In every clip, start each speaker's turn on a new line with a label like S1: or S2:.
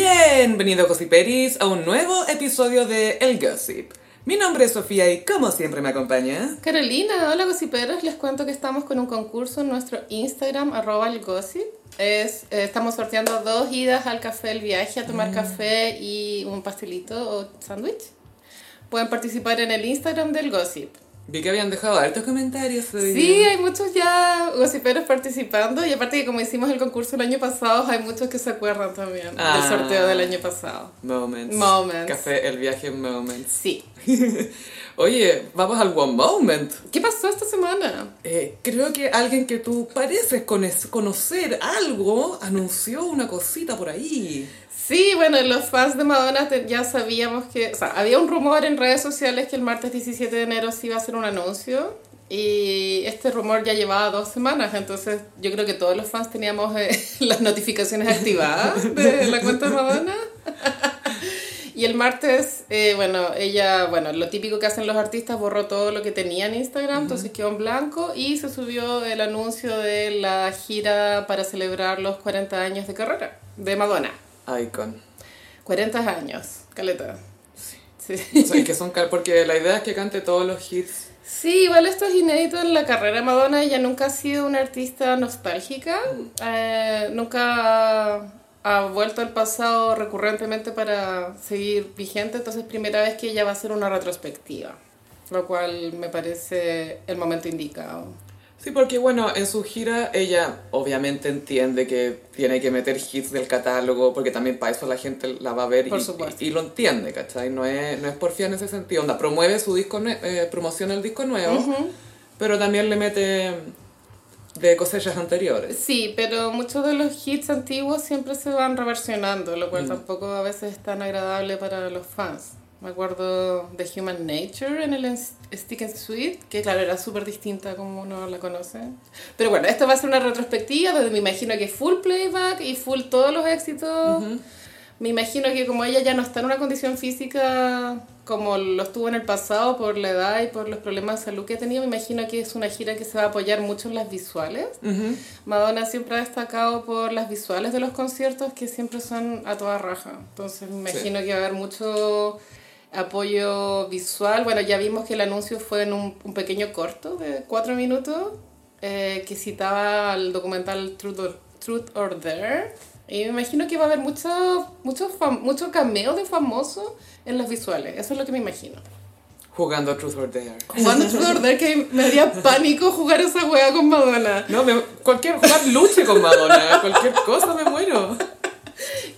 S1: Bienvenido Gossiperis a un nuevo episodio de El Gossip. Mi nombre es Sofía y como siempre me acompaña.
S2: Carolina, hola gossiperos, les cuento que estamos con un concurso en nuestro Instagram, arroba el gossip. Es, eh, estamos sorteando dos idas al café, el viaje a tomar café y un pastelito o sándwich. Pueden participar en el Instagram del gossip.
S1: Vi que habían dejado hartos comentarios. hoy
S2: Sí,
S1: día.
S2: hay muchos ya gossiperos participando y aparte que como hicimos el concurso el año pasado, hay muchos que se acuerdan también
S1: Ah.
S2: del sorteo del año pasado.
S1: Moments.
S2: Moments.
S1: Café, el viaje en Moments.
S2: Sí.
S1: Oye, vamos al One Moment.
S2: ¿Qué pasó esta semana?
S1: Eh, creo que alguien que tú pareces cono- conocer algo anunció una cosita por ahí.
S2: Sí, bueno, los fans de Madonna te- ya sabíamos que, o sea, había un rumor en redes sociales que el martes 17 de enero sí iba a ser un anuncio y este rumor ya llevaba dos semanas, entonces yo creo que todos los fans teníamos eh, las notificaciones activadas de la cuenta de Madonna. Y el martes, eh, bueno, ella, bueno, lo típico que hacen los artistas, borró todo lo que tenía en Instagram, entonces quedó en blanco y se subió el anuncio de la gira para celebrar los 40 años de carrera de Madonna.
S1: Icon.
S2: 40 años, caleta. Sí.
S1: O
S2: Sí.
S1: sea, y que son car- porque la idea es que cante todos los hits.
S2: igual esto es inédito en la carrera de Madonna. Ella nunca ha sido una artista nostálgica. Eh, nunca ha, ha vuelto al pasado recurrentemente para seguir vigente. Entonces, primera vez que ella va a hacer una retrospectiva. Lo cual me parece el momento indicado.
S1: Sí, porque bueno, en su gira ella obviamente entiende que tiene que meter hits del catálogo, porque también para eso la gente la va a ver
S2: Por
S1: y,
S2: supuesto.
S1: y lo entiende, ¿cachai? No es, no es porfía en ese sentido. Onda, promueve su disco, nue- eh, promociona el disco nuevo, pero también le mete de cosechas anteriores.
S2: Sí, pero muchos de los hits antiguos siempre se van reversionando, lo cual tampoco a veces es tan agradable para los fans. Me acuerdo de Human Nature en el ens- Stick and Sweet, que claro, era súper distinta como uno la conoce. Pero bueno, esto va a ser una retrospectiva donde me imagino que full playback y full todos los éxitos. Me imagino que como ella ya no está en una condición física como lo estuvo en el pasado por la edad y por los problemas de salud que ha tenido, me imagino que es una gira que se va a apoyar mucho en las visuales. Madonna siempre ha destacado por las visuales de los conciertos que siempre son a toda raja. Entonces me
S1: Sí.
S2: imagino que va a haber mucho apoyo visual. Bueno, ya vimos que el anuncio fue en un, un pequeño corto de cuatro minutos eh, que citaba al documental Truth or, Truth or Dare. Y me imagino que va a haber mucho, mucho, fam- mucho cameo de famosos en los visuales. Eso es lo que me imagino.
S1: Jugando Truth or Dare.
S2: Jugando Truth or Dare, que me haría pánico jugar esa wea con Madonna.
S1: No, me- cualquier jugar luche con Madonna, cualquier cosa me muero.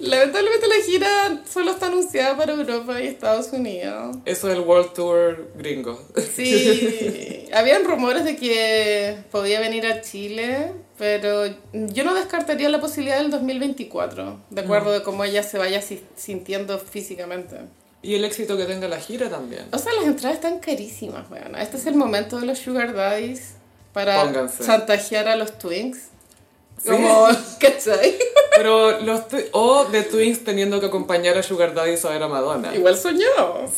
S2: Lamentablemente la gira solo está anunciada para Europa y Estados Unidos.
S1: Eso del World Tour gringo.
S2: Sí, habían rumores de que podía venir a Chile, pero yo no descartaría la posibilidad del 2024, de
S1: Mm.
S2: acuerdo de cómo ella se vaya si- sintiendo físicamente.
S1: Y el éxito que tenga la gira también.
S2: O sea, las entradas están carísimas, weón. Este es el momento de los Sugar Daddies para
S1: Pónganse.
S2: chantajear a los Twinks.
S1: Sí.
S2: Como, ¿cachai?
S1: Pero los twi- o de Twins teniendo que acompañar a Sugar Daddy a ver a Madonna.
S2: Igual soñó.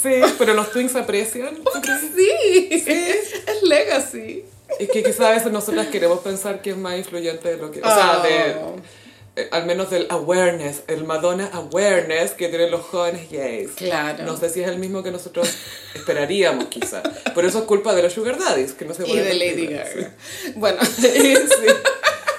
S1: Sí, pero los Twins aprecian. ¿tú crees?
S2: Sí, es legacy.
S1: Es que quizás a veces nosotras queremos pensar que es más influyente de lo que... O sea, de,
S2: Oh.
S1: eh, al menos del awareness, el Madonna awareness que tienen los jóvenes gays.
S2: Claro.
S1: No sé si es el mismo que nosotros esperaríamos quizás. Por eso es culpa de los Sugar Daddies, que no se
S2: y de
S1: ponen
S2: Lady
S1: activas.
S2: Gaga. Bueno,
S1: Sí, sí.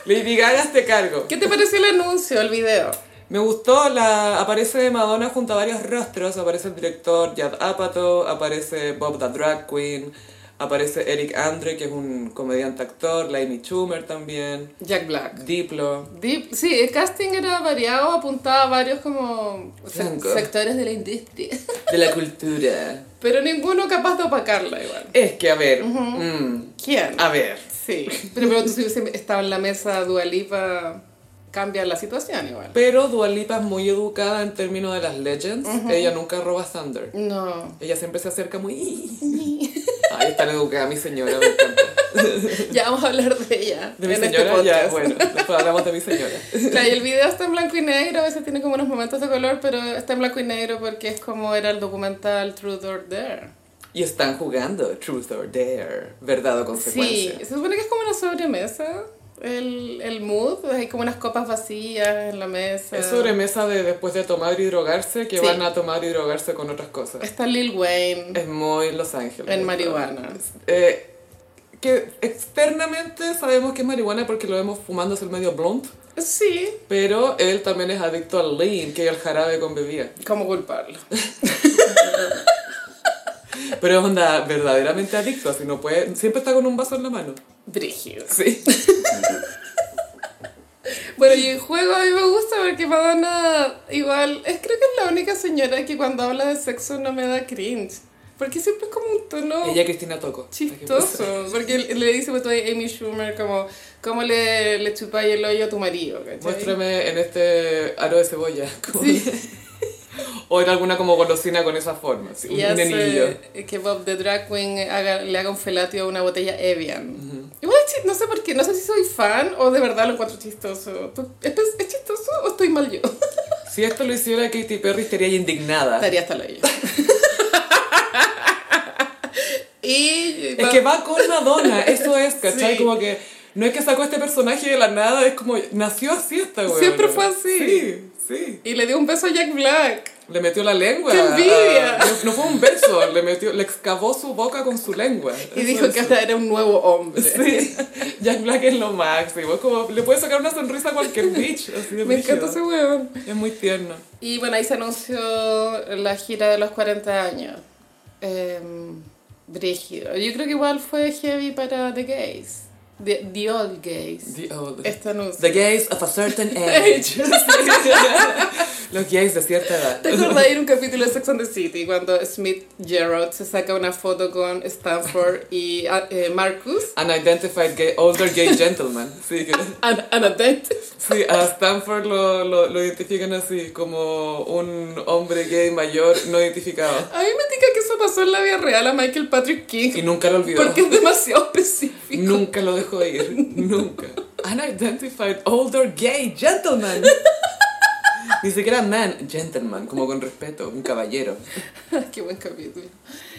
S1: Lady Gaga este cargo.
S2: ¿qué te pareció el anuncio, el video?
S1: Me gustó, la aparece Madonna junto a varios rostros, aparece el director Judd Apatow, aparece Bob the Drag Queen, aparece Eric Andre, que es un comediante actor, la Amy Schumer también,
S2: Jack Black.
S1: Diplo.
S2: Deep- sí, el casting era variado, apuntaba a varios como se-
S1: Blanco.
S2: sectores de la industria,
S1: De la cultura.
S2: pero ninguno capaz de opacarla igual.
S1: Es que, a ver, mm,
S2: ¿Quién?
S1: a ver,
S2: Sí, pero, pero tú si hubiese estado en la mesa Dualipa cambia la situación igual.
S1: pero Dualipa es muy educada en términos de las legends, ella nunca roba Thunder.
S2: No.
S1: Ella siempre se acerca muy... Ay, tan educada mi señora, me encanta.
S2: Ya vamos a hablar de ella
S1: De mi
S2: en
S1: señora
S2: este
S1: ya,
S2: podcast.
S1: bueno, después hablamos de mi señora.
S2: Claro, y el video está en blanco y negro, a veces tiene como unos momentos de color, pero está en blanco y negro porque es como era el documental Truth or Dare.
S1: Y están jugando Truth or Dare, verdad o
S2: Sí,
S1: consecuencia.
S2: se supone que es como una sobremesa el, el mood. pues Hay como unas copas vacías en la mesa.
S1: Es sobremesa de después de tomar y drogarse, que
S2: Sí.
S1: van a tomar y drogarse con otras cosas.
S2: Está Lil Wayne
S1: Es muy Los Ángeles.
S2: en marihuana.
S1: Eh, que externamente sabemos que es marihuana porque lo vemos fumándose el medio blunt,
S2: Sí,
S1: pero él también es adicto al lean, que es el jarabe con bebida.
S2: ¿cómo culparlo?
S1: Pero onda, verdaderamente adicto, así no puede... Siempre está con un vaso en la mano.
S2: Brígido.
S1: Sí.
S2: Bueno, y el juego a mí me gusta porque Madonna igual es creo que es la única señora que cuando habla de sexo no me da cringe. Porque siempre es como un tono
S1: Ella Cristina Toco.
S2: chistoso. Porque le dice pues, a Amy Schumer como, ¿cómo le, le chupáis el hoyo a tu marido? ¿cachai?
S1: Muéstrame en este aro de cebolla. como-
S2: Sí,
S1: O en alguna como golosina con esa forma, así, un
S2: y hace
S1: nenillo.
S2: que Bob the Drag Queen haga- le haga un felatio a una botella Evian. Igual es chi- no sé por qué, no sé si soy fan o de verdad lo encuentro chistoso. ¿Tú- ¿Es, es chistoso o estoy mal yo?
S1: Si esto lo hiciera Katy Perry estaría indignada.
S2: Estaría hasta el hoyo. y
S1: Es que va con Madonna, eso es, ¿cachai?
S2: Sí.
S1: Como que no es que sacó este personaje de la nada, es como nació así esta weón.
S2: Siempre fue así.
S1: Sí, sí.
S2: y le dio un beso a Jack Black.
S1: Le metió la lengua.
S2: ¡Qué envidia!
S1: Ah, no, no fue un beso, le metió, le excavó su boca con su lengua.
S2: Y
S1: Eso
S2: dijo
S1: es.
S2: que hasta era un nuevo hombre.
S1: Sí, Jack Black es lo máximo. Es como, le puede sacar una sonrisa a cualquier bitch. Así de
S2: Me
S1: brígido.
S2: encanta ese weón.
S1: Es muy tierno.
S2: Y bueno, ahí se anunció la gira de los 40 años. Em, brígido. Yo creo que igual fue heavy para The Gays. The, the Old Gays.
S1: The old.
S2: Este anuncio.
S1: The gays of a certain age. Sí. Los gays de cierta edad.
S2: ¿Te acordás de un capítulo de Sex and the City cuando Smith Gerald se saca una foto con Stanford y ah, eh, Marcus?
S1: Unidentified gay, older gay gentleman. Sí, que-
S2: An, an adult.
S1: sí, a Stanford lo, lo, lo identifican así, como un hombre gay mayor no identificado.
S2: A mí me tica que eso pasó en la vida real a Michael Patrick
S1: Y
S2: King
S1: nunca lo olvidó.
S2: porque es demasiado específico.
S1: Nunca lo dejó ir. Nunca. Unidentified older gay gentleman. Ni siquiera man, gentleman, como con respeto, un caballero.
S2: Qué buen capítulo.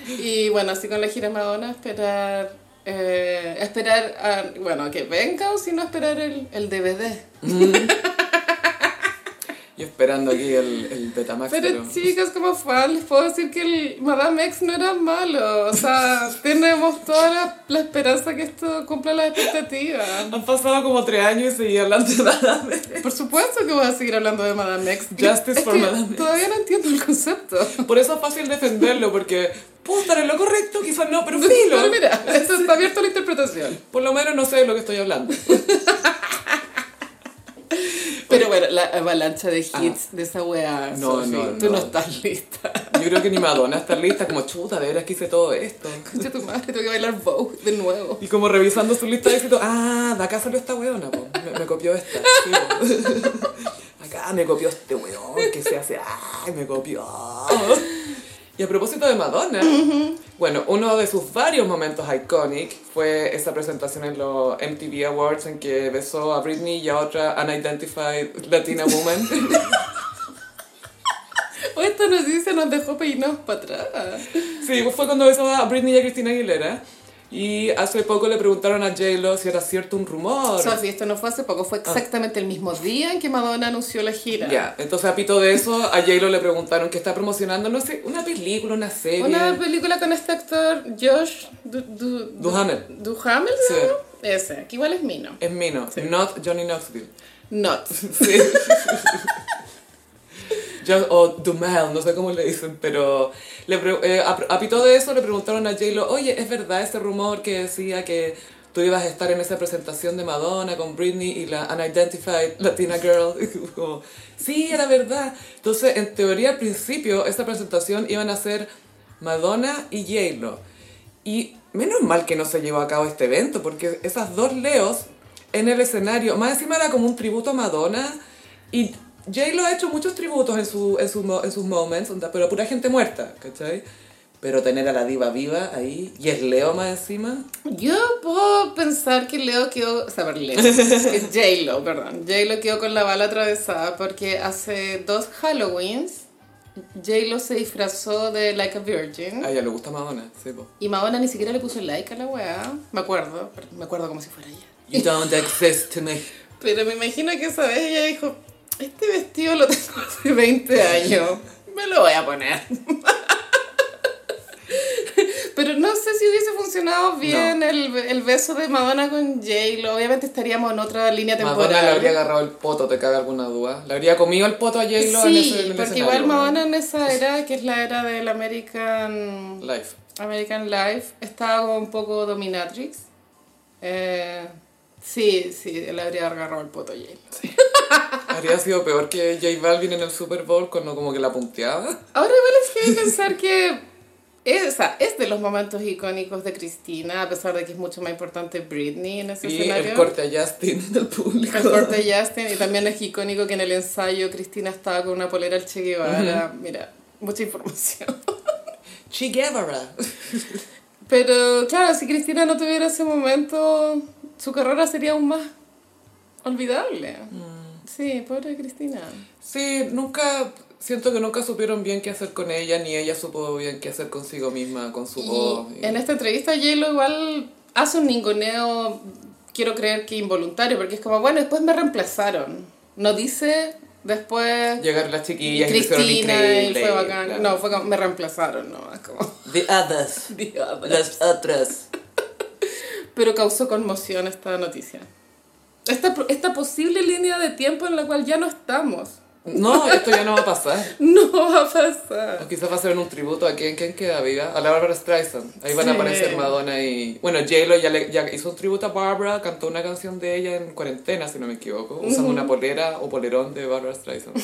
S2: Y bueno, así con la gira Madonna, esperar. eh, esperar a, bueno, que venga o si no, esperar el, el DVD.
S1: Yo esperando aquí el, el Betamax.
S2: Pero chicas, como fan, les puedo decir que el Madame X no era malo. O sea, tenemos toda la, la esperanza que esto cumpla las expectativas.
S1: Han pasado como tres años y seguí hablando de Madame.
S2: Por supuesto que voy a seguir hablando de Madame X.
S1: Justice
S2: Es
S1: for
S2: que
S1: Madame X.
S2: Todavía no entiendo el concepto.
S1: Por eso es fácil defenderlo, porque puedo estar en lo correcto, quizás no, pero
S2: Pero
S1: filo.
S2: mira, esto está abierto a la interpretación.
S1: Por lo menos no sé de lo que estoy hablando.
S2: Pero bueno, la avalancha de hits de esa weá.
S1: Ah. No,
S2: Sofi,
S1: no,
S2: Tú
S1: no.
S2: no estás lista.
S1: Yo creo que ni Madonna está lista, como chuta, de veras que hice todo esto.
S2: Concha tu madre, tengo que bailar Vogue de nuevo.
S1: Y como revisando su lista de éxito, ah, de acá salió esta weona, po. Me, me copió esta. sí, po. acá me copió este weón que se hace, ay, me copió. Y a propósito de Madonna, bueno, uno de sus varios momentos iconic fue esa presentación en los MTV Awards en que besó a Britney y a otra unidentified Latina woman.
S2: O esta noticia nos dejó peinados para atrás.
S1: Sí, fue cuando besaba a Britney y a Cristina Aguilera. Y hace poco le preguntaron a J-Lo si era cierto un rumor.
S2: Sofi, esto no fue hace poco, fue exactamente el mismo día en que Madonna anunció la gira.
S1: Ah. Ya, entonces a pito de eso, a J-Lo le preguntaron que está promocionando, no sé, una película, una serie.
S2: Una película con este actor Josh Du- Du- Du-
S1: Duhamel.
S2: Duhamel,
S1: Sí.
S2: ¿no? Ese, que igual es Mino.
S1: Es Mino, not Johnny Knoxville.
S2: Not.
S1: Sí. Yo- o Dumel, no sé cómo le dicen, pero le pre- eh, a, a pito de eso le preguntaron a J-Lo, oye, ¿es verdad ese rumor que decía que tú ibas a estar en esa presentación de Madonna con Britney y la Unidentified Latina Girl? Como, sí, era verdad. Entonces, en teoría, al principio, esta presentación iban a ser Madonna y J-Lo. Y menos mal que no se llevó a cabo este evento, porque esas dos Leos en el escenario, más encima era como un tributo a Madonna. Y J-Lo ha hecho muchos tributos en, su, en, su mo- en sus moments, onda, pero pura gente muerta, ¿cachai? Pero tener a la diva viva ahí, y es Leo más encima.
S2: Yo puedo pensar que Leo quedó, o sea, perdón, Leo, que J-Lo, perdón, J-Lo quedó con la bala atravesada porque hace dos Halloweens J-Lo se disfrazó de Like a Virgin
S1: A ella le gusta Madonna, sí, po.
S2: y Madonna ni siquiera le puso like a la weá, me acuerdo, pero me acuerdo como si fuera ella.
S1: You don't exist to me.
S2: Pero me imagino que esa vez ella dijo, este vestido lo tengo hace 20 años, me lo voy a poner. Pero no sé si hubiese funcionado bien
S1: No.
S2: el, el beso de Madonna con J-Lo. Obviamente estaríamos en otra línea temporal.
S1: Madonna le habría agarrado el poto, ¿te cabe alguna duda? ¿Le habría comido el poto a J-Lo en ese en
S2: Sí,
S1: el
S2: porque
S1: escenario?
S2: igual Madonna en esa era, que es la era del American,
S1: Life.
S2: American Life, estaba como un poco dominatrix. Eh, sí, sí, le habría agarrado el poto a J-Lo.
S1: Habría sido peor que J Balvin en el Super Bowl cuando como que la punteaba.
S2: Ahora igual es que pensar que es, o sea, es de los momentos icónicos de Cristina, a pesar de que es mucho más importante Britney en ese
S1: Y
S2: escenario.
S1: el corte a Justin del público.
S2: El corte de Justin, y también es icónico que en el ensayo Cristina estaba con una polera al Che Guevara. Mira, mucha información.
S1: Che Guevara.
S2: Pero claro, si Cristina no tuviera ese momento, su carrera sería aún más olvidable.
S1: Mm.
S2: Sí, pobre Cristina.
S1: Sí, nunca... Siento que nunca supieron bien qué hacer con ella, ni ella supo bien qué hacer consigo misma, con su voz. y-
S2: Y en este esta entrevista J-Lo igual hace un ninguneo, quiero creer que involuntario, porque es como, bueno, después me reemplazaron. No dice después
S1: Llegaron las chiquillas y lo hicieron
S2: Cristina y
S1: increíble,
S2: fue bacán.
S1: claro.
S2: No, fue como, me reemplazaron, no, es como...
S1: The others. Las otras.
S2: Pero causó conmoción esta noticia. Esta, pro- esta posible línea de tiempo en la cual ya no estamos.
S1: No, esto ya no va a pasar.
S2: No va a pasar.
S1: O quizás va a ser un tributo a quién, quién queda viva, a la Barbara Streisand. Ahí van a
S2: Sí.
S1: aparecer Madonna y... Bueno, J-Lo ya, le- ya hizo un tributo a Barbara, cantó una canción de ella en cuarentena, si no me equivoco, usando una polera o polerón de Barbara Streisand.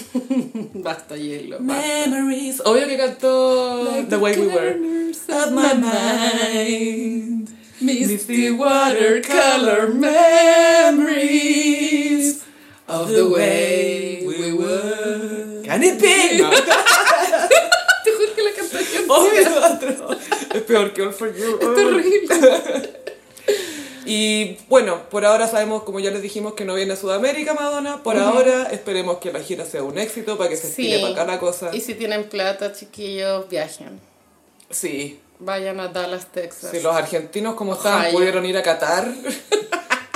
S2: Basta, hielo. basta.
S1: Memories. Obvio que cantó The Way We Were.
S2: Of my mind, misty watercolor
S1: memories
S2: of the way we were.
S1: Can it be? No.
S2: Te juro que la canté
S1: Oh, Obvio. Es peor que All For You.
S2: Es terrible.
S1: Y bueno, por ahora sabemos, como ya les dijimos, que no viene a Sudamérica Madonna. Por ahora esperemos que la gira sea un éxito para que se
S2: Sí.
S1: estire para acá la cosa.
S2: Y si tienen plata, chiquillos, viajen.
S1: Sí,
S2: Vayan a Dallas, Texas.
S1: si los argentinos como están
S2: Ohio.
S1: pudieron ir a Qatar,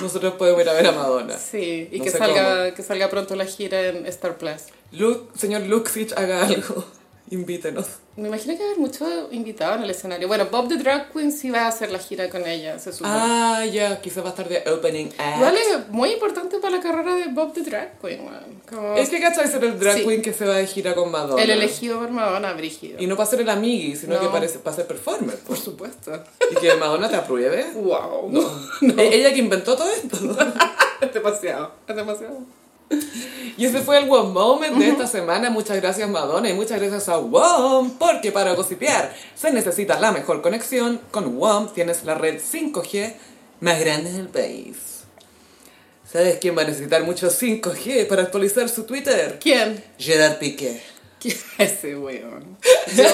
S1: nosotros podemos ir a ver a Madonna.
S2: Sí, y
S1: No
S2: que,
S1: sé
S2: salga, que salga pronto la gira en Star Plus.
S1: Lu- señor Luxich, haga algo. Invítenos.
S2: Me imagino que va a haber muchos invitados en el escenario. Bueno, Bob the Drag Queen sí va a hacer la gira con ella, se supone.
S1: Ah, ya, quizás va a estar de opening act.
S2: Igual es muy importante para la carrera de Bob the Drag Queen, weón. Como
S1: Es que cachai ser el drag
S2: Sí.
S1: queen que se va de gira con Madonna.
S2: el elegido por Madonna, Brígido.
S1: Y no para ser el amigui, sino
S2: No.
S1: que parece, para ser performer. po.
S2: Por supuesto.
S1: Y que Madonna te apruebe.
S2: Wow.
S1: E- Ella que inventó todo esto.
S2: es demasiado. Es demasiado.
S1: Y ese fue el WOM Moment de esta semana. Muchas gracias Madonna y muchas gracias a WOM, porque para gossipear se necesita la mejor conexión. Con WOM tienes la red 5G más grande del país. ¿Sabes quién va a necesitar mucho 5G para actualizar su Twitter?
S2: ¿Quién?
S1: Gerard Piqué.
S2: ¿Quién? Ese weón. Yo,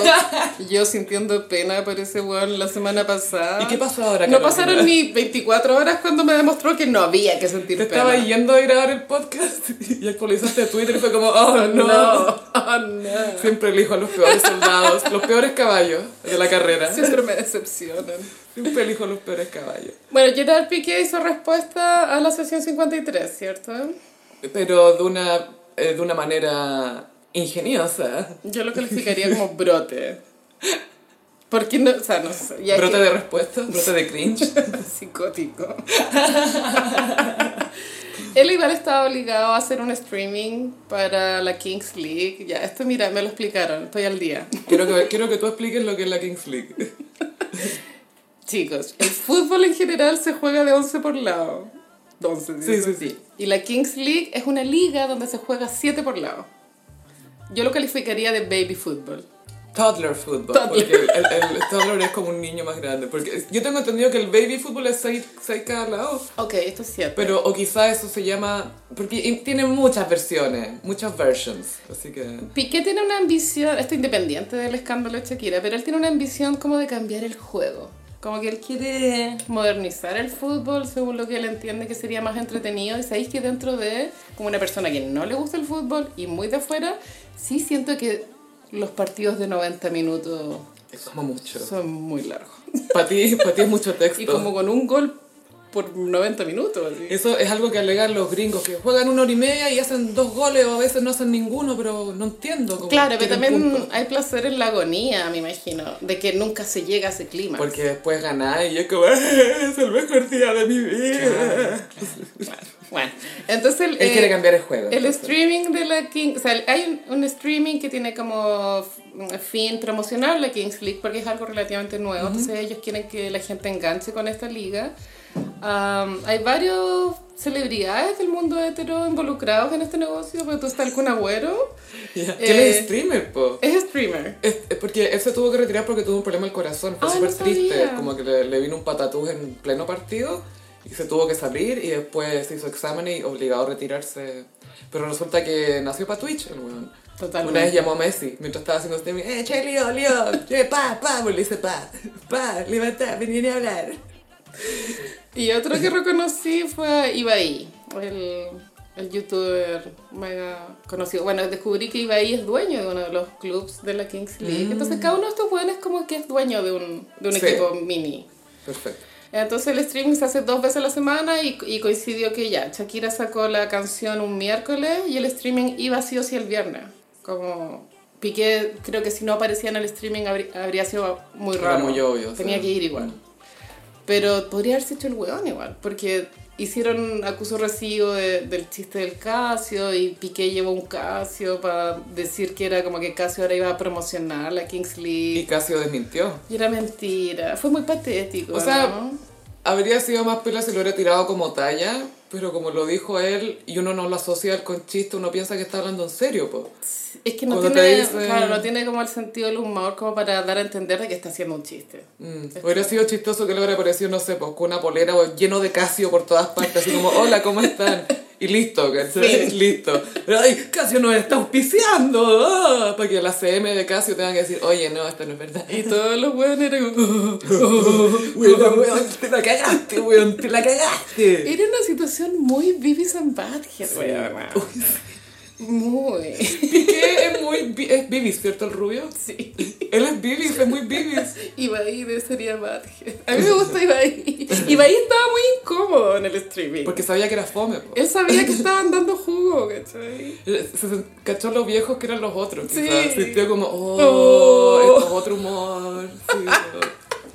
S2: yo sintiendo pena por ese weón la semana pasada.
S1: ¿Y qué pasó ahora,
S2: No
S1: Carolina?
S2: pasaron ni 24 horas cuando me demostró que no había que sentir
S1: Te
S2: pena.
S1: estaba yendo a grabar el podcast y actualizaste Twitter y fue como, oh no.
S2: Oh, no.
S1: Siempre elijo a los peores soldados, los peores caballos de la carrera.
S2: Siempre me decepcionan.
S1: Siempre elijo a los peores caballos.
S2: Bueno, Gerard Piqué hizo respuesta a la sesión 53, ¿cierto?
S1: pero de una, eh, de una manera ingeniosa.
S2: Yo lo calificaría como brote. Porque no, o sea, no sé. ya
S1: Brote
S2: que-
S1: de respuesta, brote de cringe.
S2: Psicótico. Él igual estaba obligado a hacer un streaming para la Kings League. Ya, esto mira, me lo explicaron, estoy al día.
S1: Quiero que, quiero que tú expliques lo que es la Kings League.
S2: Chicos, el fútbol en general se juega de 11 por lado.
S1: Sí,
S2: 11,
S1: sí,
S2: sí, sí,
S1: sí.
S2: Y la Kings League es una liga donde se juega 7 por lado. Yo lo calificaría de baby fútbol.
S1: Toddler football,
S2: Toddler.
S1: porque el, el- el toddler es como un niño más grande. Porque yo tengo entendido que el baby fútbol es 6 cada lado.
S2: Ok, esto es 7.
S1: Pero, o quizá eso se llama... Porque in- tiene muchas versiones, muchas versions. Así que...
S2: Piqué tiene una ambición, esto independiente del escándalo de Shakira, pero él tiene una ambición como de cambiar el juego. Como que él quiere modernizar el fútbol según lo que él entiende que sería más entretenido. Y sabéis que dentro de, como una persona que no le gusta el fútbol y muy de afuera, sí siento que los partidos de 90 minutos
S1: Es como mucho.
S2: son muy largos.
S1: Para ti, pa' ti es mucho texto.
S2: Y como con un gol por 90 minutos. así.
S1: Eso es algo que alegan los gringos, que juegan una hora y media y hacen dos goles o a veces no hacen ninguno, pero no entiendo. cómo
S2: Claro, pero
S1: tienen
S2: también
S1: puntos.
S2: hay placer en la agonía, me imagino, de que nunca se llega a ese clima.
S1: Porque después ganáis y es como, "Eh, es el mejor día de mi
S2: Eh,
S1: vida.
S2: Bueno, entonces el,
S1: Él
S2: eh,
S1: quiere cambiar el juego.
S2: el
S1: entonces.
S2: streaming de la King, o sea, hay un, un streaming que tiene como f- fin promocional la Kings League porque es algo relativamente nuevo, entonces ellos quieren que la gente enganche con esta liga. Am, hay varios celebridades del mundo hetero involucrados en este negocio, pero tú estás el Kun Agüero,
S1: Ya. ¿Quién es
S2: eh,
S1: streamer, po?
S2: es streamer.
S1: Es- es porque él se tuvo que retirar porque tuvo un problema al corazón, fue
S2: Ah,
S1: súper
S2: no
S1: triste,
S2: sabía.
S1: como que le, le vino un patatús en pleno partido y se tuvo que salir y después se hizo examen y obligado a retirarse. Pero resulta que nació para Twitch el weón.
S2: Totalmente.
S1: Una vez llamó a Messi mientras estaba haciendo streaming, ¡eh, che, lío, lío! ¡Che, pa, pa! Pues le dice pa, pa, levanta, venir a hablar.
S2: Y otro que reconocí fue a Ibai, el, el youtuber mega conocido. Bueno, descubrí que Ibai es dueño de uno de los clubs de la Kings League. Entonces cada uno de estos jóvenes como que es dueño de un, de un
S1: Sí.
S2: equipo mini.
S1: Perfecto.
S2: Entonces el streaming se hace dos veces a la semana y, y coincidió que ya, Shakira sacó la canción un miércoles y el streaming iba sí o sí el viernes. Como Piqué, creo que si no aparecía en el streaming habrí- habría sido muy
S1: Era
S2: raro.
S1: muy obvio,
S2: Tenía
S1: sí.
S2: que ir igual. Pero podría haberse hecho el weón igual, porque hicieron acuso recibo de- del chiste del Casio y Piqué llevó un Casio para decir que era como que Casio ahora iba a promocionar la Kings
S1: Y
S2: League.
S1: Casio desmintió.
S2: Y era mentira, fue muy patético.
S1: O sea,
S2: ¿no?
S1: Habría sido más pela si lo hubiera tirado como talla, pero como lo dijo él, y uno no lo asocia con chiste, uno piensa que está hablando en serio, po.
S2: Es que no
S1: Cuando
S2: tiene,
S1: te dicen-
S2: claro, no tiene como el sentido del humor como para dar a entender de que está haciendo un chiste.
S1: Mm, Hubiera sido chistoso que le hubiera aparecido, no sé, pues con una polera o lleno de Casio por todas partes, así como, hola, ¿cómo están? Y listo, ¿cachai?
S2: Sí.
S1: Listo. Pero, ay, Casio nos está auspiciando, ah", para que la CM de Casio tenga que decir, oye, no, esto no es verdad.
S2: Y todos los weones eran como... "Oh".
S1: Weón, weón, te la cagaste, weón, te la cagaste.
S2: Era una situación muy Beavis and Butthead, weona. Muy.
S1: Piqué es muy, bi- es Bibis, ¿cierto? El rubio.
S2: Sí.
S1: Él es Bibis, es muy Bibis.
S2: Ibai de sería Butthead. A mí me gusta Ibai. Ibai estaba muy incómodo en el streaming.
S1: Porque sabía que era fome, po.
S2: Él sabía que estaban dando jugo, ¿cachai?
S1: Se sent- cachó los viejos que eran los otros.
S2: Sí.
S1: quizás. Sintió como, oh,
S2: Oh.
S1: esto es otro humor. sí, oh,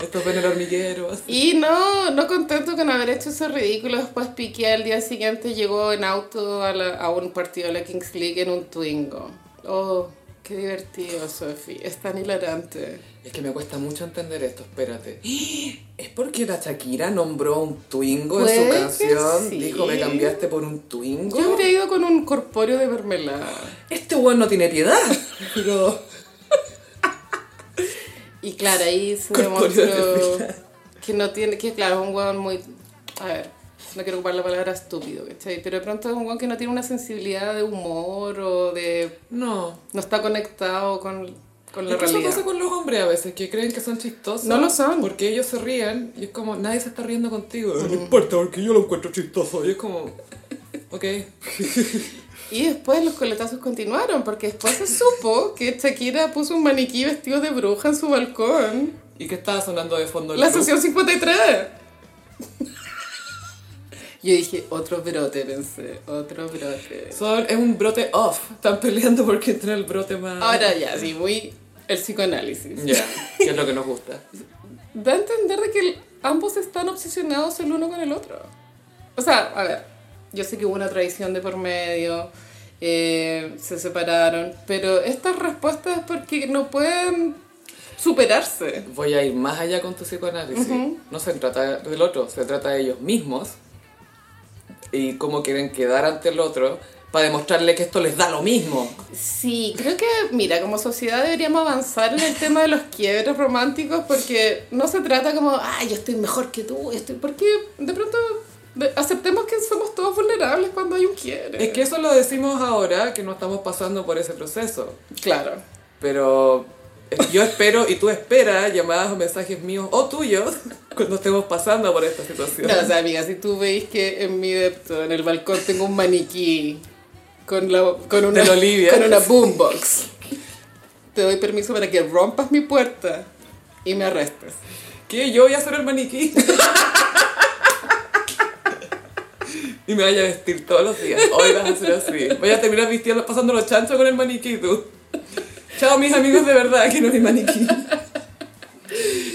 S1: esto es ven el hormiguero. así.
S2: Y no, no contento con haber hecho ese ridículo, después Piqué al día siguiente llegó en auto a, la- a un partido de la Kings League en un Twingo. Oh, qué divertido, Sophie. Es tan hilarante.
S1: Es que me cuesta mucho entender esto, espérate. ¿Es porque la Shakira nombró a un Twingo en su
S2: Puede que
S1: canción?
S2: sí.
S1: Dijo, me cambiaste por un Twingo.
S2: Yo habría ido con un corpóreo de mermelada.
S1: Este weón no tiene piedad. Pero
S2: Y claro, ahí se
S1: Corpóreo de
S2: demostró
S1: mermelada.
S2: que no tiene, que claro, es un hueón muy, a ver, no quiero ocupar la palabra estúpido, ¿cachai? Pero de pronto es un hueón que no tiene una sensibilidad de humor o de,
S1: no.
S2: no está conectado con, con la
S1: Es que eso
S2: realidad.
S1: pasa con los hombres a veces, que creen que son chistosos.
S2: No lo son.
S1: Porque ellos se ríen y es como, nadie se está riendo contigo. No importa, porque yo lo encuentro chistoso. Y es como, ok.
S2: Y después los coletazos continuaron, porque después se supo que Shakira puso un maniquí vestido de bruja en su balcón.
S1: ¿Y qué estaba sonando de fondo? el
S2: La
S1: club?
S2: sesión 53. Yo dije, otro brote, pensé, otro brote.
S1: Son- es un brote off. Están peleando porque entra el brote más...
S2: Ahora ya, sí, muy el psicoanálisis.
S1: Ya, que es lo que nos gusta.
S2: Da a entender de que el- ambos están obsesionados el uno con el otro. O sea, a ver, yo sé que hubo una traición de por medio, eh, se separaron, pero estas respuestas es porque no pueden superarse.
S1: Voy a ir más allá con tu psicoanálisis. No se trata del otro, se trata de ellos mismos y cómo quieren quedar ante el otro para demostrarle que esto les da lo mismo.
S2: Sí, creo que, mira, como sociedad deberíamos avanzar en el tema de los quiebres románticos porque no se trata como, ay, yo estoy mejor que tú, yo estoy... Porque de pronto de- aceptemos que somos todos vulnerables cuando hay un quiebre.
S1: Es que eso lo decimos ahora, que no estamos pasando por ese proceso.
S2: Claro.
S1: Pero yo espero y tú esperas llamadas o mensajes míos o tuyos cuando estemos pasando por esta situación.
S2: No, o sea, amiga, si tú veis que en mi depto, en el balcón, tengo un maniquí con, la, con, una,
S1: De la Olivia.
S2: con una boombox, te doy permiso para que rompas mi puerta y me arrestes.
S1: ¿Qué? ¿Yo voy a ser el maniquí? y me vaya a vestir todos los días. Hoy vas a ser así. Voy a terminar vistiendo, pasando los chanchos con el maniquí, tú. Chao, mis amigos, de verdad, que no es mi maniquí.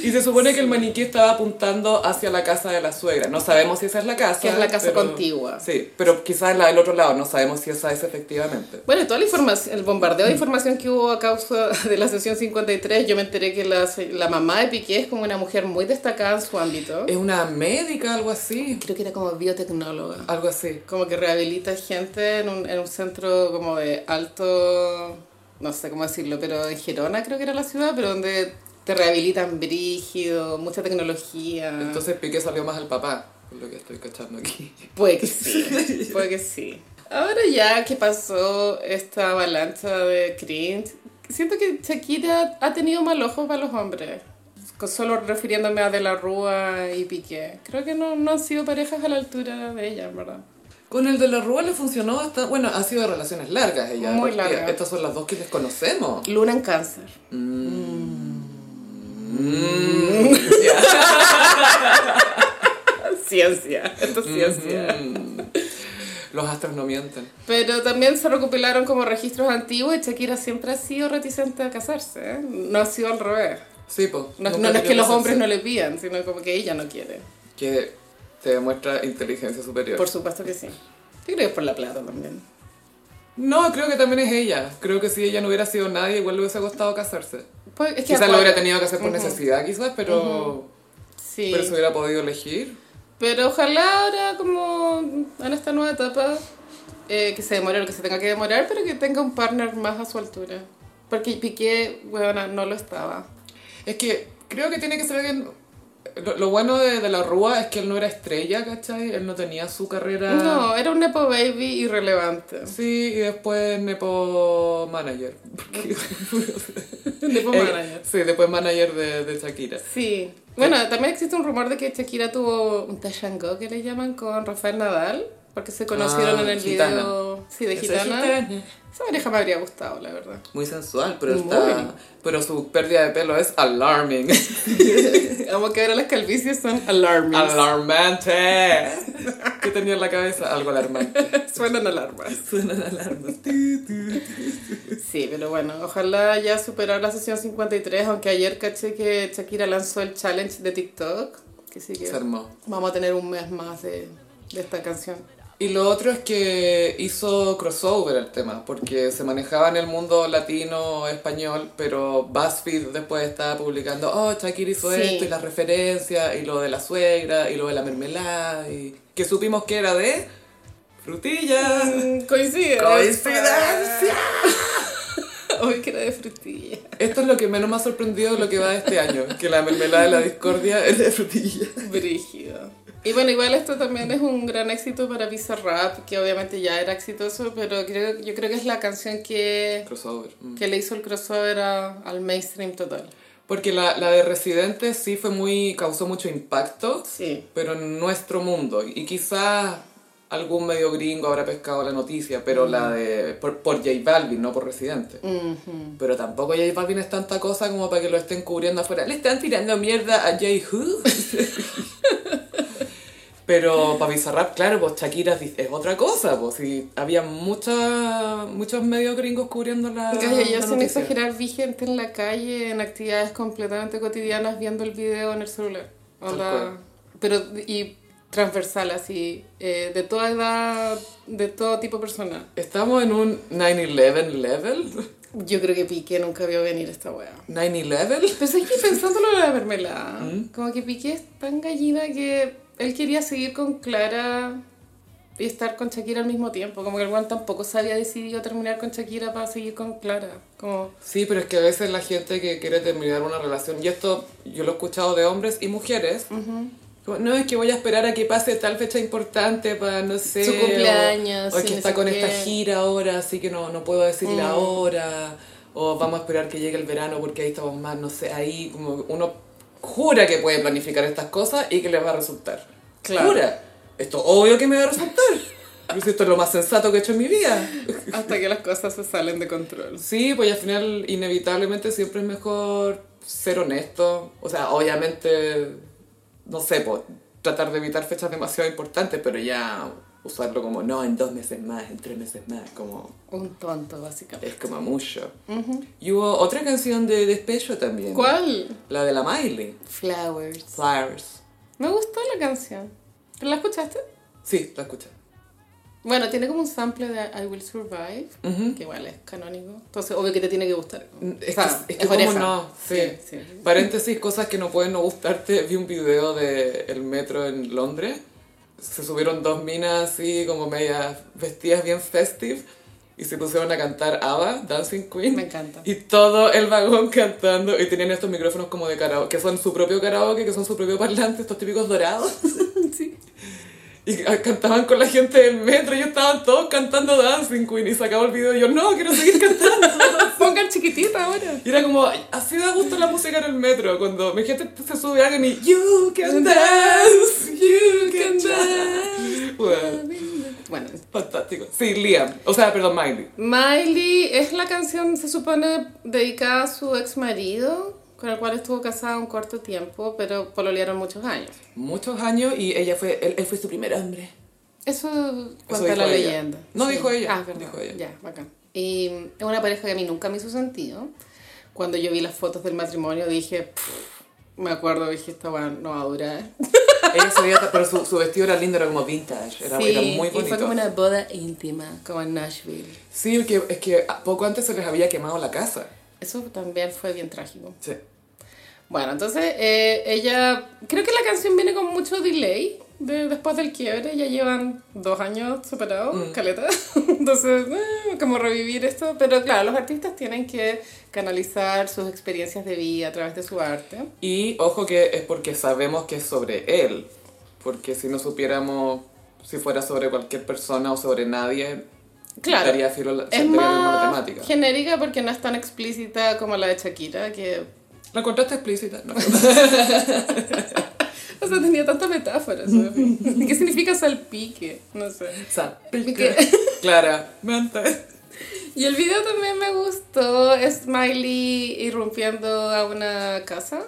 S1: Y se supone que el maniquí estaba apuntando hacia la casa de la suegra. No sabemos si esa es la casa.
S2: Que es la casa
S1: pero-
S2: contigua.
S1: Sí, pero quizás la del otro lado. No sabemos si esa es efectivamente.
S2: Bueno, toda la información, el bombardeo de información que hubo a causa de la sesión 53, yo me enteré que la, se- la mamá de Piqué es como una mujer muy destacada en su ámbito.
S1: Es una médica, algo así.
S2: Eh, Creo que era como biotecnóloga.
S1: Algo así.
S2: Como que rehabilita gente en un, en un centro como de alto, no sé cómo decirlo, pero en Gerona creo que era la ciudad, pero donde te rehabilitan brígido, mucha tecnología.
S1: Entonces Piqué salió más al papá, por lo que estoy cachando aquí.
S2: Puede que sí, puede que sí. Ahora ya que pasó esta avalancha de cringe, siento que Shakira ha tenido mal ojo para los hombres. Con- Solo refiriéndome a De la Rúa y Piqué. Creo que no, no han sido parejas a la altura de ella, en ¿verdad?
S1: Con el de la Rúa le funcionó bastante. Bueno, ha sido de relaciones largas ella.
S2: Muy
S1: porque
S2: larga.
S1: Estas son las dos que desconocemos.
S2: Luna en cáncer. Mm.
S1: Mm.
S2: Ciencia, esto es ciencia.
S1: Mm. Los astros no mienten.
S2: Pero también se recopilaron como registros antiguos y Shakira siempre ha sido reticente a casarse, ¿eh? No ha sido al revés.
S1: Sí, pues.
S2: No, no es que los hombres no le pidan, sino como que ella no quiere.
S1: Que te demuestra inteligencia superior.
S2: Por supuesto que sí. Yo creo que es por la plata también.
S1: No, creo que también es ella. Creo que si ella no hubiera sido nadie, igual le hubiese costado casarse.
S2: Pues, es que
S1: Quizás lo
S2: acuerdo.
S1: hubiera tenido que hacer por necesidad, quizás, pero,
S2: Sí.
S1: pero se
S2: Pero,
S1: hubiera podido elegir.
S2: ojalá ahora como en esta nueva etapa eh, que se demore lo que se tenga que demorar, pero que tenga un partner más a su altura. Porque Piqué, weona, no lo estaba.
S1: Es que creo que tiene que ser alguien... Lo, lo bueno de, de la Rúa es que él no era estrella, ¿cachai? Él no tenía su carrera...
S2: No, era un Nepo Baby irrelevante.
S1: Sí, y después Nepo Manager. Porque-
S2: Nepo
S1: Eh,
S2: Manager.
S1: sí, después Manager de, de Shakira.
S2: Sí. Bueno, también existe un rumor de que Shakira tuvo un tachango que le llaman con Rafael Nadal, porque se conocieron
S1: Ah,
S2: en el
S1: gitana.
S2: video sí, de
S1: Yo soy
S2: gitana.
S1: gitana.
S2: Esa pareja me habría gustado, la verdad.
S1: Muy sensual, pero
S2: Muy.
S1: está... Pero su pérdida de pelo es alarming.
S2: Como que ahora las calvicies son alarmes.
S1: ¡Alarmante! ¿Qué tenía en la cabeza? Algo alarmante.
S2: Suenan alarmas.
S1: Suenan alarmas.
S2: Sí, pero bueno, ojalá ya superar la sesión 53, aunque ayer caché que Shakira lanzó el challenge de TikTok, que sí que
S1: Se armó.
S2: vamos a tener un mes más de, de esta canción.
S1: Y lo otro es que hizo crossover el tema, porque se manejaba en el mundo latino, español, pero BuzzFeed después estaba publicando, oh, Shakira hizo
S2: Sí.
S1: esto, y las referencias, y lo de la suegra, y lo de la mermelada, y que supimos que era de frutillas.
S2: Coincide.
S1: Coincidencia.
S2: Hoy que era de frutilla.
S1: Esto es lo que menos me ha sorprendido de lo que va de este año, que la mermelada de la discordia era de frutillas.
S2: Brígido. Y bueno, igual esto también es un gran éxito para Bizarrap, que obviamente ya era exitoso, pero creo, yo creo que es la canción que,
S1: Crossover. mm.
S2: que le hizo el crossover a- al mainstream total.
S1: Porque la, la de Residente sí fue muy, causó mucho impacto.
S2: Sí.
S1: pero en nuestro mundo. Y quizás algún medio gringo habrá pescado la noticia, pero la de. por, por J Balvin, no por Residente. Pero tampoco J Balvin es tanta cosa como para que lo estén cubriendo afuera. Le están tirando mierda a J Who. Pero para Bizarrap, claro, pues Shakira es di- es otra cosa, pues y había mucha, muchos medios gringos cubriendo la.
S2: Oye, yo
S1: la
S2: sin
S1: noticia.
S2: exagerar vi gente en la calle, en actividades completamente cotidianas, viendo el video en el celular. Onda-
S1: Tal cual.
S2: pero, y transversal, así, eh, de toda edad, de todo tipo de persona.
S1: Estamos en un 9-11 level.
S2: Yo creo que Piqué nunca vio venir esta wea.
S1: 9-11.
S2: Pero es que pensándolo en la mermelada,
S1: ¿Mm?
S2: como que Piqué es tan gallina que él quería seguir con Clara y estar con Shakira al mismo tiempo. Como que el Juan tampoco se había decidido terminar con Shakira para seguir con Clara. Como,
S1: Sí, pero es que a veces la gente que quiere terminar una relación, y esto yo lo he escuchado de hombres y mujeres, como, no es que voy a esperar a que pase tal fecha importante para, no sé,
S2: Su
S1: o-
S2: cumpleaños,
S1: o, es
S2: sí,
S1: que
S2: no
S1: está
S2: sé
S1: con
S2: qué". Mm.
S1: esta gira ahora, así que no, no puedo decir la hora, o vamos a esperar que llegue el verano porque ahí estamos más, no sé, ahí como uno jura que puede planificar estas cosas y que les va a resultar.
S2: Claro.
S1: Jura. Esto obvio que me va a resultar. Pero si esto es lo más sensato que he hecho en mi vida.
S2: hasta que las cosas se salen de control.
S1: Sí, pues y al final inevitablemente siempre es mejor ser honesto. O sea, obviamente, no sé, pues, tratar de evitar fechas demasiado importantes, pero ya usarlo como, no, en dos meses más, en tres meses más, como
S2: Un tonto, básicamente.
S1: es como mucho. Y hubo otra canción de despecho también.
S2: ¿Cuál?
S1: La de la Miley,
S2: Flowers.
S1: Flowers.
S2: Me gustó la canción. ¿La escuchaste?
S1: Sí, la escuché.
S2: Bueno, tiene como un sample de I Will Survive, que igual es canónico. Entonces, obvio que te tiene que gustar.
S1: Mm, Es
S2: O
S1: que,
S2: sea,
S1: es que
S2: es
S1: como
S2: oreja.
S1: no, sí.
S2: Sí, sí.
S1: Paréntesis, cosas que no pueden no gustarte. Vi un video del el metro en Londres. Se subieron dos minas así, como medias vestidas bien festive. Y se pusieron a cantar ABBA, Dancing Queen.
S2: Me encanta.
S1: Y todo el vagón cantando. Y tenían estos micrófonos como de karaoke, que son su propio karaoke, que son su propio parlante, estos típicos dorados.
S2: Sí.
S1: Y ah, cantaban con la gente del metro. Y estaban todos cantando Dancing Queen. Y se acabó el video. Y yo, no, quiero seguir cantando.
S2: Pongan chiquitita ahora.
S1: Y era como, así da gusto la música en el metro, cuando mi gente se sube a alguien y You can dance, you can dance. Bueno,
S2: Bueno,
S1: fantástico. Sí, Liam. O sea, perdón, Miley.
S2: Miley es la canción, se supone, dedicada a su ex marido, con el cual estuvo casada un corto tiempo, pero pololearon muchos años.
S1: Muchos años y ella fue, él, él fue su primer hombre.
S2: Eso cuenta
S1: dijo ella.
S2: la leyenda.
S1: No, dijo ella,
S2: Ah, verdad.
S1: dijo ella.
S2: Ya, bacán. Y mm, es una pareja que a mí nunca me hizo sentido. Cuando yo vi las fotos del matrimonio dije, "Pff", me acuerdo, dije, esta weá no va a durar.
S1: Ella se veía, pero su, su vestido era lindo, era como vintage, era, era muy
S2: y fue
S1: bonito.
S2: como una boda íntima, como en Nashville.
S1: Sí, porque es que poco antes se les había quemado la casa.
S2: Eso también fue bien trágico.
S1: Sí.
S2: Bueno, entonces eh, ella. Creo que la canción viene con mucho delay de- después del quiebre. Ya llevan dos años separados,
S1: Mm.
S2: caleta. Entonces, eh, como revivir esto. Pero claro, los artistas tienen que canalizar sus experiencias de vida a través de su arte.
S1: Y ojo que es porque sabemos que es sobre él. Porque si no supiéramos si fuera sobre cualquier persona o sobre nadie,
S2: Claro.
S1: estaría filo la,
S2: Es
S1: estaría la
S2: más
S1: temática.
S2: genérica porque no es tan explícita como la de Shakira, que.
S1: ¿La encontraste explícita? No.
S2: O sea, tenía tantas metáforas. ¿sabes? ¿Qué significa salpique? No sé.
S1: Salpique. Clara. Mente.
S2: Y el video también me gustó, es Miley irrumpiendo a una casa,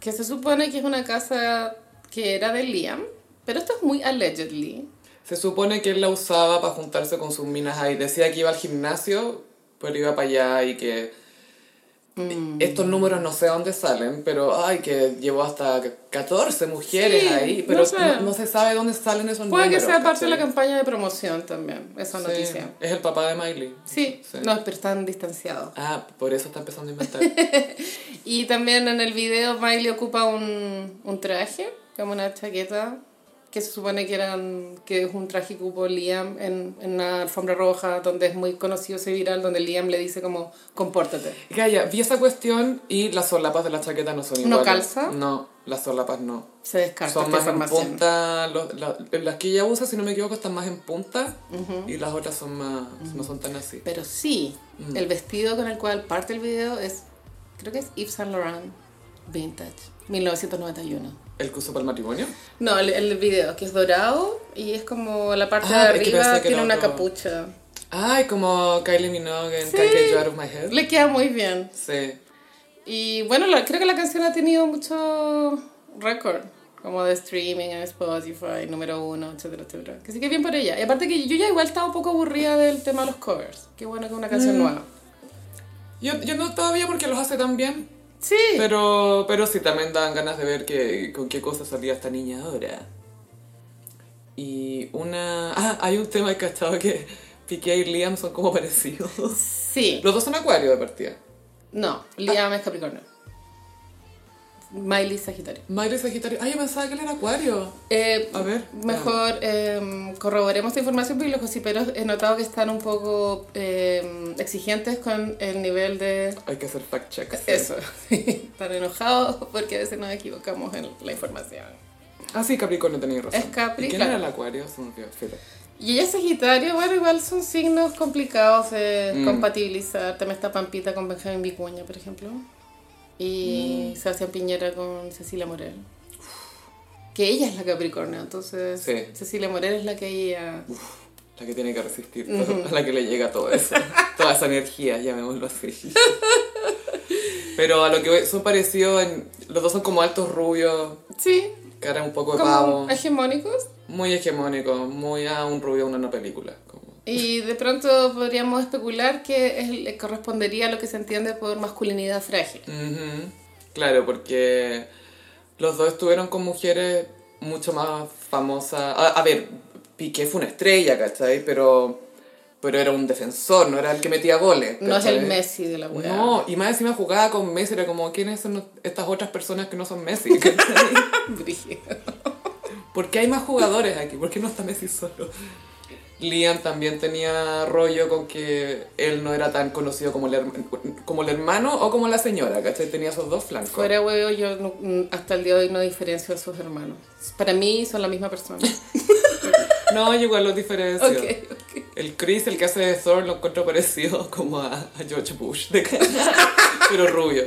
S2: que se supone que es una casa que era de Liam, pero esto es muy allegedly.
S1: Se supone que él la usaba para juntarse con sus minas ahí. Decía que iba al gimnasio, pero iba para allá y que...
S2: Mm.
S1: Estos números no sé dónde salen, pero ay, que llevó hasta 14 mujeres
S2: Sí,
S1: ahí,
S2: no
S1: pero no,
S2: sé.
S1: no se sabe dónde salen esos
S2: Puede
S1: números.
S2: que sea parte
S1: ¿cachai?
S2: de la campaña de promoción también, esa
S1: Sí,
S2: noticia.
S1: Es el papá de Miley.
S2: Sí,
S1: Sí.
S2: no, pero están distanciados.
S1: Ah, por eso está empezando a inventar.
S2: Y también en el video Miley ocupa un, un traje, como una chaqueta, que se supone que, eran, que es un traje que ocupó Liam en, en una alfombra roja, donde es muy conocido ese viral, donde Liam le dice como, compórtate.
S1: Gaya, vi esa cuestión y las solapas de la chaqueta no son
S2: ¿No
S1: iguales.
S2: calza?
S1: No, las solapas no.
S2: Se descarta
S1: son
S2: esta
S1: más en
S2: información.
S1: punta, los- la- las que ella usa, si no me equivoco, están más en punta y las otras son más, no son tan así.
S2: Pero sí,
S1: Mm.
S2: el vestido con el cual parte el video es, creo que es Yves Saint Laurent Vintage, 1991.
S1: ¿El que usó para el matrimonio?
S2: No, el, el video, que es dorado y es como la parte
S1: Ah,
S2: de
S1: es que
S2: arriba
S1: pensé que
S2: tiene
S1: era
S2: una
S1: otro.
S2: capucha.
S1: Ay, como Kylie Minogue en
S2: Sí.
S1: Can't Get You Out of My Head.
S2: Le queda muy bien.
S1: Sí.
S2: Y bueno, la- creo que la canción ha tenido mucho récord, como de streaming en Spotify, número uno, etcétera, etcétera. Que sí que bien por ella. Y aparte que yo ya igual estaba un poco aburrida del tema de los covers. Qué bueno que una canción
S1: Mm.
S2: nueva.
S1: Yo, yo no todavía porque los hace tan bien,
S2: Sí.
S1: pero, pero sí también dan ganas de ver que, con qué cosas salía esta niña ahora. Y una... Ah, hay un tema que he cachado que Piqué y Liam son como parecidos.
S2: Sí.
S1: Los dos son acuario de partida.
S2: No, Liam es Capricornio. Miley Sagitario.
S1: Miley es Sagitario. Ay, yo pensaba que él era acuario.
S2: Eh,
S1: A ver.
S2: Mejor eh, corroboremos esta información porque los gossiperos he notado que están un poco eh, exigentes con el nivel de
S1: Hay que hacer fact check. sí.
S2: Eso, están enojados porque a veces nos equivocamos en la información.
S1: Ah, sí, Capricornio tenía razón.
S2: Es Capri,
S1: ¿Y ¿Quién
S2: claro.
S1: era el acuario? Se me olvidó. Fíjate.
S2: Y ella es Sagitario, bueno, igual son signos complicados de
S1: Mm.
S2: compatibilizar. También está Pampita con Benjamín Vicuña, por ejemplo.
S1: Mm.
S2: Y Sebastián Piñera con Cecilia Morel. Que ella es la Capricornio, entonces
S1: Sí.
S2: Cecilia Morel es la que ella...
S1: La que tiene que resistir, todo, a la que le llega todo eso, toda esa energía, llamémoslo así. Pero a lo que voy, son parecidos, en- los dos son como altos rubios,
S2: Sí,
S1: cara un poco de
S2: como
S1: pavo.
S2: hegemónicos.
S1: muy hegemónico, muy a un rubio, una no película. Como...
S2: Y de pronto podríamos especular que es- le correspondería a lo que se entiende por masculinidad frágil.
S1: Ujú. Claro, porque los dos estuvieron con mujeres mucho más famosas. A, a ver, Piqué fue una estrella, ¿cachai? Pero, pero era un defensor, no era el que metía goles.
S2: No es el
S1: ¿cachai?
S2: Messi de la weá.
S1: No, y más encima jugaba con Messi, era como, ¿quiénes son estas otras personas que no son Messi? ¿cachai?
S2: Brígido.
S1: ¿Por qué hay más jugadores aquí? ¿Por qué no está Messi solo? Liam también tenía rollo con que él no era tan conocido como el, herma- como el hermano o como la señora, ¿cachai? Tenía esos dos flancos.
S2: Fuera huevo, yo no- mm, hasta el día de hoy no diferencio a sus hermanos. Para mí son la misma persona.
S1: No, yo igual los diferencio.
S2: ok, ok.
S1: El Chris, el que hace de Thor, lo encuentro parecido como a, a George Bush, de cara. pero rubio.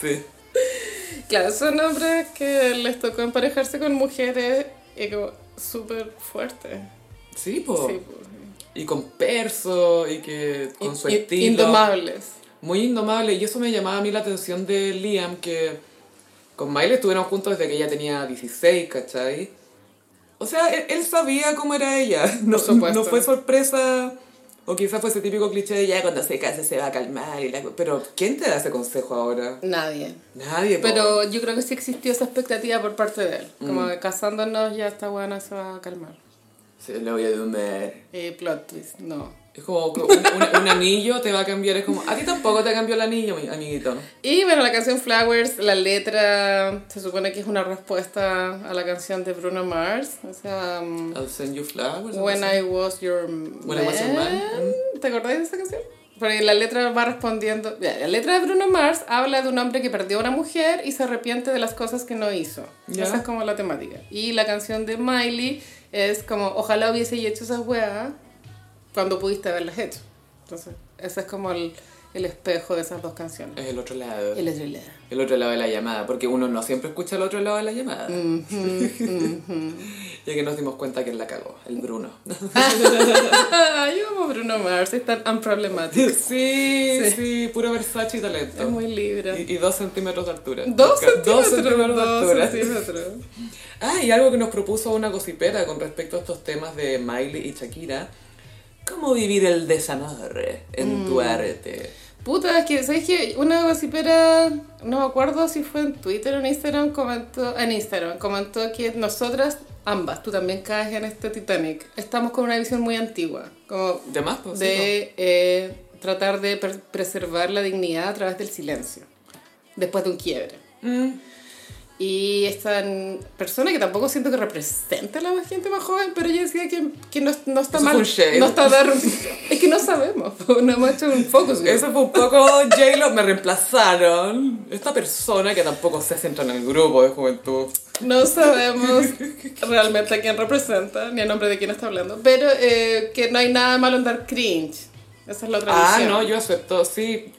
S1: Sí.
S2: Claro, son hombres que les tocó emparejarse con mujeres y como súper fuertes.
S1: Sí, po.
S2: Sí, pues.
S1: Y con perso, y que Oh, con su
S2: In- in-
S1: estilo.
S2: Indomables.
S1: Muy indomable, y eso me llamaba a mí la atención de Liam, que con Miley estuvieron juntos desde que ella tenía 16, ¿cachai? O sea, él, él sabía cómo era ella, no,
S2: supuesto.
S1: no fue sorpresa, o quizás fue ese típico cliché de ya cuando se case se va a calmar, y la co-". pero ¿quién te da ese consejo ahora?
S2: Nadie.
S1: Nadie, po.
S2: Pero yo creo que sí existió esa expectativa por parte de él.
S1: Mm.
S2: Como que casándonos ya esta buena se va a calmar.
S1: Se lo voy a dumar.
S2: Eh, plot twist, no.
S1: Es como que un, un- un anillo te va a cambiar, es como, a ti tampoco te cambió el anillo, mi amiguito.
S2: Y bueno, la canción Flowers, la letra se supone que es una respuesta a la canción de Bruno Mars. O sea, um,
S1: I'll send you flowers. algo
S2: When
S1: así.
S2: I Was Your
S1: Ah, When I Was Your Man,
S2: Man. ¿Te acordáis de esa canción? Porque la letra va respondiendo. ya, La letra de Bruno Mars habla de un hombre que perdió a una mujer y se arrepiente de las cosas que no hizo.
S1: Ya.
S2: Esa es como la temática. Y la canción de Miley es como: Ojalá hubiese hecho esas weas cuando pudiste haberlas hecho. Entonces, ese es como el, el espejo de esas dos canciones.
S1: Es el otro lado.
S2: El otro lado.
S1: El otro lado de la llamada, porque uno no siempre escucha el otro lado de la llamada.
S2: Mm.
S1: ya que nos dimos cuenta que él la cagó, el Bruno.
S2: Ay, yo amo Bruno Mars, es tan unproblemático.
S1: sí, sí, puro Versace y talento.
S2: Es muy libre.
S1: Y, y dos centímetros de altura.
S2: Dos
S1: Ca- dos
S2: centímetros.
S1: centímetros de altura.
S2: Dos centímetros.
S1: Ah, y algo que nos propuso una gocipera con respecto a estos temas de Miley y Shakira. ¿Cómo vivir el desamor en
S2: Mm.
S1: tu arte?
S2: Puta, es que, ¿sabes qué? Una gossipera, no me acuerdo si fue en Twitter o en Instagram, comentó, en Instagram, comentó que nosotras, ambas, tú también caes en este Titanic, estamos con una visión muy antigua, como
S1: ¿De más? Pues, sí, ¿no?
S2: de eh, tratar de per- preservar la dignidad a través del silencio, después de un quiebre.
S1: Mm.
S2: Y esta n- persona que tampoco siento que represente a la gente más joven, pero ella decía que, que no, no está
S1: Eso fue
S2: mal.
S1: un shade.
S2: No está dar- Es que no sabemos, no hemos hecho un focus. group.
S1: pues. Eso fue un poco J-Lo, me reemplazaron. Esta persona que tampoco se centra en el grupo de juventud.
S2: No sabemos realmente a quién representa, ni el nombre de quién está hablando, pero eh, que no hay nada de malo en dar cringe. Esa es la otra
S1: Ah,
S2: visión.
S1: no, yo acepto, sí.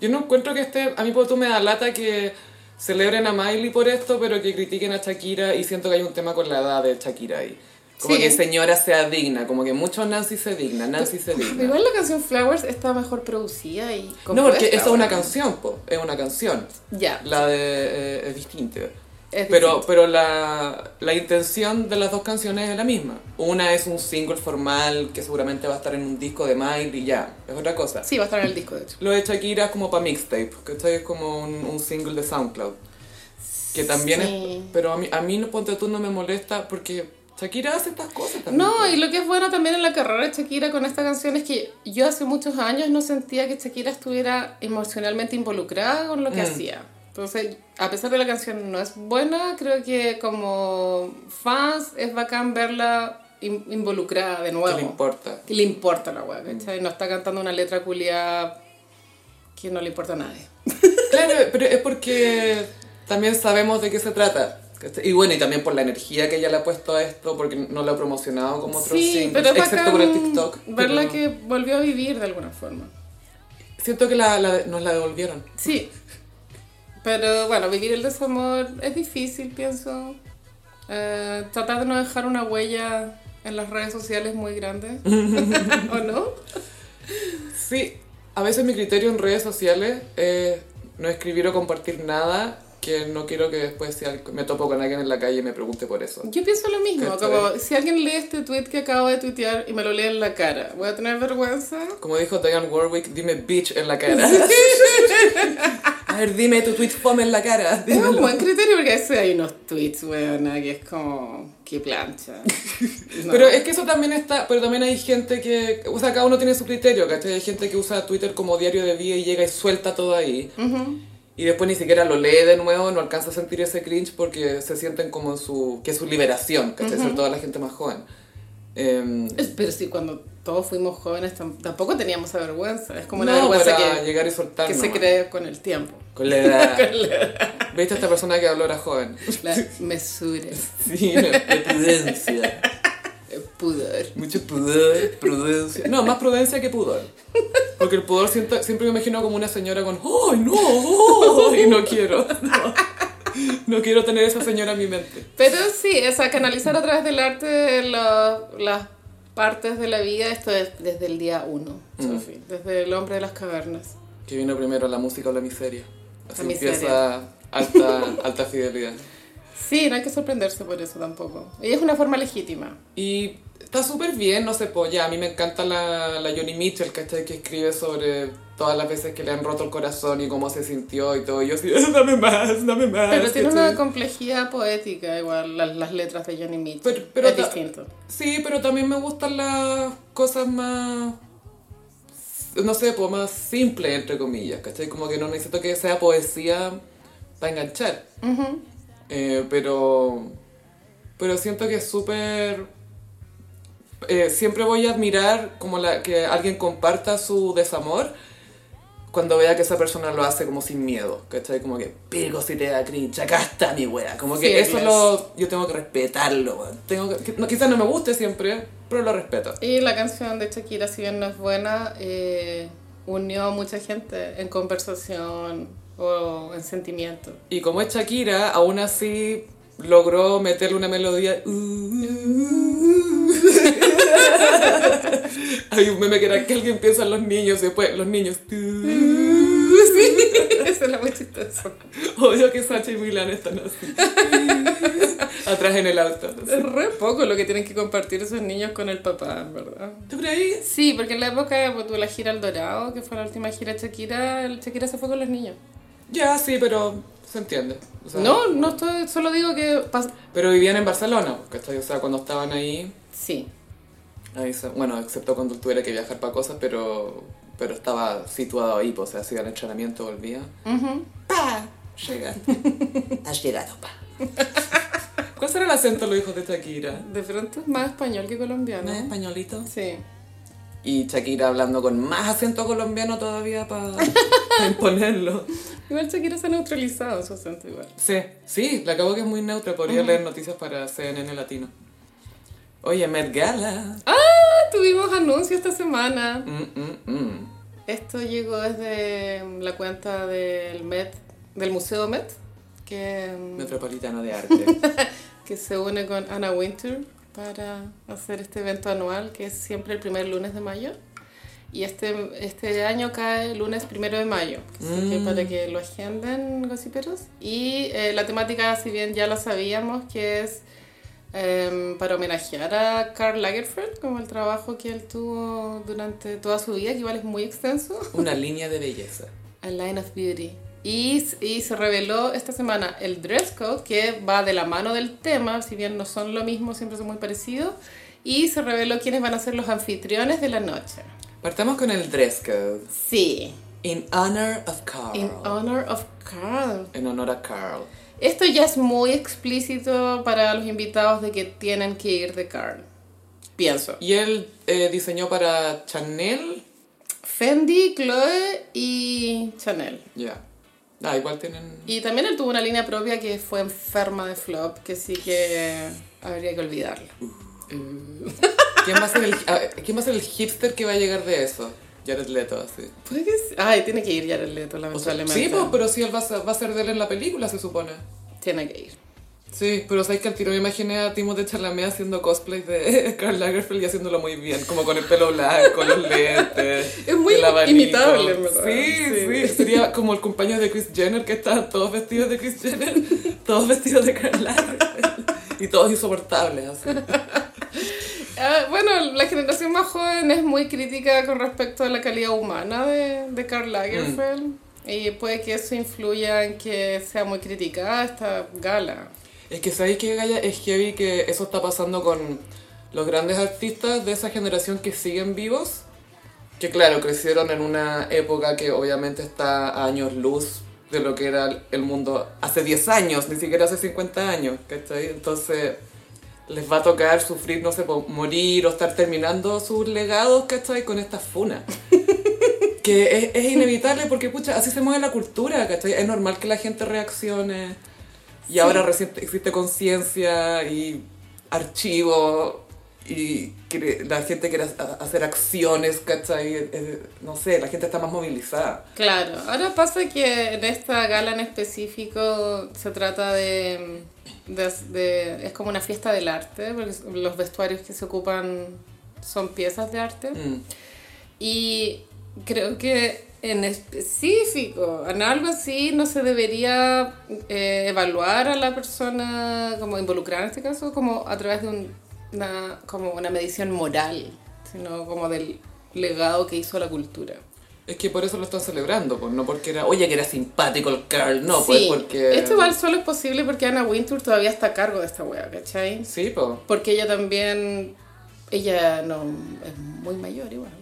S1: Yo no encuentro que esté. A mí, por tú me da lata que celebren a Miley por esto, pero que critiquen a Shakira y siento que hay un tema con la edad de Shakira ahí. Como
S2: Sí.
S1: que señora sea digna, como que mucho Nancy se digna, Nancy se digna.
S2: Igual la canción Flowers está mejor producida y
S1: No, porque esa es
S2: compuesta,
S1: una
S2: ¿no?
S1: canción, po, es una canción.
S2: Ya.
S1: La de. eh, es distinta.
S2: Es
S1: Pero,
S2: distinto.
S1: pero la, la intención de las dos canciones es la misma. Una es un single formal que seguramente va a estar en un disco de Miley y ya. Es otra cosa.
S2: Sí, va a estar en el disco, de hecho.
S1: Lo de Shakira es como para mixtape, ¿cachai? Es como un, un single de SoundCloud. Que también
S2: Sí.
S1: es. Pero a mí, a mí no ponte tú no me molesta porque Shakira hace estas cosas también. pues,
S2: No, y lo que es bueno también en la carrera de Shakira con esta canción es que yo hace muchos años no sentía que Shakira estuviera emocionalmente involucrada con lo que
S1: Mm.
S2: hacía. Entonces, a pesar de la canción no es buena, creo que como fans es bacán verla in- involucrada de
S1: ¿Qué le
S2: nuevo.
S1: importa? Mm.
S2: Que le importa la weá, ¿cachai? No está cantando una letra culia que no le importa a nadie.
S1: Claro, pero es porque también sabemos de qué se trata. ¿cachai? Y bueno, y también por la energía que ella le ha puesto a esto, porque no lo ha promocionado como otros
S2: Sí,
S1: singles,
S2: pero es
S1: excepto por el
S2: bacán
S1: TikTok.
S2: Verla
S1: pero
S2: que volvió a vivir de alguna forma.
S1: Siento que la, la- nos la devolvieron.
S2: Sí. Pero bueno, vivir el desamor es difícil, pienso. Eh, tratar de no dejar una huella en las redes sociales muy grande. ¿O no?
S1: Sí, a veces mi criterio en redes sociales es no escribir o compartir nada que no quiero que después si al- me topo con alguien en la calle y me pregunte por eso.
S2: Yo pienso lo mismo,
S1: ¿Cachai?
S2: como si alguien lee este tweet que acabo de tuitear y me lo lee en la cara, ¿voy a tener vergüenza?
S1: Como dijo Diane Warwick, dime bitch en la cara. A ver, dime tu tweet fome en la cara.
S2: Es un
S1: dímelo.
S2: buen criterio porque a veces hay unos tweets, weona, que es como, qué plancha. No.
S1: Pero es que eso también está, pero también hay gente que, o sea, cada uno tiene su criterio, ¿cachai? Hay gente que usa Twitter como diario de vida y llega y suelta todo ahí.
S2: Ujú.
S1: Y después ni siquiera lo lee de nuevo, no alcanza a sentir ese cringe porque se sienten como en su, que es su liberación, ¿cachai? Sobre todo la gente más joven. Em,
S2: Es- Pero sí, cuando todos fuimos jóvenes tam- tampoco teníamos esa vergüenza, es como una
S1: no,
S2: vergüenza
S1: para
S2: que,
S1: llegar y soltar
S2: que se
S1: nomás.
S2: cree con el tiempo.
S1: Con la edad. ¿Viste? Esta persona que habló era joven.
S2: La mesura,
S1: Sí, de prudencia.
S2: el pudor.
S1: Mucho pudor, prudencia. No, más prudencia que pudor. Porque el pudor siento- siempre me imagino como una señora con ¡Ay, no! ¡Ay, no quiero! No. No quiero tener esa señora en mi mente.
S2: Pero sí, o sea, canalizar a través del arte lo- las partes de la vida, esto es desde el día uno,
S1: Mm.
S2: Sophie, desde el hombre de las cavernas.
S1: Que vino primero la música o la miseria. Así
S2: La miseria.
S1: empieza alta, alta fidelidad.
S2: Sí, no hay que sorprenderse por eso tampoco. Y es una forma legítima.
S1: Y está súper bien, no sé, pues ya, a mí me encanta la, la Johnny Mitchell, ¿cachai? Que escribe sobre todas las veces que le han roto el corazón y cómo se sintió y todo. Y yo así, dame más, dame más.
S2: Pero tiene
S1: ¿cachai?
S2: una complejidad poética, igual las, las letras de Johnny Mitchell.
S1: Pero- pero
S2: es
S1: ta-
S2: distinto.
S1: Sí, pero también me gustan las cosas más, no sé, pues más simples, entre comillas, ¿cachai? Como que no necesito que sea poesía para enganchar. Eh, pero, pero siento que es súper... eh, siempre voy a admirar como la, que alguien comparta su desamor cuando vea que esa persona lo hace como sin miedo, ¿cachai? Como que, pico si te da cringe, acá está mi wea. Como que
S2: Sí,
S1: eso
S2: yes.
S1: lo, yo tengo que respetarlo, weón. tengo que, no, Quizás no me guste siempre, pero lo respeto.
S2: Y la canción de Shakira, si bien no es buena, eh, unió a mucha gente en conversación o en sentimiento.
S1: Y como es Shakira, aún así logró meterle una melodía. uh, Hay un meme que era que alguien piensa en los niños y después los niños. uh,
S2: Sí, eso era muy chistoso.
S1: Odio que Sacha y Milan están así. uh, Atrás en el auto.
S2: Es re poco lo que tienen que compartir esos niños con el papá, en verdad.
S1: ¿Tú creí?
S2: Sí, porque en la época pues, de la gira El Dorado, que fue la última gira de Shakira, el Shakira se fue con los niños.
S1: Ya, sí, pero se entiende. O sea,
S2: No, no estoy, solo digo que... pas-
S1: Pero vivían en Barcelona, ¿cachai? O sea, cuando estaban ahí,
S2: Sí,
S1: ahí se- bueno, excepto cuando tuviera que viajar para cosas, pero, pero estaba situado ahí, pues, o sea, hacía el entrenamiento, volvía. ¡Pa! Llegaste. Has llegado, pa. ¿Cuál será el acento de los hijos de Shakira?
S2: de pronto es más español que colombiano.
S1: españolito?
S2: Sí.
S1: ¿Eh? Y Shakira hablando con más acento colombiano todavía para imponerlo.
S2: Igual Shakira se ha neutralizado en su acento igual.
S1: Sí, sí, la acabo que es muy neutra, podría leer noticias para CNN Latino. Oye, Met Gala.
S2: ¡Ah! Tuvimos anuncio esta semana.
S1: Mm, mm, mm.
S2: Esto llegó desde la cuenta del Met, del Museo Met, que,
S1: Metropolitano de Arte.
S2: que se une con Anna Winter para hacer este evento anual que es siempre el primer lunes de mayo. Y este, este año cae el lunes primero de mayo, así que
S1: Mm.
S2: para que lo agenden, gossiperos. Y eh, la temática, si bien ya la sabíamos, que es em, para homenajear a Karl Lagerfeld, como el trabajo que él tuvo durante toda su vida, que igual es muy extenso.
S1: Una línea de belleza.
S2: A Line of Beauty. Y, y se reveló esta semana el dress code, que va de la mano del tema, si bien no son lo mismo, siempre son muy parecidos. Y se reveló quiénes van a ser los anfitriones de la noche.
S1: Partamos con el dress code.
S2: Sí.
S1: In honor of Carl.
S2: In honor of Carl.
S1: En honor a Carl.
S2: Esto ya es muy explícito para los invitados de que tienen que ir de Carl. Pienso.
S1: Y él eh, diseñó para Chanel.
S2: Fendi, Chloe y Chanel.
S1: Ya. Ah, igual tienen.
S2: Y también él tuvo una línea propia que fue enferma de flop, que sí que habría que olvidarla.
S1: ¿Quién va a ser el, ah, ¿quién va a ser el hipster que va a llegar de eso? Jared Leto, así.
S2: Puede que sí. Ay, tiene que ir ya el Leto,
S1: O sea,
S2: lamentablemente.
S1: sí, pues, pero sí, él va a, ser, va a ser de él en la película, se supone.
S2: Tiene que ir.
S1: Sí, pero sabes que al tiro me imaginé a Timothée Chalamet haciendo cosplay de Karl Lagerfeld y haciéndolo muy bien, como con el pelo blanco, los lentes.
S2: Es muy
S1: el abanico.
S2: imitable, en verdad.
S1: Sí, sí, Sería como el compañero de Chris Jenner, que estaban todos vestidos de Chris Jenner, todos vestidos de Karl Lagerfeld. Y todos insoportables, así.
S2: Ah, bueno, la generación más joven es muy crítica con respecto a la calidad humana de, de Karl Lagerfeld.
S1: Mm.
S2: Y puede que eso influya en que sea muy criticada esta gala.
S1: Es que sabéis que Gaya es heavy que eso está pasando con los grandes artistas de esa generación que siguen vivos, que claro, crecieron en una época que obviamente está a años luz de lo que era el mundo hace 10 años, ni siquiera hace 50 años, ¿cachai? Entonces les va a tocar sufrir, no sé, por morir o estar terminando sus legados, ¿cachai? Con estas funas. que es, es inevitable porque, pucha, así se mueve la cultura, ¿cachai? Es normal que la gente reaccione. Y ahora recién existe conciencia y archivo y quiere- la gente quiere ha- hacer acciones, ¿cachai? Eh, eh, No sé, la gente está más movilizada.
S2: Claro, ahora pasa que en esta gala en específico se trata de, de- de- es como una fiesta del arte, porque los vestuarios que se ocupan son piezas de arte.
S1: Mm.
S2: Y creo que en específico, en algo así, no se debería eh, evaluar a la persona, como involucrar en este caso, como a través de un- una, como una medición moral, sino como del legado que hizo a la cultura.
S1: Es que por eso lo están celebrando, pues no porque era, oye, que era simpático el Carl, no, pues
S2: Sí,
S1: porque...
S2: Esto igual solo es posible porque Anna Wintour todavía está a cargo de esta wea, ¿cachai?
S1: Sí, pues.
S2: Porque ella también, ella no, es muy mayor igual.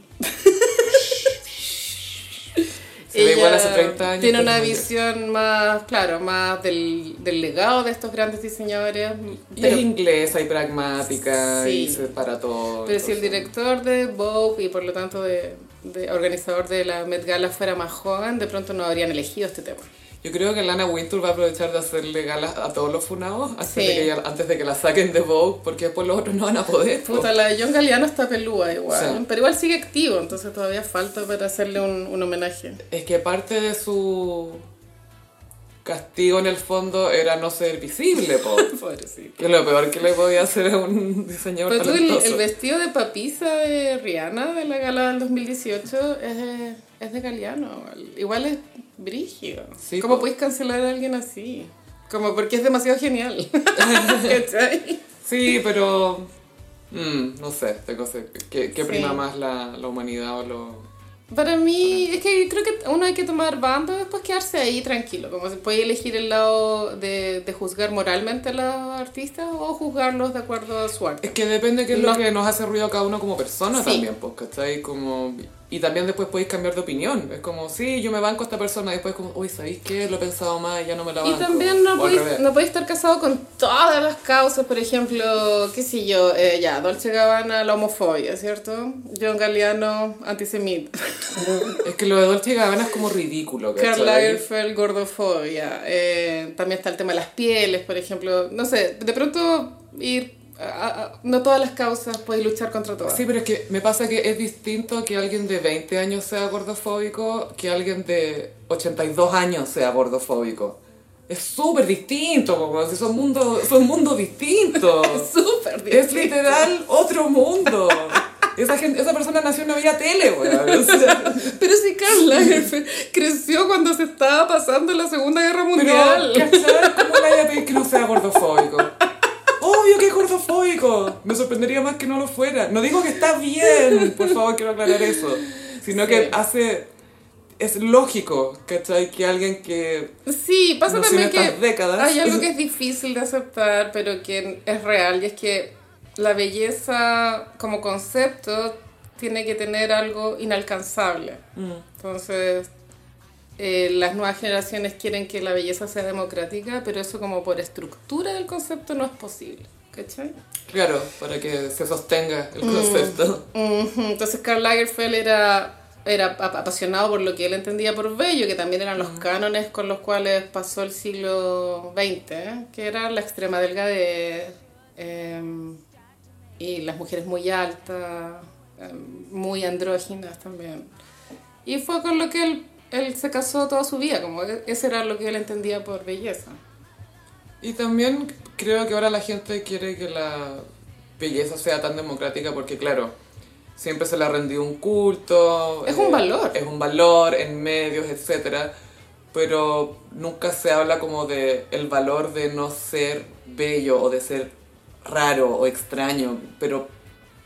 S1: Se ve igual hace 30 años, pues,
S2: Tiene
S1: pero
S2: una
S1: es mayor.
S2: visión más, claro, más del, del legado de estos grandes diseñadores.
S1: Y
S2: Pero,
S1: es inglesa y pragmática y
S2: Sí.
S1: se para todo.
S2: pero si el
S1: entonces-
S2: director de Vogue y por lo tanto de, de organizador de la Met Gala fuera más joven, de pronto no habrían elegido este tema.
S1: Yo creo que Lana Wintour va a aprovechar de hacerle galas a todos los funados antes,
S2: Sí.
S1: de, que ella- antes de que la saquen de Vogue, porque después los otros no van a poder. po.
S2: Puta, la de John Galeano está pelúa igual,
S1: Sí.
S2: pero igual sigue activo, entonces todavía falta para hacerle un, un homenaje.
S1: Es que parte de su castigo en el fondo era no ser visible, po.
S2: Pobrecito.
S1: Que lo peor que le podía hacer a un diseñador
S2: Pero tú, el,
S1: talentoso.
S2: el vestido de papisa de Rihanna de la gala del 2018 es de, es de Galeano. igual. Igual es brígido.
S1: Sí,
S2: ¿Cómo
S1: po.
S2: puedes cancelar a alguien así? Como porque es demasiado genial. ¿Cachai?
S1: Sí, pero... mm, no sé, tengo sé- ¿Qué, qué
S2: Sí.
S1: prima más la, la humanidad o lo...?
S2: Para mí, es que creo que uno hay que tomar bando y después quedarse ahí tranquilo. Como se puede elegir el lado de, de juzgar moralmente a los artistas o juzgarlos de acuerdo a su arte.
S1: Es que depende qué es lo
S2: No.
S1: que nos hace ruido a cada uno como persona
S2: Sí.
S1: también, pues, ¿cachai? Como... Y también después podéis cambiar de opinión. Es como, sí, yo me banco a esta persona, y después como, uy, ¿sabéis qué? Lo he pensado más, ya no me la
S2: Y
S1: banco.
S2: también no
S1: O al
S2: podéis,
S1: revés.
S2: no podéis estar casado con todas las causas, por ejemplo, qué sé yo, eh, ya, Dolce Gabbana, la homofobia, ¿cierto? John Galeano, antisemita.
S1: Es que lo de Dolce y Gabbana es como ridículo, ¿cachai?
S2: Karl Lagerfeld, gordofobia. Eh, también está el tema de las pieles, por ejemplo. No sé, de pronto ir... a- a- no todas las causas podéis luchar contra todas.
S1: Sí, pero es que me pasa que es distinto que alguien de 20 años sea gordofóbico que alguien de 82 años sea gordofóbico. Es súper distinto, como si son mundos son mundos distintos.
S2: Súper
S1: es
S2: difícil.
S1: literal otro mundo. Esa, gente, esa persona nació en una vía tele, weón. O sea,
S2: Pero si Karl Lagerfeld creció cuando se estaba pasando la Segunda Guerra
S1: pero,
S2: Mundial.
S1: ¿cachai? ¿Cómo le voy a pedir que no sea gordofóbico? Obvio que es gordofóbico. Me sorprendería más que no lo fuera. No digo que está bien, por favor, quiero aclarar eso. Sino que
S2: Sí.
S1: hace. Es lógico, ¿cachai? Que alguien que.
S2: Sí, pasa
S1: No sé, en
S2: también
S1: estas
S2: que
S1: décadas.
S2: hay algo que es difícil de aceptar, pero que es real, y es que la belleza como concepto tiene que tener algo inalcanzable. Entonces, eh, las nuevas generaciones quieren que la belleza sea democrática, pero eso como por estructura del concepto no es posible. ¿Cachai?
S1: Claro, para que se sostenga
S2: Mm.
S1: el concepto.
S2: Ujú, Entonces Karl Lagerfeld era, era ap- apasionado por lo que él entendía por bello, que también eran los cánones con los cuales pasó el siglo XX, ¿eh? que era la extrema delgadez em, y las mujeres muy altas, em, muy andróginas también. Y fue con lo que él, él se casó toda su vida, como e- ese era lo que él entendía por belleza.
S1: Y también creo que ahora la gente quiere que la belleza sea tan democrática porque, claro, siempre se le ha rendido un culto. eh,
S2: Es un valor.
S1: Es un valor en medios, etcétera Pero nunca se habla como de el valor de no ser bello o de ser raro o extraño. Pero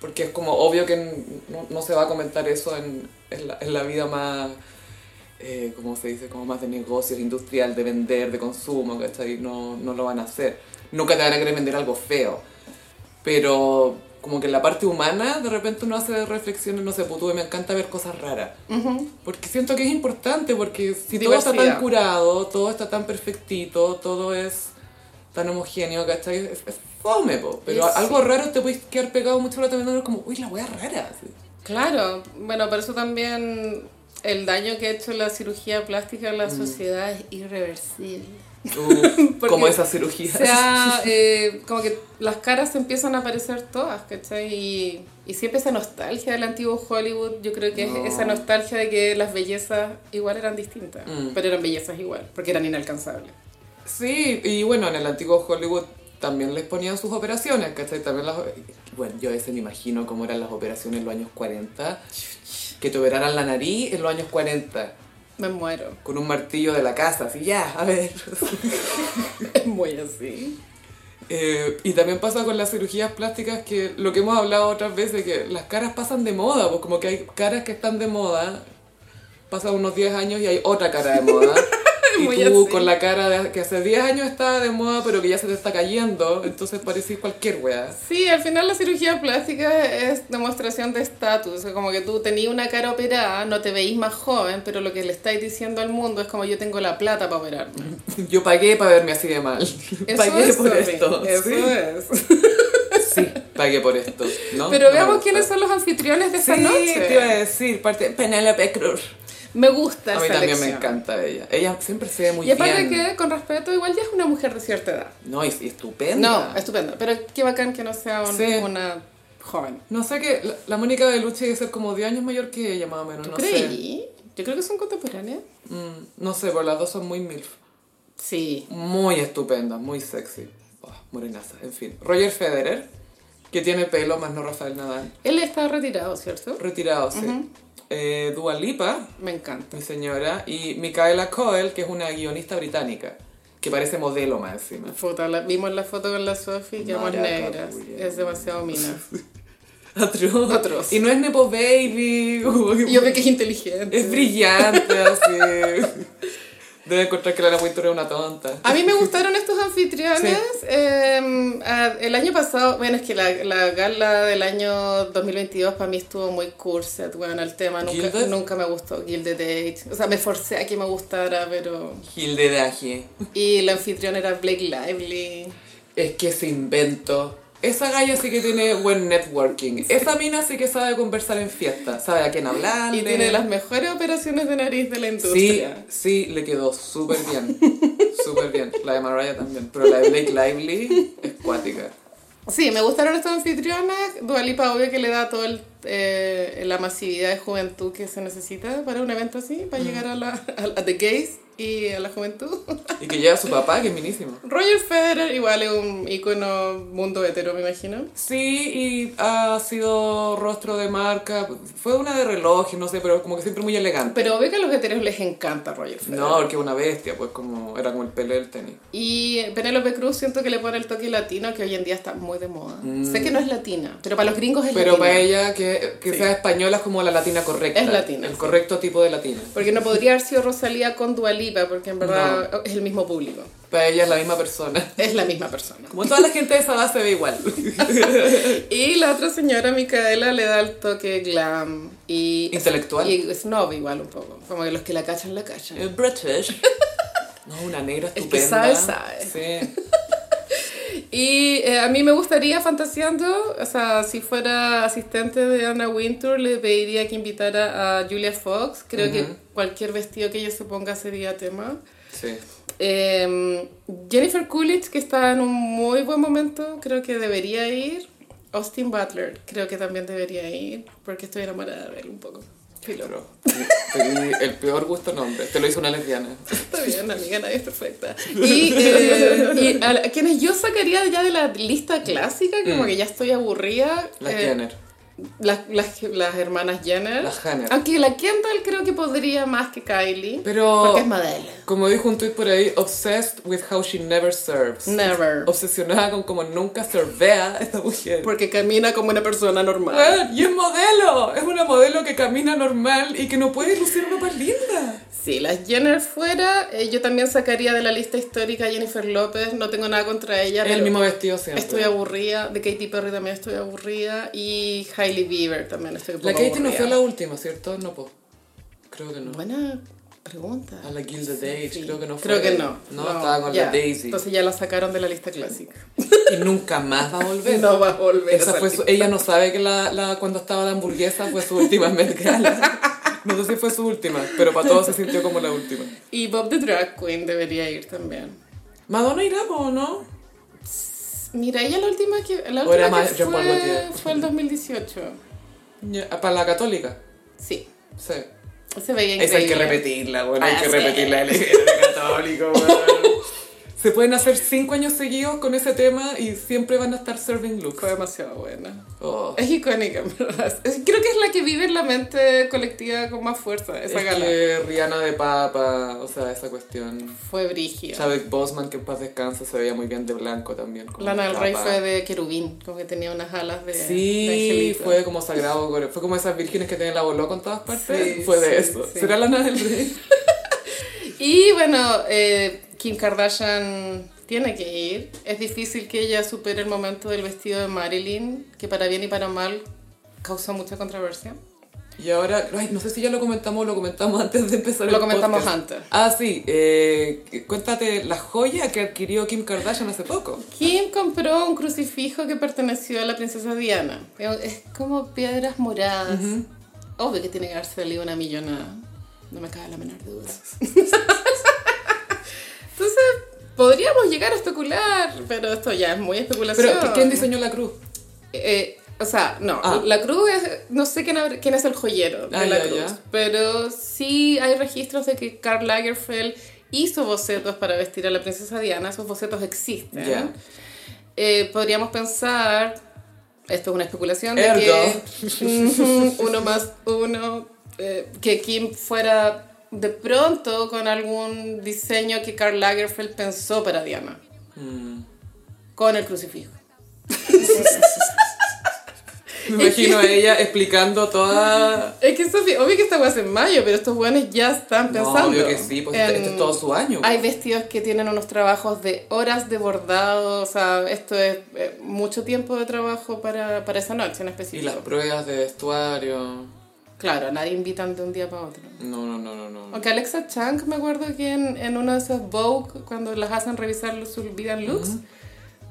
S1: porque es como obvio que no, no se va a comentar eso en, en la, en la vida más... Eh, como se dice, como más de negocios, industrial, de vender, de consumo, ¿cachai? No, no lo van a hacer. Nunca te van a querer vender algo feo. Pero como que en la parte humana, de repente uno hace reflexiones, no sé, puto, me encanta ver cosas raras. Porque siento que es importante, porque si todo está
S2: Diversidad.
S1: tan curado, todo está tan perfectito, todo es tan homogéneo, ¿cachai? Es, es fome, po. Pero
S2: Sí.
S1: algo raro te puedes quedar pegado mucho rato viéndolo como, uy, la wea rara. así.
S2: Claro, bueno, por eso también el daño que ha hecho la cirugía plástica a
S1: Mm.
S2: la sociedad es irreversible.
S1: Uf,
S2: Porque
S1: como esas cirugías.
S2: O sea, eh, como que las caras se empiezan a aparecer todas, ¿cachai? Y, y siempre esa nostalgia del antiguo Hollywood, yo creo que
S1: No.
S2: es esa nostalgia de que las bellezas igual eran distintas,
S1: Mm.
S2: pero eran bellezas igual, porque eran inalcanzables.
S1: Sí, y bueno, en el antiguo Hollywood también les ponían sus operaciones, ¿cachai? También las... Bueno, yo a veces me imagino cómo eran las operaciones en los años 40, que te operaran la nariz en los años 40,
S2: Me muero,
S1: con un martillo de la casa, así, ya, a ver.
S2: es muy así.
S1: Eh, y también pasa con las cirugías plásticas que lo que hemos hablado otras veces, que las caras pasan de moda, pues como que hay caras que están de moda, pasan unos 10 años y hay otra cara de moda. Y
S2: Muy
S1: tú
S2: así.
S1: con la cara de- que hace 10 años estaba de moda pero que ya se te está cayendo, entonces parecís cualquier wea.
S2: Sí, al final la cirugía plástica es demostración de estatus, es como que tú tenías una cara operada, no te veís más joven, pero lo que le estáis diciendo al mundo es como yo tengo la plata para operarme.
S1: Yo pagué para verme así de mal. pagué por
S2: Sophie,
S1: esto.
S2: Eso
S1: sí,
S2: es.
S1: sí, pagué por esto. ¿no?
S2: Pero
S1: No me
S2: veamos
S1: gusta.
S2: quiénes son los anfitriones de esta
S1: Sí,
S2: noche.
S1: te iba a decir, parte Penélope Cruz.
S2: Me gusta
S1: A mí
S2: esta
S1: también me
S2: elección.
S1: encanta ella. Ella siempre se ve muy
S2: Y aparte
S1: bien.
S2: que, con respeto, igual ya es una mujer de cierta edad.
S1: No, es estupenda.
S2: No, estupendo. Pero qué bacán que no sea un-
S1: Sí.
S2: una joven.
S1: No sé que la, la Mónica Bellucci debe ser como 10 años mayor que ella, más o menos.
S2: ¿Tú
S1: No sé.
S2: creí? Yo creo que son contemporáneas.
S1: Mm, no sé, pero las dos son muy milf.
S2: Sí.
S1: Muy estupenda, muy sexy. Oh, morenaza, en fin. Roger Federer, que tiene pelo, más no Rafael Nadal.
S2: Él está retirado, ¿cierto?
S1: Retirado, sí. Eh, Dua Lipa,
S2: Me encanta.
S1: mi señora, y Micaela Coel, que es una guionista británica, que parece modelo más encima.
S2: Puta, la- vimos la foto con la Sophie, que amor
S1: Maraca,
S2: negras.
S1: Julián.
S2: Es demasiado mina.
S1: Atroz.
S2: Atroz.
S1: Y no es Nepo Baby. como que-
S2: Y Yo veo que es inteligente.
S1: Es brillante, así. Debe encontrar que Lara Winter es una tonta.
S2: A mí me gustaron estos anfitriones. eh, ah, el año pasado, bueno, es que la, la gala del año 2022 para mí estuvo muy curset, bueno, el tema nunca,
S1: ¿Gilded?
S2: nunca me gustó, Gilded Age. O sea, me forcé a que me gustara, pero...
S1: Hilde Daje.
S2: Y la anfitrión era Blake Lively.
S1: Es que se inventó. Esa galla sí que tiene buen networking. Esa mina sí que sabe conversar en fiesta. Sabe a quién hablar.
S2: Y tiene las mejores operaciones de nariz de la
S1: Ah, Sí,
S2: industria.
S1: sí, le quedó súper bien. Súper bien. La de Mariah también. Pero la de Blake Lively es cuática.
S2: Sí, me gustaron estos anfitriones. Dualipa, obvio que le da todo el, eh, la masividad de juventud que se necesita para un evento así,
S1: Mm.
S2: para llegar a, la, a, a The Gays y a la juventud.
S1: Y que lleva a su papá, que es minísimo.
S2: Roger Federer igual es un ícono mundo hetero, me imagino.
S1: Sí, y ha sido rostro de marca. Fue una de reloj, no sé, pero como que siempre muy elegante.
S2: Pero obvio que a los heteros les encanta Roger Federer.
S1: No, porque es una bestia, pues como era como el pele del tenis.
S2: Y Penélope Cruz siento que le pone el toque latino que hoy en día está muy de moda. Sé que no es latina, pero para los gringos es
S1: Mm. Pero
S2: latina.
S1: para ella que, que
S2: Sí.
S1: sea española es como la latina correcta.
S2: Es latina,
S1: El
S2: sí.
S1: correcto tipo de latina.
S2: Porque no podría haber sido Rosalía con Dualipa, porque en verdad es el mismo público.
S1: Para ella es la misma persona.
S2: Es la misma persona.
S1: Como toda la gente de esa edad se ve igual.
S2: Y la otra señora, Micaela, le da el toque glam y...
S1: Intelectual.
S2: Y snob igual un poco. Como que los que la cachan, la cachan.
S1: Eh, British. No, una negra
S2: que
S1: estupenda.
S2: sabe, sabe.
S1: Sí.
S2: Y eh, a mí me gustaría, fantaseando, o sea, si fuera asistente de Anna Wintour, le pediría que invitara a Julia Fox. Creo que cualquier vestido que ella se ponga sería tema.
S1: Sí.
S2: Eh, Jennifer Coolidge, que está en un muy buen momento, creo que debería ir. Austin Butler, creo que también debería ir, porque estoy enamorada de él un poco.
S1: Pero, pedí el peor gusto nombre. Te lo hizo una lesbiana.
S2: Está bien, amiga, nadie es perfecta. Y, eh, y a la- quienes yo sacaría ya de la lista clásica, como
S1: Mm.
S2: que ya estoy aburrida.
S1: La
S2: eh,
S1: Jenner.
S2: las, las, las hermanas Jenner.
S1: Las Jenner.
S2: Aunque la Kendall creo que podría más que Kylie.
S1: Pero,
S2: porque es Madeleine.
S1: como dijo un tuit por ahí, obsessed with how she never serves.
S2: Never.
S1: Obsesionada con cómo nunca servea esta mujer.
S2: Porque camina como una persona normal.
S1: Weón, y es modelo, es una modelo que camina normal y que no puede lucir ropa linda.
S2: Si las Jenner fuera, eh, yo también sacaría de la lista histórica a Jennifer López. No tengo nada contra ella.
S1: El
S2: pero
S1: mismo vestido siempre.
S2: Estoy aburrida. De Katy Perry también estoy aburrida. Y Hailey Bieber también estoy un
S1: la
S2: poco
S1: Katie no fue
S2: aburrida.
S1: la última, ¿cierto? No, po. Creo que no.
S2: Buena pregunta.
S1: A la Gilda Dage,
S2: Sí.
S1: creo que no fue.
S2: Creo que no.
S1: No, estaba con
S2: ya.
S1: la Daisy.
S2: Entonces ya la sacaron de la lista clásica.
S1: y nunca más va a volver.
S2: No va a volver.
S1: Esa
S2: a
S1: fue
S2: salir.
S1: su- ella no sabe que la, la- cuando estaba la hamburguesa fue su última Met Gala. No sé si fue su última, pero para todos se sintió como la última.
S2: Y Bob the Drag Queen debería ir también.
S1: Madonna irá, po, ¿no?
S2: Mira, ella la última que, la
S1: O era
S2: última que
S1: más Jean Paul
S2: fue,
S1: Gaultier.
S2: fue el 2018.
S1: Ya, Para la católica.
S2: Sí,
S1: Sí.
S2: se veía increíble.
S1: Esa hay que repetirla, bueno, hay
S2: Ah,
S1: que
S2: sí.
S1: repetirla. El era católico, bueno. Se pueden hacer cinco años seguidos con ese tema y siempre van a estar serving look.
S2: Fue demasiado buena.
S1: Oh.
S2: Es icónica, en ¿verdad? Es- Creo que es la que vive en la mente colectiva con más fuerza, esa
S1: Es
S2: gala.
S1: que Rihanna de Papa, o sea, esa cuestión.
S2: Fue brígida.
S1: Chadwick Bosman, que en paz descansa, se veía muy bien de blanco también. como
S2: Lana del Rey
S1: capa.
S2: fue de querubín, como que tenía unas alas de de
S1: Sí,
S2: angelito.
S1: fue como sagrado, gore- fue como esas vírgenes que tienen la bolota en todas partes.
S2: Sí,
S1: fue de
S2: sí,
S1: eso.
S2: sí.
S1: ¿Será Lana del Rey?
S2: Y bueno, eh, Kim Kardashian tiene que ir. Es difícil que ella supere el momento del vestido de Marilyn, que para bien y para mal causó mucha controversia.
S1: Y ahora, ay, no sé si ya lo comentamos o lo comentamos antes de empezar
S2: Lo
S1: el
S2: comentamos
S1: podcast.
S2: antes.
S1: Ah, sí, eh, cuéntate la joya que adquirió Kim Kardashian hace poco.
S2: Kim compró un crucifijo que perteneció a la princesa Diana. Es como piedras moradas. Obvio que tiene que haber salido una millonada. No me cabe la menor duda. Entonces, podríamos llegar a especular, pero esto ya es muy especulación.
S1: Pero, ¿quién diseñó la cruz?
S2: Eh, o sea, no,
S1: Ah.
S2: la cruz es, no sé quién, abr- quién es el joyero de
S1: Ah,
S2: la
S1: ya,
S2: cruz,
S1: ya.
S2: pero sí hay registros de que Karl Lagerfeld hizo bocetos para vestir a la princesa Diana, esos bocetos existen.
S1: Ya.
S2: Eh, podríamos pensar, esto es una especulación, de
S1: Ergo.
S2: que Ujú, uno más uno, eh, que Kim fuera de pronto con algún diseño que Karl Lagerfeld pensó para Diana, con el crucifijo.
S1: Me imagino a ella explicando toda...
S2: Es que Sofía, obvio que esta weá es en mayo, pero estos weones ya
S1: No,
S2: están pensando.
S1: obvio que sí, pues este-
S2: en-
S1: este es todo su año.
S2: Hay vestidos que tienen unos trabajos de horas de bordado, o sea, esto es eh, mucho tiempo de trabajo para, para esa noche en
S1: Y
S2: específico.
S1: las pruebas de vestuario...
S2: Claro, a nadie invitan de un día para otro.
S1: No, no, no, no, no.
S2: Aunque Alexa Chang, me acuerdo que en, en uno de esos Vogue, cuando las hacen revisar los- sus vida looks,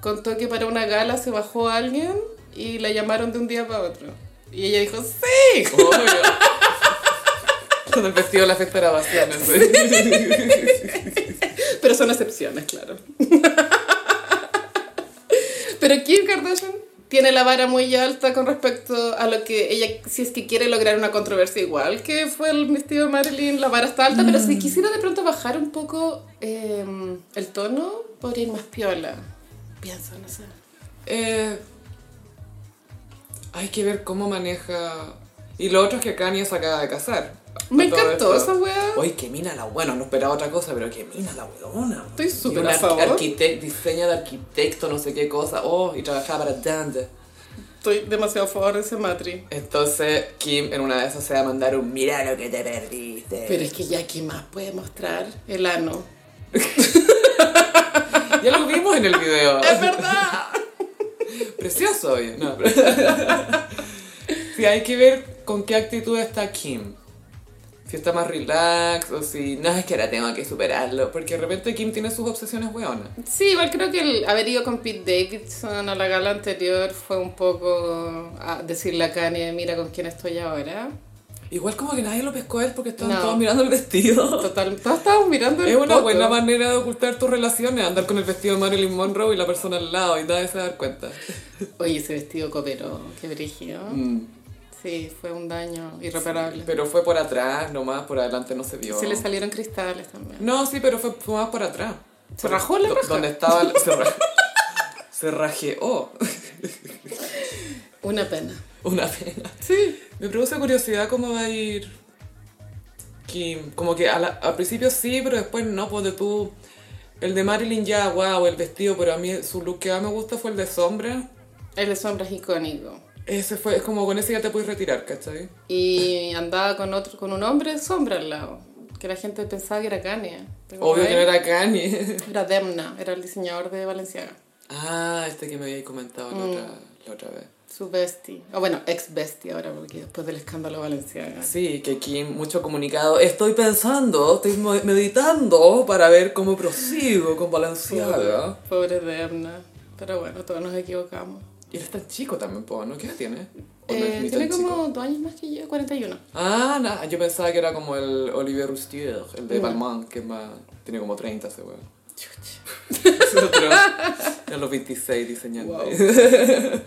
S2: contó que para una gala se bajó alguien y la llamaron de un día para otro. Y ella dijo, ¡Sí!
S1: Obvio. Cuando el vestido de la fiesta era vacía, no sé.
S2: Pero son excepciones, claro. Pero Kim Kardashian tiene la vara muy alta con respecto a lo que ella, si es que quiere lograr una controversia igual que fue el vestido de Marilyn, la vara está alta, pero si quisiera de pronto bajar un poco eh, el tono, podría ir más piola. Pienso, no sé.
S1: Eh, hay que ver cómo maneja. Y lo otro es que Kanye se acaba de casar.
S2: Me
S1: Con todo
S2: encantó
S1: esto.
S2: esa weá.
S1: Oye, que mina la buena, no esperaba otra cosa, pero que mina la weona.
S2: Estoy súper
S1: una
S2: a favor.
S1: arquitecto, diseño de arquitecto, no sé qué cosa. Oh, y trabajaba para Dante.
S2: Estoy demasiado a favor de ese matri.
S1: Entonces, Kim en una de esas se va a mandar un mira lo que te perdiste.
S2: Pero es que ya, ¿qué más puede mostrar? El ano.
S1: Ya lo vimos en el video.
S2: ¡Es verdad!
S1: Precioso, oye. No, pero- sí, hay que ver con qué actitud está Kim. Si está más relax o si no es que ahora tengo que superarlo. Porque de repente Kim tiene sus obsesiones weonas.
S2: Sí, igual creo que el haber ido con Pete Davidson a la gala anterior fue un poco a decirle a Kanye, mira con quién estoy ahora.
S1: Igual como que nadie lo pescó a él porque estaban
S2: No.
S1: todos mirando el vestido.
S2: Total, todos estábamos mirando el
S1: Es una
S2: poto.
S1: buena manera de ocultar tus relaciones, andar con el vestido de Marilyn Monroe y la persona al lado y nadie se va a dar cuenta. Mm.
S2: Oye, ese vestido cooperó, qué brígido. Sí, fue un daño Mm. irreparable.
S1: Pero fue por atrás nomás, por adelante no se vio.
S2: Se le salieron cristales también.
S1: No, sí, pero fue, fue más por atrás.
S2: ¿Se rajó la
S1: Do-
S2: raja?
S1: Donde estaba... el- Se, ra- se rajeó.
S2: Una pena.
S1: Una pena.
S2: Sí.
S1: Me produce curiosidad cómo va a ir Kim. Como que a la- al principio sí, pero después no, porque tú... El de Marilyn ya, wow, el vestido, pero a mí su look que más me gusta fue el de sombra.
S2: El de sombra es icónico.
S1: Ese fue, es como con ese ya te puedes retirar, ¿cachai?
S2: Y andaba con otro, con un hombre sombra al lado. Que la gente pensaba que era Kanye.
S1: Obvio que no era Kanye.
S2: Era Demna, era el diseñador de Valenciaga.
S1: Ah, este que me había comentado la, otra, la otra vez.
S2: Su bestie. O bueno, ex bestie ahora, porque después del escándalo Valenciaga.
S1: Sí, que Kim, mucho comunicado. Estoy pensando, estoy mo- meditando para ver cómo prosigo con Balenciaga.
S2: Pobre Demna. Pero bueno, todos nos equivocamos.
S1: Y él es tan chico también, po, ¿no? ¿Qué edad tiene? ¿O no es
S2: Eh,
S1: ni
S2: tiene
S1: tan chico?
S2: como dos años más que yo, 41.
S1: Ah, na, yo pensaba que era como el Olivier Roustier, el
S2: Mm.
S1: de Balmain, que es más... Tiene como 30 ese weón. Nosotros, a los 26 diseñando.
S2: Wow.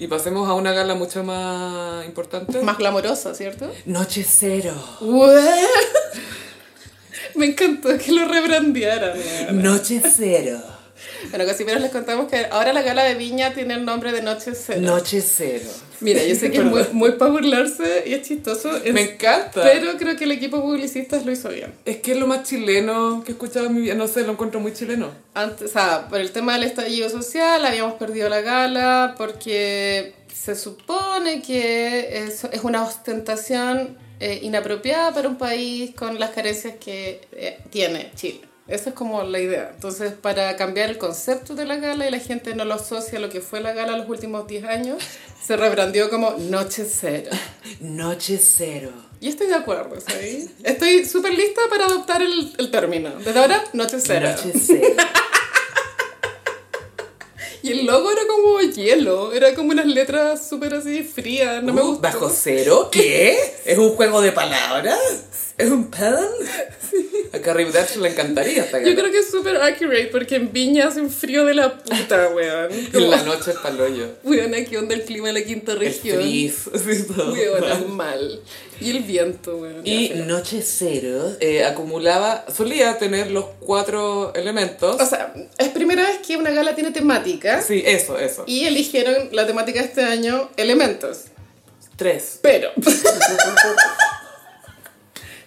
S1: Y pasemos a una gala mucho más importante.
S2: Más glamorosa, ¿cierto?
S1: Noche Cero.
S2: Me encantó que lo rebrandearan.
S1: Noche Cero.
S2: Bueno, casi pero les contamos que ahora la gala de Viña tiene el nombre de Noche Cero.
S1: Noche Cero.
S2: Mira, yo sé que es muy, muy para burlarse y es chistoso. es-
S1: Me encanta.
S2: Pero creo que el equipo publicista lo hizo bien.
S1: Es que es lo más chileno que he escuchado en mi vida. No sé, lo encuentro muy chileno.
S2: Antes, o sea, por el tema del estallido social habíamos perdido la gala porque se supone que es, es una ostentación eh, inapropiada para un país con las carencias que eh, tiene Chile. Esa es como la idea. Entonces, para cambiar el concepto de la gala y la gente no lo asocia a lo que fue la gala los últimos 10 años, se rebrandió como Noche Cero.
S1: Noche Cero.
S2: Y estoy de acuerdo, ¿sabes? Estoy súper lista para adoptar el, el término. Desde ahora, Noche Cero.
S1: Cero.
S2: Y el logo era como hielo, era como unas letras súper así frías, no me gustó.
S1: Uh, ¿Bajo cero? ¿Qué? ¿Es un juego de palabras? ¿Es un pan? A Carrie Bradshaw le encantaría esta
S2: Yo
S1: gala.
S2: creo que es súper accurate porque en Viña hace un frío de la puta, weón.
S1: En
S2: Como,
S1: la noche es paloyo.
S2: weón, aquí onda el clima de la quinta
S1: El
S2: región.
S1: frizz. sí, todo.
S2: Weón, al mal. Y el viento, weón.
S1: Y Noche Cero eh, acumulaba, solía tener los cuatro elementos.
S2: O sea, es primera vez que una gala tiene temática
S1: ¿Ah, Sí, eso, eso.
S2: y eligieron la temática este año, elementos.
S1: Tres.
S2: Pero.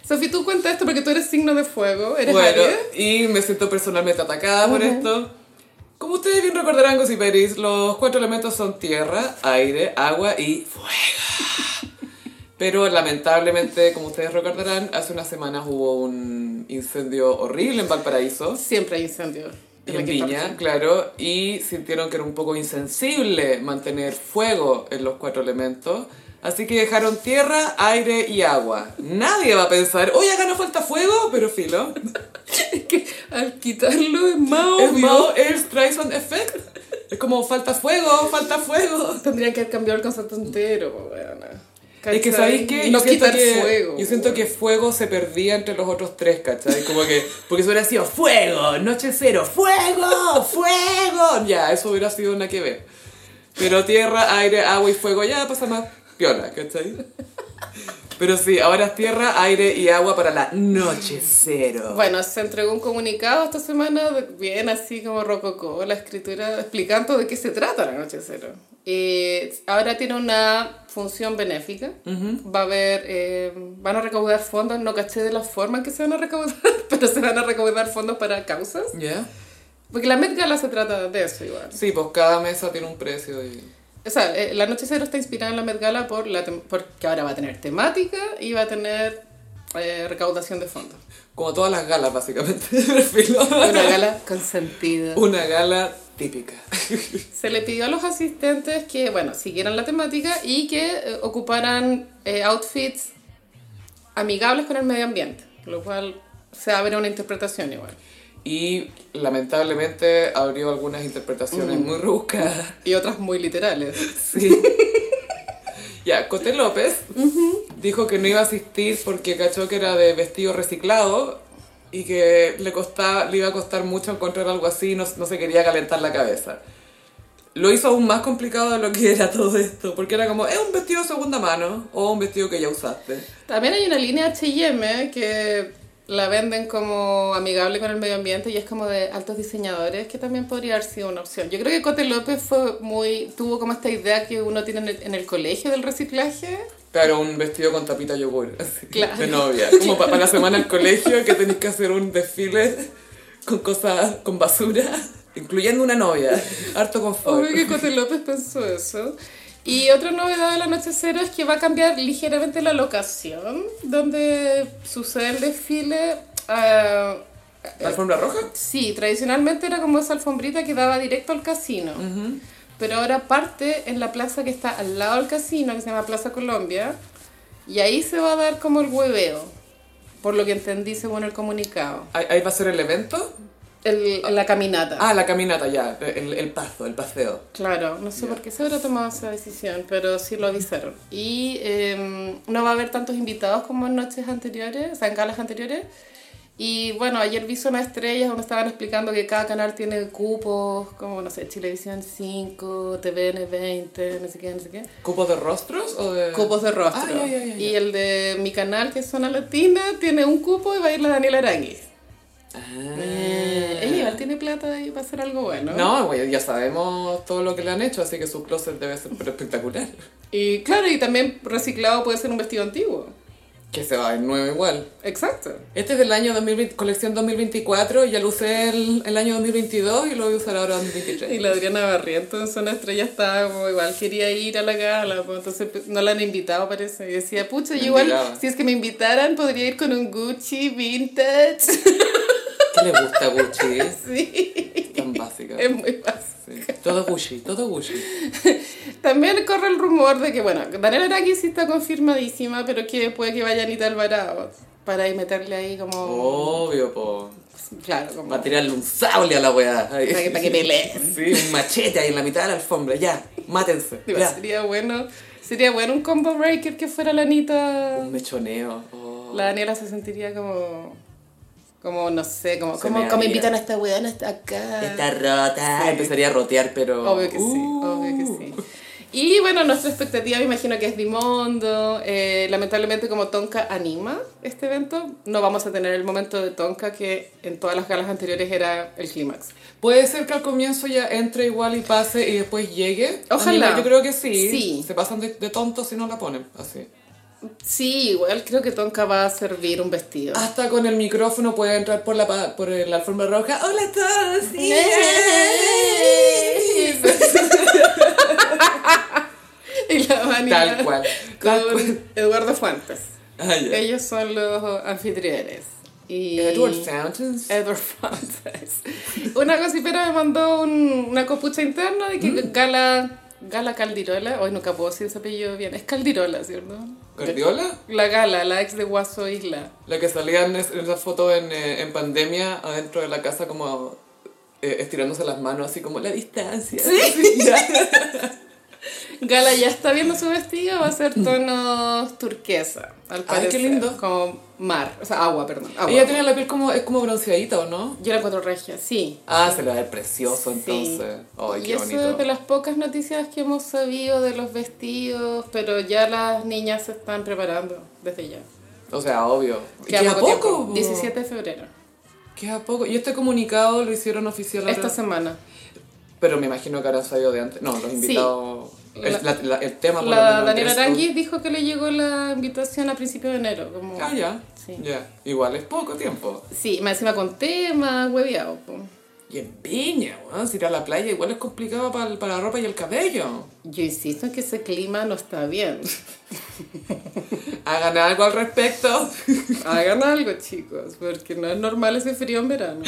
S2: Sofi, tú cuenta esto porque tú eres signo de fuego, eres
S1: Bueno,
S2: Aries.
S1: y me siento personalmente atacada por esto. Como ustedes bien recordarán, Cosy Peris, los cuatro elementos son tierra, aire, agua y fuego. Pero lamentablemente, como ustedes recordarán, hace unas semanas hubo un incendio horrible en Valparaíso.
S2: Siempre hay incendios.
S1: Y en Viña, claro, y sintieron que era un poco insensible mantener fuego en los cuatro elementos, así que dejaron tierra, aire y agua. Nadie va a pensar, oye, acá no falta fuego, pero filo.
S2: Es que al quitarlo es más
S1: Es
S2: obvio.
S1: Mao Air Streisand Effect. Es como, falta fuego, falta fuego.
S2: Tendrían que haber cambiado el concepto entero, po, weona.
S1: Es que,
S2: ¿Cachai?
S1: ¿sabéis qué?
S2: No
S1: siento
S2: quitar
S1: que-
S2: fuego.
S1: Yo siento que fuego se perdía entre los otros tres, ¿cachai? Como que, porque eso hubiera sido fuego, noche cero, fuego, fuego. Ya, eso hubiera sido una que ver. Pero tierra, aire, agua y fuego, ya pasa más piola, ¿cachai? Pero sí, ahora es tierra, aire y agua para la noche cero.
S2: Bueno, se entregó un comunicado esta semana, de- bien así como rococó, la escritura explicando de qué se trata la Noche Cero. Eh, ahora tiene una función benéfica, va a haber, eh, van a recaudar fondos, no caché de la forma en que se van a recaudar, pero se van a recaudar fondos para causas,
S1: ¿Ya?
S2: porque la Met Gala se trata de eso igual.
S1: Sí, pues cada mesa tiene un precio y...
S2: O sea, eh, la Noche Cero está inspirada en la Met Gala por la tem- porque ahora va a tener temática y va a tener eh, recaudación de fondos.
S1: Como todas las galas, básicamente. del filo.
S2: Una gala con sentido.
S1: Una gala típica.
S2: Se le pidió a los asistentes que, bueno, siguieran la temática y que eh, ocuparan eh, outfits amigables con el medio ambiente, lo cual se abre a una interpretación igual.
S1: Y lamentablemente abrió algunas interpretaciones
S2: Mm.
S1: muy rebuscadas.
S2: Y otras muy literales.
S1: Sí. ya, Cote López dijo que no iba a asistir porque cachó que era de vestido reciclado y que le, costaba, le iba a costar mucho encontrar algo así y no, no se quería calentar la cabeza. lo hizo aún más complicado de lo que era todo esto, porque era como, es un vestido de segunda mano o un vestido que ya usaste.
S2: También hay una línea H&M que la venden como amigable con el medio ambiente y es como de altos diseñadores, que también podría haber sido una opción. Yo creo que Cote López fue muy, tuvo como esta idea que uno tiene en el, en el colegio del reciclaje.
S1: Claro, un vestido con tapita yogur, así,
S2: Claro.
S1: de novia. Como pa- para la semana al colegio que tenés que hacer un desfile con cosas, con basura, incluyendo una novia. Harto confort.
S2: Obvio que Cote López pensó eso. Y otra novedad de la noche cero es que va a cambiar ligeramente la locación donde sucede el desfile. ah,
S1: ¿La alfombra roja?
S2: sí, tradicionalmente era como esa alfombrita que daba directo al casino. Pero ahora parte en la plaza que está al lado del casino, que se llama Plaza Colombia. Y ahí se va a dar como el hueveo. Por lo que entendí según el comunicado.
S1: Ahí ahí va a ser el evento.
S2: El- la caminata.
S1: Ah, la caminata ya, el, el paso, el paseo.
S2: Claro, no sé por qué se habrá tomado esa decisión, pero sí lo avisaron. Y eh, no va a haber tantos invitados como en noches anteriores, o sea, en galas anteriores. Y bueno, ayer vi Zona Estrellas donde estaban explicando que cada canal tiene cupos, como no sé, Chilevisión 5, TVN 20, no sé qué, no sé qué.
S1: ¿Cupos de rostros o de...?
S2: Cupos de rostro.
S1: Ah, ya, ya, ya, ya.
S2: Y el de mi canal, que es Zona Latina, tiene un cupo y va a ir la Daniela Arangui.
S1: Ah.
S2: Eh, Ella igual tiene plata y va a hacer algo bueno.
S1: No, güey, ya sabemos todo lo que le han hecho, así que su closet debe ser pero espectacular.
S2: Y claro, y también reciclado puede ser un vestido antiguo.
S1: Que se va a ver nuevo igual.
S2: Exacto.
S1: Este es del año 2020, colección 2024, ya lo usé el, el año 2022 y lo voy a usar ahora en 2023.
S2: Y la Adriana Barriento en Zona Estrella estaba como igual, quería ir a la gala, pues, entonces pues, no la han invitado parece. Y decía, pucha, yo igual,
S1: Mendigaba.
S2: si es que me invitaran, podría ir con un Gucci vintage.
S1: ¿Qué le gusta a Gucci?
S2: Sí,
S1: Es tan básica.
S2: es muy fácil.
S1: Sí. Todo Gucci, todo Gucci.
S2: También corre el rumor de que, bueno, Daniela Araki sí está confirmadísima, pero que puede que vaya Anita Alvarado para ahí meterle ahí como...
S1: Obvio, po.
S2: Claro, como...
S1: Va a tirarle un sable a la weá.
S2: Para que- para que peleen.
S1: Sí, un machete ahí en la mitad de la alfombra, ya, mátense.
S2: Digo,
S1: ya.
S2: sería bueno, sería bueno un combo breaker que fuera la Anita...
S1: Un mechoneo. oh.
S2: La Daniela se sentiría como. Como, no sé, como.
S1: Se
S2: Como,
S1: me
S2: como
S1: haría.
S2: invitan a esta weona hasta acá.
S1: Está rota. Empezaría a rotear, pero.
S2: Obvio que sí,
S1: Uh.
S2: obvio que sí. Y bueno, nuestra expectativa me imagino que es Dimondo. Eh, lamentablemente, como Tonka anima este evento, no vamos a tener el momento de Tonka que en todas las galas anteriores era el clímax.
S1: Puede ser que al comienzo ya entre igual y pase y después llegue.
S2: Ojalá.
S1: Anima, Yo creo que sí.
S2: Sí.
S1: Se pasan de, de tontos si no la ponen así.
S2: Sí, igual creo que Tonka va a servir un vestido.
S1: Hasta con el micrófono puede entrar por la, pa- por el- la alfombra roja. ¡Hola a todos!
S2: y la vanidad
S1: Tal cual, tal
S2: Con Eduardo Fuentes.
S1: Ah, ya.
S2: Ellos son los anfitriones. Y
S1: Edward Fountains.
S2: Edward Fuentes. Una gocipera me mandó un- una copucha interna de que
S1: ¿Mm?
S2: Gala, Gala Caldirola, hoy nunca puedo decir ese apellido bien, es Caldirola, ¿cierto?
S1: ¿Cardiola?
S2: La Gala, la ex de Guaso Isla.
S1: La que salía en, es- en esa foto en, eh, en pandemia adentro de la casa como eh, estirándose las manos así como la distancia. Sí.
S2: Gala ya está viendo su vestido, va a ser tonos turquesa, al
S1: Ay,
S2: parecer.
S1: qué lindo.
S2: Como mar, o sea, agua, perdón. agua.
S1: Ella tenía la piel como, es como bronceadita, ¿o no?
S2: Yo la encuentro regia, sí.
S1: Ah, se le va a ver precioso
S2: Sí.
S1: entonces. Ay,
S2: y
S1: qué
S2: eso
S1: bonito.
S2: es de las pocas noticias que hemos sabido de los vestidos, pero ya las niñas se están preparando desde ya.
S1: O sea, obvio.
S2: Queda
S1: ¿Queda poco?
S2: tiempo,
S1: po.
S2: 17 de febrero,
S1: Queda poco. Y este comunicado lo hicieron oficial ahora.
S2: esta semana.
S1: Pero me imagino que habrán salido de antes. No, los invitados. El, la- la- el tema Ah, por lo
S2: La
S1: menos,
S2: Daniela
S1: el dress
S2: Arangui dijo que le llegó la invitación a principios de enero. Como...
S1: code. Ah, ya.
S2: Sí.
S1: Ya. Igual es poco tiempo.
S2: Sí, más encima con temas, hueveado. po.
S1: Y en Viña, weón. Si ir a la playa igual es complicado para, el- para la ropa y el cabello.
S2: Yo insisto en que ese clima no está bien.
S1: Hagan algo al respecto.
S2: Hagan algo, chicos, porque no es normal ese frío en verano.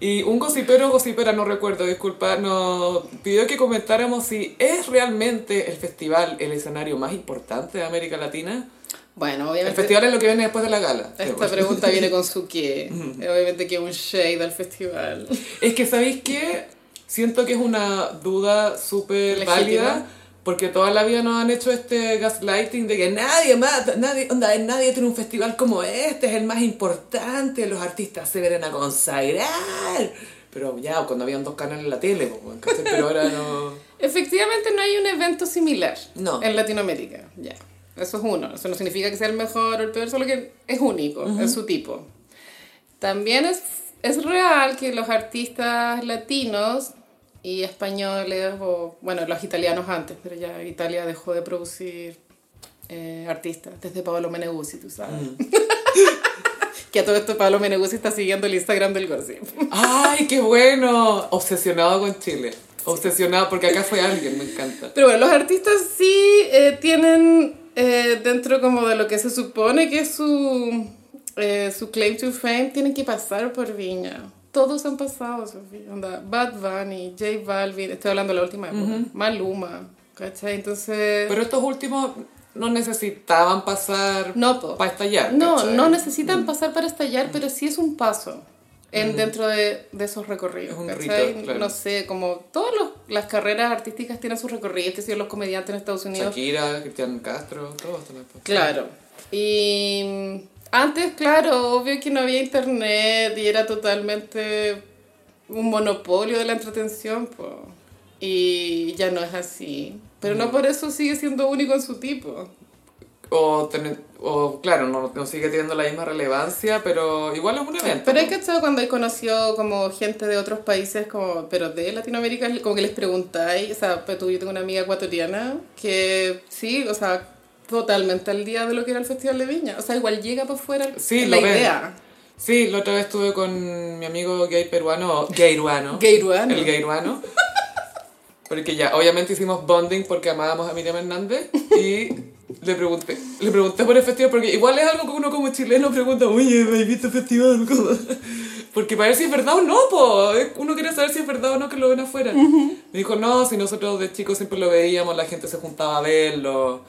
S1: Y un gocipero o gocipera, no recuerdo, disculpa, nos pidió que comentáramos si es realmente el festival el escenario más importante de América Latina.
S2: Bueno,
S1: El
S2: obviamente.
S1: festival es lo que viene después de la gala. Sí,
S2: Este- Esta
S1: bueno.
S2: pregunta viene con su qué. Obviamente que un shade al festival.
S1: Es que, ¿sabéis qué? Siento que es una duda súper
S2: Legítima.
S1: válida. Porque toda la vida nos han hecho este gaslighting de que nadie más, nadie, onda, nadie tiene un festival como este, es el más importante, los artistas se vienen a consagrar. Pero ya, cuando habían dos canales en la tele, po, weón, ¿cachai? Pero ahora no...
S2: Efectivamente no hay un evento similar
S1: No.
S2: en Latinoamérica. Ya. Eso es uno. Eso no significa que sea el mejor o el peor, solo que es único en su tipo. También es, es real que los artistas latinos y españoles, o bueno, los italianos antes, pero ya Italia dejó de producir eh, artistas, desde Paolo Meneguzzi, tú sabes. que a todo esto Paolo Meneguzzi está siguiendo el Instagram del Gossip.
S1: ¡Ay, qué bueno! Obsesionado con Chile. Obsesionado, porque acá fue alguien, me encanta.
S2: Pero bueno, los artistas sí eh, tienen eh, dentro como de lo que se supone que es su, eh, su claim to fame, tienen que pasar por Viña. Todos han pasado, Sofía. Onda, Bad Bunny, J Balvin, estoy hablando de la última época, Maluma, ¿cachai? Entonces...
S1: Pero estos últimos no necesitaban pasar
S2: no, po.
S1: para estallar.
S2: No,
S1: ¿cachai? Mm.
S2: no necesitan pasar para estallar, pero sí es un paso en, dentro de, de esos recorridos.
S1: Es un
S2: ¿cachai?
S1: rito, claro.
S2: No sé, como todas los- las carreras artísticas tienen sus recorridos, que son los comediantes en Estados Unidos.
S1: Shakira, Cristian Castro, todos también. pues.
S2: Claro. Y mm, antes, claro, obvio que no había internet y era totalmente un monopolio de la entretención, po. Y ya no es así. Pero
S1: Mm.
S2: no por eso sigue siendo único en su tipo.
S1: O, tener- o claro, no, no sigue teniendo la misma relevancia, pero igual es un evento.
S2: Pero hay cachado cuando he conocido como gente de otros países, como, pero de Latinoamérica, como que les preguntáis, o sea, pues tú, yo tengo una amiga ecuatoriana que sí, o sea, totalmente al día de lo que era el Festival de Viña. O sea, igual llega para afuera
S1: Sí,
S2: la
S1: lo ven.
S2: idea.
S1: Sí, la otra vez estuve con mi amigo gay peruano, gayruano.
S2: Gayruano.
S1: El gayruano. Porque ya, obviamente hicimos bonding porque amábamos a Miriam Hernández y le pregunté, le pregunté por el festival porque igual es algo que uno como chileno pregunta, oye, ¿me has visto el festival? Como- Porque para ver si es verdad o no, po. uno quiere saber si es verdad o no que lo ven afuera. Me dijo, no, si nosotros de chicos siempre lo veíamos, la gente se juntaba a verlo.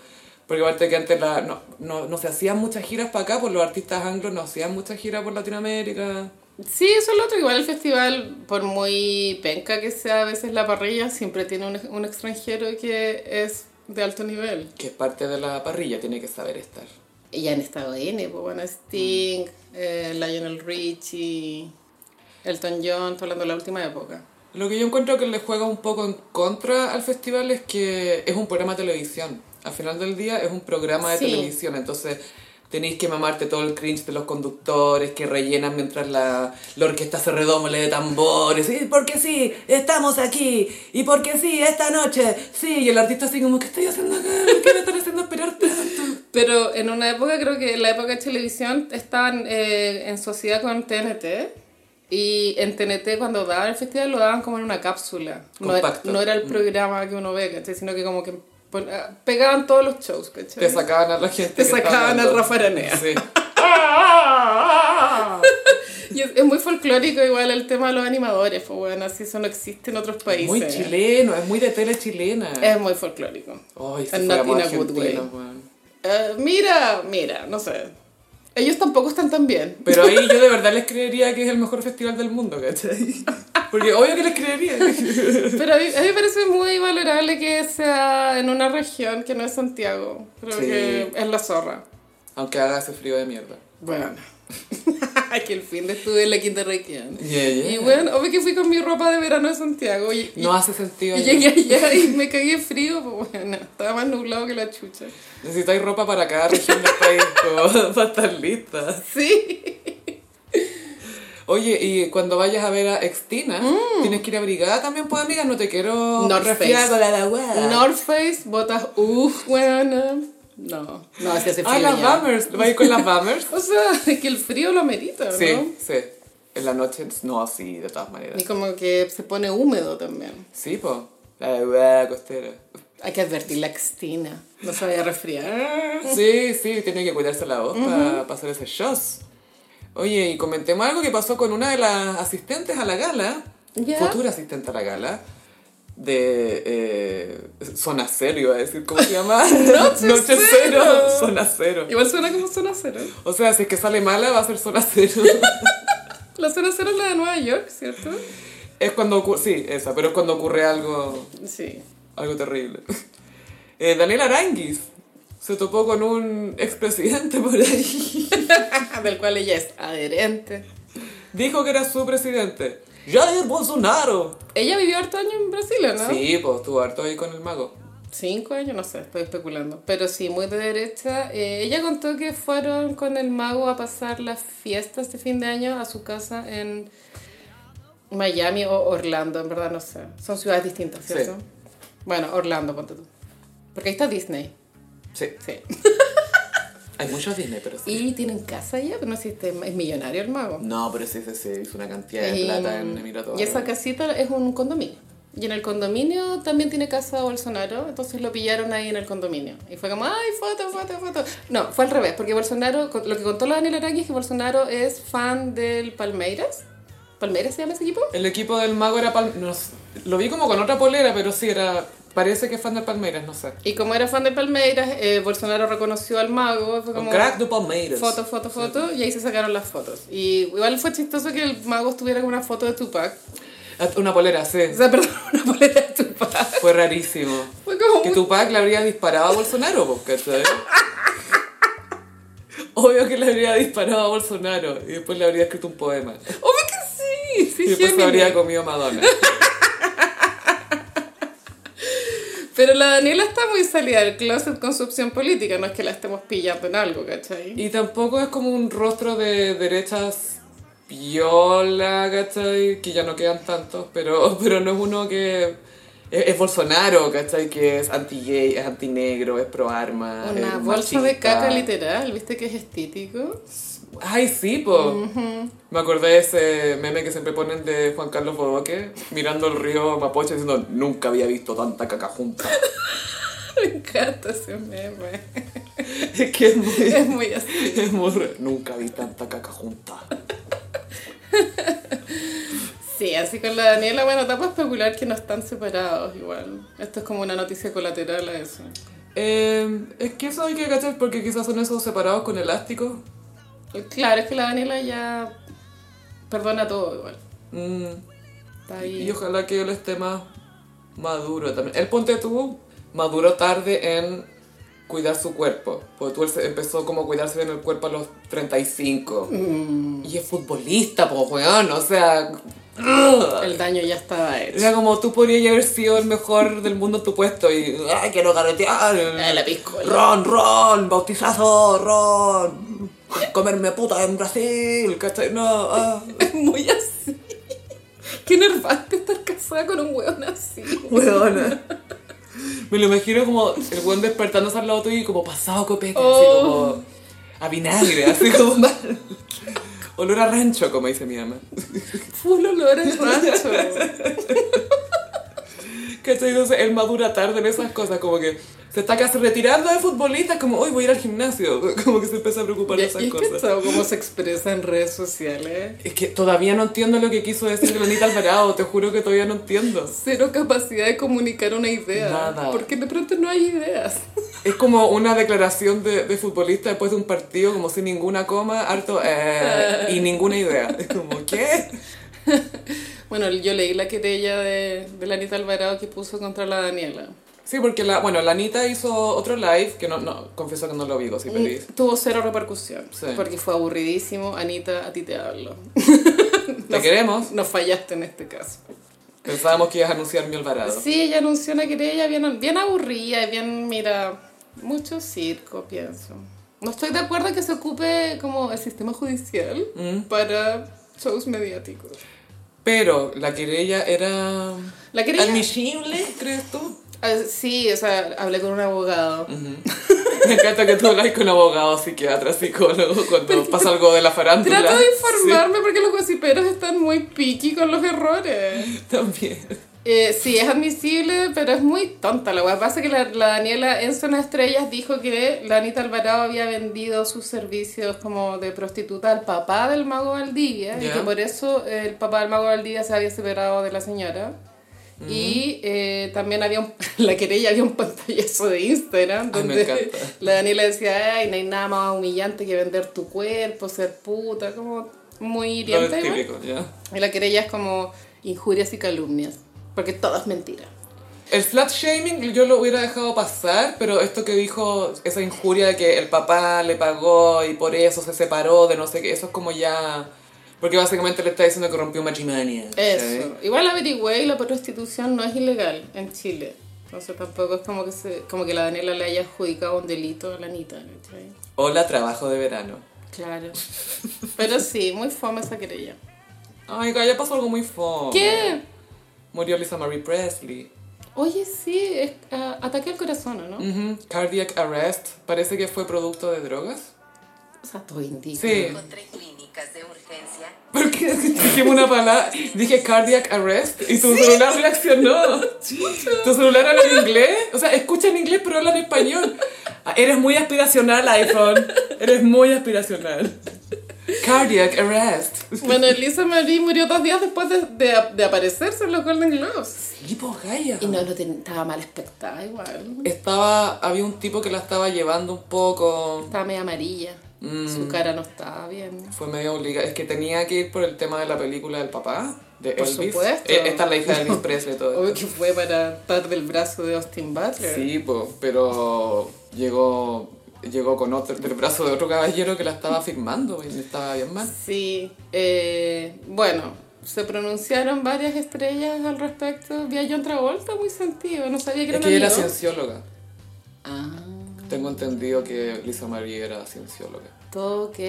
S1: Porque aparte que antes la- no, no, no se hacían muchas giras para acá, por los artistas anglos no hacían muchas giras por Latinoamérica.
S2: Sí, eso es lo otro. Igual el festival, por muy penca que sea a veces la parrilla, siempre tiene un, un extranjero que es de alto nivel.
S1: Que es parte de la parrilla, tiene que saber estar.
S2: Y ya han estado N, pues bueno, Sting, eh, Lionel Richie, Elton John, estoy hablando de la última época.
S1: Lo que yo encuentro que le juega un poco en contra al festival es que es un programa de televisión. Al final del día es un programa de
S2: Sí.
S1: televisión, entonces tenéis que mamarte todo el cringe de los conductores que rellenan mientras la, la orquesta se redoble de tambores. Y porque sí, estamos aquí. Y porque sí, esta noche. Sí, y el artista así como, ¿qué estoy haciendo acá? ¿Por qué me están haciendo esperar tanto?
S2: Pero en una época, creo que en la época de televisión, estaban eh, en sociedad con TNT. Y en TNT, cuando daban el festival, lo daban como en una cápsula. No era,
S1: Compacto. Mm.
S2: no era el programa que uno ve, ¿cachai? Sino que como que pon- ah, pegaban todos los shows, ¿cachai?
S1: Te sacaban a la gente.
S2: Te
S1: que estaba
S2: sacaban al
S1: hablando.
S2: Rafa Aranea.
S1: Sí.
S2: Y es, es muy folclórico igual el tema de los animadores, pues bueno, así eso no existe en otros países.
S1: Muy chileno, es muy de tele chilena.
S2: Es muy folclórico.
S1: Ay,
S2: And
S1: Oh, se
S2: not
S1: fue
S2: in
S1: a
S2: a good
S1: Argentina,
S2: way.
S1: weón.
S2: Eh, mira, mira, no sé. Ellos tampoco están tan bien.
S1: Pero ahí yo de verdad les creería que es el mejor festival del mundo, ¿cachai? Porque obvio que les creería.
S2: Pero a mí, a mí me parece muy valorable que sea en una región que no es Santiago. Creo
S1: Sí.
S2: que es la zorra.
S1: Aunque haga ese frío de mierda.
S2: Bueno. que el fin de estuve en la quinta región.
S1: Yeah, yeah.
S2: Y bueno, obvio que fui con mi ropa de verano de Santiago y, y-
S1: No hace sentido.
S2: y llegué allá y me cagué frío, pues bueno, estaba más nublado que la chucha.
S1: Necesitáis ropa para cada región del país po, para estar lista.
S2: Sí.
S1: Oye, y cuando vayas a ver a Extina, tienes que ir abrigada también, pues amiga, no te quiero
S2: Mm. North
S1: resfriar Ah,
S2: Face.
S1: con la agua.
S2: North Face, botas, uff, bueno. No, no, así hace
S1: Ah, las
S2: ya.
S1: Bammers. ¿Vas a ir con las Bammers?
S2: O sea, es que el frío lo amerita, ¿no?
S1: Sí, sí. En la noche, no, sí, de todas maneras.
S2: Y como que se pone húmedo también.
S1: Sí, pues. La agua costera.
S2: Hay que advertir la extina. No se vaya a resfriar.
S1: Sí, sí, tiene que cuidarse la voz para pasar ese show. Oye, y comentemos algo que pasó con una de las asistentes a la gala,
S2: Ya.
S1: futura asistente a la gala, de eh, Zona Cero, iba a decir, ¿cómo se llama? Noche,
S2: Cero.
S1: Zona Cero.
S2: Igual suena como zona cero.
S1: O sea, si es que sale mala, va a ser Zona Cero.
S2: La zona cero es la de Nueva York, ¿cierto?
S1: es cuando ocurre, sí, esa, pero es cuando ocurre algo,
S2: Sí.
S1: algo terrible. Eh, Daniel Aranguis se topó con un expresidente por ahí.
S2: Del cual ella es adherente.
S1: Dijo que era su presidente. Jair Bolsonaro.
S2: Ella vivió harto año en Brasil, ¿o ¿no?
S1: Sí, pues estuvo harto ahí con el mago.
S2: Cinco años, no sé, estoy especulando. Pero sí, muy de derecha. Eh, ella contó que fueron con el mago a pasar las fiestas de fin de año a su casa en Miami o Orlando, en verdad no sé. Son ciudades distintas,
S1: Sí.
S2: ¿cierto? Bueno, Orlando, ponte tú. Porque ahí está Disney.
S1: Sí.
S2: Sí.
S1: Hay muchos Disney, pero sí.
S2: Y tienen casa ya, pero no existe, es millonario el mago.
S1: No, pero sí, sí, sí, hizo una cantidad de
S2: Y- mm,
S1: plata en Emiratos
S2: Y esa
S1: Árabes.
S2: casita es un condominio. Y en el condominio también tiene casa Bolsonaro, entonces lo pillaron ahí en el condominio. Y fue como, ay, foto, foto, foto. No, fue al revés, porque Bolsonaro, con- lo que contó la Daniela Araki es que Bolsonaro es fan del Palmeiras. ¿Palmeiras se llama ese equipo?
S1: El equipo del mago era Pal- no sé, lo vi como con otra polera, pero sí era parece que es fan de Palmeiras, no sé.
S2: Y como era fan del Palmeiras, eh, Bolsonaro reconoció al mago. Fue
S1: Un
S2: como,
S1: crack de Palmeiras.
S2: Foto, foto, foto, y ahí se sacaron las fotos. Y igual fue chistoso que el mago estuviera con una foto de Tupac.
S1: Ah, Una polera, sí.
S2: O sea, perdón, una boleta de Tupac.
S1: Fue rarísimo.
S2: Fue como
S1: Que
S2: muy-
S1: Tupac le habría disparado a Bolsonaro, pues, ¿cachai? Obvio que le habría disparado a Bolsonaro y después le habría escrito un poema.
S2: ¡Obvio que sí!
S1: Y
S2: Sí,
S1: después se
S2: Géminis.
S1: habría comido Madonna.
S2: Pero la Daniela está muy salida del closet con su opción política, no es que la estemos pillando en algo, ¿cachai?
S1: Y tampoco es como un rostro de derechas viola, ¿cachai? Que ya no quedan tantos, pero, pero no es uno que... Es, es Bolsonaro, ¿cachai? Que es anti-gay, es anti-negro, es pro-arma. es
S2: Ah, Una bolsa de
S1: machista.
S2: caca literal, ¿viste que es estético?
S1: Ay, sí, po. Me acordé de ese meme que siempre ponen de Juan Carlos Bodoque mirando el río Mapocho diciendo nunca había visto tanta caca junta.
S2: Me encanta ese meme.
S1: es que es muy...
S2: Es muy así.
S1: Es muy... re- Nunca vi tanta caca junta.
S2: Sí, así con la Daniela, bueno, está para especular que no están separados igual. Esto es como una noticia colateral a eso.
S1: Eh, es que eso hay que cachar porque quizás son esos separados con elástico.
S2: Claro, es que la Daniela ya perdona todo igual.
S1: Mm,
S2: Está
S1: y
S2: ahí.
S1: ojalá que él esté más maduro también. El ponte tú maduro tarde en cuidar su cuerpo. Porque tú él se- empezó como a cuidarse bien el cuerpo a los 35. Y es futbolista, pues, weón. O sea...
S2: El daño ya estaba hecho.
S1: Era como tú podrías haber sido el mejor del mundo en tu puesto y... ¡Ay, quiero carretear!
S2: Ah, la piscola.
S1: Ron, Ron, bautizazo, Ron. Comerme puta en Brasil, ¿cachai? No, ah.
S2: Es muy así. Qué nervante estar casada con un hueón así.
S1: Weona. Me lo imagino como el weón despertándose al lado tuyo y como pasado copete,
S2: Oh.
S1: así como a vinagre, así como mal. Olor a rancho, como dice mi mamá.
S2: Full olor al rancho.
S1: ¿Cachai? Entonces él madura tarde en esas cosas, como que se está casi retirando de futbolista, como hoy voy a ir al gimnasio. Como que se empieza a preocupar
S2: Y
S1: de
S2: es
S1: esas
S2: que
S1: cosas.
S2: todo cómo se expresa en redes sociales.
S1: Es que todavía no entiendo lo que quiso decir Granita Alvarado, te juro que todavía no entiendo.
S2: Cero capacidad de comunicar una idea.
S1: Nada.
S2: Porque de pronto no hay ideas.
S1: Es como una declaración de, de futbolista después de un partido, como sin ninguna coma, harto eh, y ninguna idea. Es como, ¿qué?
S2: Bueno, yo leí la querella de, de la Anita Alvarado que puso contra la Daniela.
S1: Sí, porque la, bueno, la Anita hizo otro live, que no, no, confieso que no lo vi, soy feliz.
S2: Tuvo cero repercusión.
S1: Sí.
S2: Porque fue aburridísimo. Anita, a ti te hablo.
S1: Te queremos,
S2: No fallaste en este caso.
S1: pensábamos que ibas a anunciar mi Alvarado.
S2: Sí, ella anunció una querella bien, bien aburrida y bien, mira, mucho circo, pienso. No estoy de acuerdo que se ocupe como el sistema judicial para shows mediáticos.
S1: Pero la querella era...
S2: La querella...
S1: ¿Admisible, crees tú?
S2: Ah, sí, o sea, hablé con un abogado.
S1: Mm. Me encanta que tú hablas con abogados, psiquiatras, psicólogos, cuando pasa algo de la farándula.
S2: Trato de informarme porque los gossiperos están muy piqui con los errores.
S1: Sí, también.
S2: Eh, sí, es admisible, pero es muy tonta la weá. Pasa que la, la Daniela en Zona Estrellas dijo que la Anita Alvarado había vendido sus servicios como de prostituta al papá del Mago Valdivia y
S1: Ya.
S2: que por eso eh, el papá del Mago Valdivia se había separado de la señora.
S1: Mm.
S2: Y eh, también había un, la querella había un pantallazo de Instagram
S1: Ay, me
S2: donde
S1: encanta.
S2: la Daniela decía, ay, no hay nada más humillante que vender tu cuerpo, ser puta, como muy
S1: Lo
S2: hiriente. igual.
S1: típico, ya.
S2: Y la querella es como injurias y calumnias, porque todo es mentira.
S1: El flat shaming yo lo hubiera dejado pasar, pero esto que dijo, esa injuria de que el papá le pagó y por eso se separó de no sé qué, eso es como ya Porque básicamente le está diciendo que rompió matrimonio. ¿cachai?
S2: Eso. Igual averigüé y la prostitución no es ilegal en Chile. Entonces tampoco es como que se, como que la Daniela le haya adjudicado un delito a la Anita, ¿cachai?
S1: Hola, trabajo de verano.
S2: Claro. Pero sí, muy fome esa querella.
S1: Ay, ya pasó algo muy fome.
S2: ¿Qué?
S1: Murió Lisa Marie Presley.
S2: Oye, sí, es, ah, ataque al corazón, ¿o ¿no?
S1: Ujú. Cardiac arrest. Parece que fue producto de drogas.
S2: O sea, todo indica.
S1: Sí.
S3: Encontré clínicas de urgencia.
S1: Porque dije una palabra, dije cardiac arrest y tu celular reaccionó. Tu celular habla en inglés, o sea, escucha en inglés pero habla en español. Ah, Eres muy aspiracional, iPhone. Eres muy aspiracional. Cardiac arrest.
S2: Bueno, Elisa Marie murió dos días después de, de- de aparecerse en los Golden Globes.
S1: Sí, po, Gaia.
S2: Y no, no ten- estaba mal expectada igual.
S1: Estaba, había un tipo que la estaba llevando un poco.
S2: Estaba media amarilla.
S1: Mm.
S2: Su cara no estaba bien.
S1: Fue medio obligada. Es que tenía que ir por el tema de la película del papá, de
S2: Por
S1: Elvis.
S2: supuesto.
S1: Eh, Esta es la hija de Elvis Presley, todo.
S2: Obvio que fue para estar del brazo de Austin Butler.
S1: Sí, po, pero llegó llegó con otro, del brazo de otro caballero que la estaba firmando y le estaba bien mal.
S2: Sí, eh, bueno, se pronunciaron varias estrellas al respecto. Vi a John Travolta muy sentido, no sabía que
S1: Es
S2: era
S1: que ella era
S2: amigo.
S1: ciencióloga.
S2: Ah,
S1: Tengo entendido que Lisa Marie era ciencióloga.
S2: todo ok.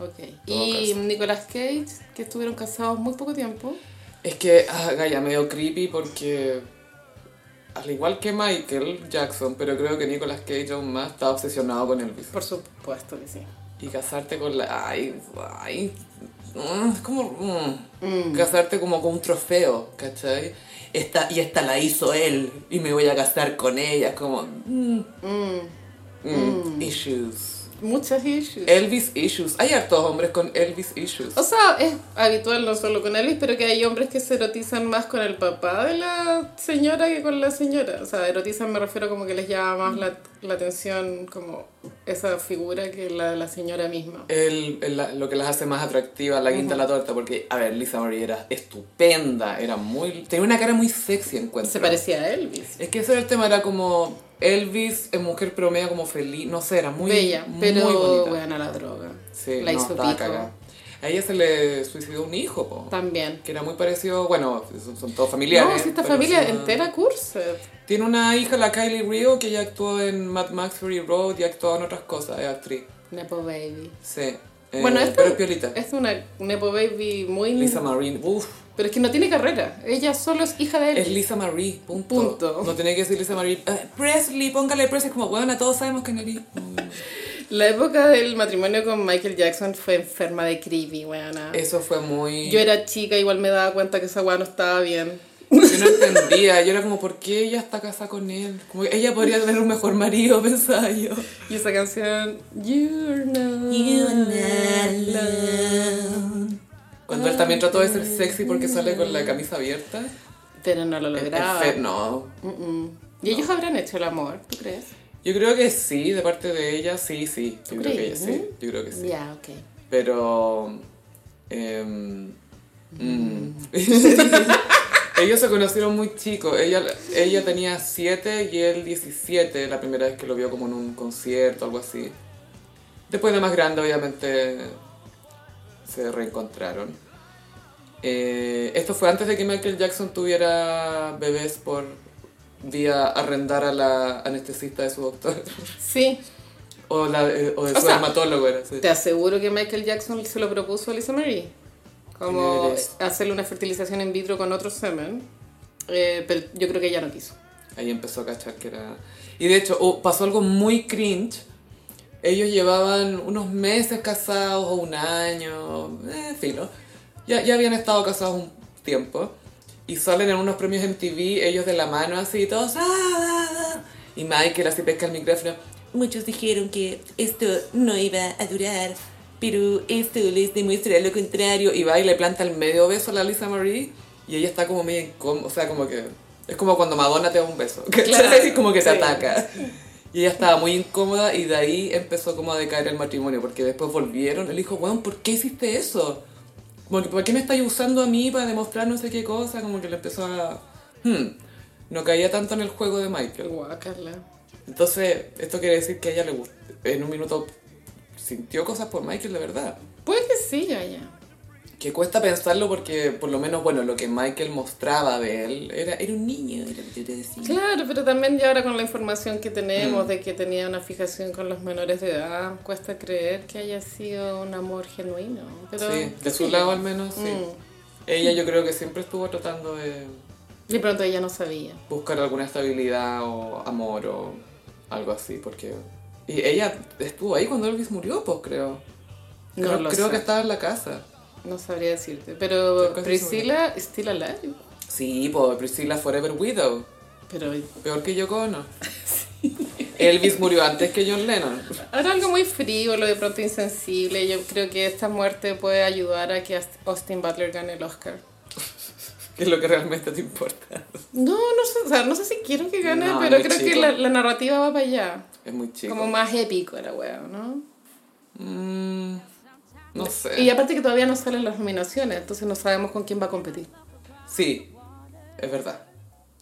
S2: Ok. Y
S1: caso.
S2: Nicolas Cage, que estuvieron casados muy poco tiempo.
S1: Es que, ah, Gaia, medio creepy porque, al igual que Michael Jackson, pero creo que Nicolas Cage aún más está obsesionado con Elvis.
S2: Por supuesto que sí.
S1: Y casarte con la... Ay, ay... mm, Es como... mm, Casarte como con un trofeo, ¿cachai? Esta, y esta la hizo él y me voy a casar con ella. es Como... mm, mm, Issues.
S2: Muchas issues.
S1: Elvis issues. Hay hartos hombres con Elvis issues.
S2: O sea, es habitual no solo con Elvis, pero que hay hombres que se erotizan más con el papá de la señora que con la señora. O sea, erotizan me refiero como que les llama más la, la atención como esa figura que la de la señora misma.
S1: El- el- la- lo que las hace más atractivas, la quinta a la torta, porque, a ver, Lisa Marie era estupenda, era muy... Tenía una cara muy sexy, encuentro.
S2: Se parecía a Elvis.
S1: Es que ese era el tema, era como Elvis, eh, mujer promedio, como feliz, no sé, era muy
S2: Bella,
S1: muy
S2: pero
S1: bonita.
S2: buena la droga.
S1: Sí,
S2: la
S1: no,
S2: hizo
S1: estaba
S2: pico.
S1: cagada. A ella se le suicidó un hijo, po,
S2: También.
S1: que era muy parecido, bueno, son, son todos familiares.
S2: No, si esta
S1: pero
S2: familia
S1: es una-
S2: entera cursa.
S1: Tiene una hija, la Kylie Rio, que ella actuó en Mad Max Fury Road y ha actuado en otras cosas, es actriz.
S2: Nepo Baby.
S1: Sí. Eh,
S2: Bueno, esta-
S1: pero es piolita.
S2: Es una Nepo Baby muy...
S1: Lisa Marie, uff,
S2: Pero es que no tiene carrera. Ella solo es hija de Elvis.
S1: es Lisa Marie, punto.
S2: Punto.
S1: No tiene que decir Lisa Marie, "Eh, Presley, póngale Presley, como, bueno, todos sabemos que es Nelly.
S2: Mm. La época del matrimonio con Michael Jackson fue enferma de creepy, weona.
S1: Eso fue muy...
S2: Yo era chica, igual me daba cuenta que esa weá no estaba bien.
S1: Yo no entendía, yo era como, ¿por qué ella está casada con él? Como que ella podría tener un mejor marido, pensaba yo.
S2: Y esa canción, You're not,
S1: Cuando él también trató de ser sexy porque sale con la camisa abierta.
S2: Pero no lo lograba.
S1: Enfer- no.
S2: Mm-mm. Y ellos habrán hecho el amor, ¿tú crees?
S1: Yo creo que sí, de parte de ella, sí, sí. Yo creo que ella
S2: crees,
S1: sí,
S2: eh?
S1: yo creo que
S2: Ya,
S1: sí.
S2: ok.
S1: Pero... em, mm. Ellos se conocieron muy chicos. Ella, ella tenía 7 y él 17 la primera vez que lo vio como en un concierto, algo así. Después de más grande, obviamente, se reencontraron. Eh, esto fue antes de que Michael Jackson tuviera bebés por vía arrendar a la anestesista de su doctor.
S2: Sí,
S1: O, la, eh, o de
S2: O
S1: su
S2: sea,
S1: dermatólogo, era. sí.
S2: te aseguro que Michael Jackson se lo propuso a Lisa Marie.
S1: ¿Quién
S2: Como
S1: eres?
S2: hacerle una fertilización in vitro con otro semen. Eh, pero yo creo que ella no quiso.
S1: Ahí empezó a cachar que era... Y de hecho, oh, pasó algo muy cringe. Ellos llevaban unos meses casados o un año, eh, filo. Ya, ya habían estado casados un tiempo. Y salen en unos premios MTV, ellos de la mano así, todos... "Ah, ah, ah". Y Michael así pesca el micrófono.
S4: Muchos dijeron que esto no iba a durar, pero esto les demuestra lo contrario.
S1: Y va y le planta el medio beso a la Lisa Marie. Y ella está como medio incómoda, o sea, como que... Es como cuando Madonna te da un beso. ¿cachai? como que te
S2: sí.
S1: ataca. Y ella estaba muy incómoda y de ahí empezó como a decaer el matrimonio, porque después volvieron. Él dijo, weón, ¿por qué hiciste eso? Como que, ¿Por qué me estáis usando a mí para demostrar no sé qué cosa? Como que le empezó a... hmm, no caía tanto en el juego de Michael.
S2: Guácala.
S1: Entonces, esto quiere decir que a ella le gustó. En un minuto sintió cosas por Michael, de verdad.
S2: Puede que sí, ya, ya.
S1: que cuesta pensarlo porque, por lo menos, bueno, lo que Michael mostraba de él era, era un niño, era lo que yo te decía.
S2: Claro, pero también ya ahora con la información que
S1: Mm.
S2: tenemos de que tenía una fijación con los menores de edad, cuesta creer que haya sido un amor genuino. Pero
S1: sí, de su lado al menos, sí.
S2: Mm.
S1: Ella yo creo que siempre estuvo tratando de
S2: de pronto ella no sabía.
S1: buscar alguna estabilidad o amor o algo así, porque... Y ella estuvo ahí cuando Elvis murió, pues creo.
S2: No
S1: creo
S2: lo
S1: creo
S2: sé.
S1: que estaba en la casa.
S2: No sabría decirte.
S1: Estoy
S2: Pero
S1: casi
S2: Priscilla, still alive.
S1: Sí, pues Priscilla Forever Widow.
S2: Pero
S1: Peor que Yoko Ono. Elvis murió antes que John Lennon.
S2: ahora algo muy frívolo, de pronto insensible. Yo creo que esta muerte puede ayudar a que Austin Butler gane el Oscar.
S1: Que es lo que realmente te importa.
S2: No, no sé, o sea, no sé si quiero que gane,
S1: No,
S2: pero
S1: muy
S2: creo que
S1: chico.
S2: la, la narrativa va para allá.
S1: Es muy chico.
S2: Como más épico era, weón, ¿no?
S1: Mm, no sé.
S2: Y aparte que todavía no salen las nominaciones, entonces no sabemos con quién va a competir.
S1: Sí, es verdad.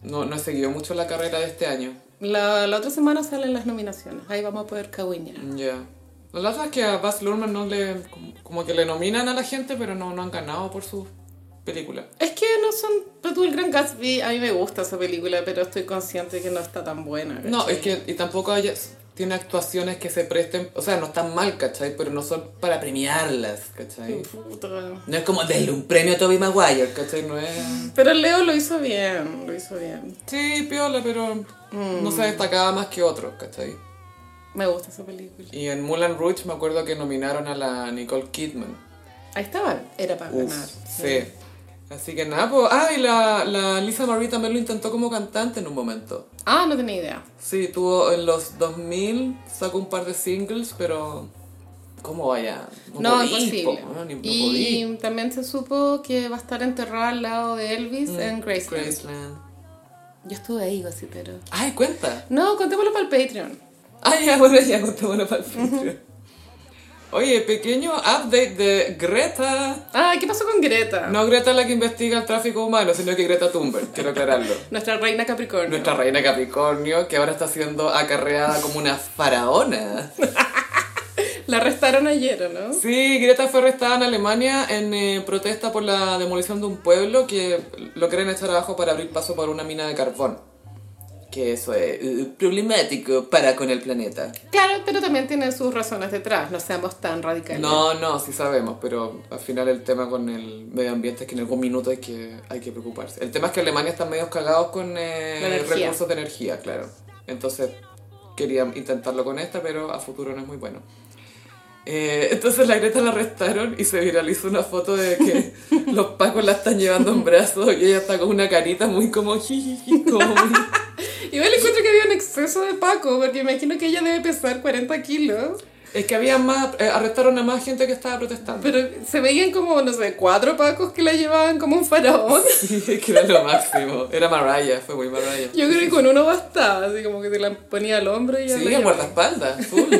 S1: No, no he seguido mucho la carrera de este año.
S2: La, la otra semana salen las nominaciones, ahí vamos a poder caguiñar.
S1: Mm, Ya. La lata es que a Baz Luhrmann no le... Como, como que le nominan a la gente, pero no, no han ganado por sus películas.
S2: Es que no son... Pero tú, el Gran Gatsby, a mí me gusta esa película, pero estoy consciente que no está tan buena. ¿cachai?
S1: No, es que... Y tampoco hay- tiene actuaciones que se presten... O sea, no están mal, ¿cachai? Pero no son para premiarlas, ¿cachai?
S2: Puta.
S1: No es como denle un premio a Toby Maguire, ¿cachai? No es...
S2: Pero Leo lo hizo bien, lo hizo bien.
S1: Sí, piola, pero no se destacaba más que otros, ¿cachai?
S2: Me gusta esa película.
S1: Y en Moulin Rouge me acuerdo que nominaron a la Nicole Kidman.
S2: Ahí estaba, era para ganar.
S1: sí. Así que nada, pues... Ah, y la, la Lisa Marie también lo intentó como cantante en un momento.
S2: Ah, no tenía idea.
S1: Sí, tuvo en los 2000, sacó un par de singles, pero... ¿Cómo vaya?
S2: No,
S1: podí,
S2: imposible.
S1: po, no, ni- no
S2: y
S1: podí.
S2: también se supo que va a estar enterrada al lado de Elvis en
S1: Mm,
S2: Graceland.
S1: Graceland.
S2: Yo estuve ahí, pero
S1: Ay, cuenta.
S2: No, contémoslo para el Patreon.
S1: Ay, ya, bueno, ya conté bueno para el Patreon. Oye, pequeño update de Greta.
S2: Ah, ¿qué pasó con Greta?
S1: No Greta la que investiga el tráfico humano, sino que Greta Thunberg, quiero aclararlo.
S2: Nuestra reina Capricornio.
S1: Nuestra reina Capricornio, que ahora está siendo acarreada como una faraona.
S2: La arrestaron ayer, ¿o ¿no?
S1: Sí, Greta fue arrestada en Alemania en eh, protesta por la demolición de un pueblo que lo quieren echar abajo para abrir paso por una mina de carbón. Que eso es eh, problemático para con el planeta.
S2: Claro, pero también tiene sus razones detrás. No seamos tan radicales.
S1: No, no, sí sabemos, pero al final el tema con el medio ambiente es que en algún minuto hay que, hay que preocuparse. El tema es que Alemania está medio cagados con eh,
S2: La energía.
S1: recursos de energía, claro. Entonces querían intentarlo con esta, pero a futuro no es muy bueno. Eh, entonces la Greta la arrestaron y se viralizó una foto de que los pacos la están llevando en brazos y ella está con una carita muy como jijiji, como muy-
S2: Igual encuentro que había un exceso de Paco, porque imagino que ella debe pesar 40 kilos.
S1: Es que había más, eh, arrestaron a más gente que estaba protestando.
S2: Pero se veían como, no sé, cuatro Pacos que la llevaban como un faraón.
S1: Sí, es que era lo máximo. Era Mariah, fue muy Mariah.
S2: Yo creo que con uno bastaba, así como que se la ponía al hombro y ya la
S1: Sí, el
S2: llevaba.
S1: guardaespaldas, full.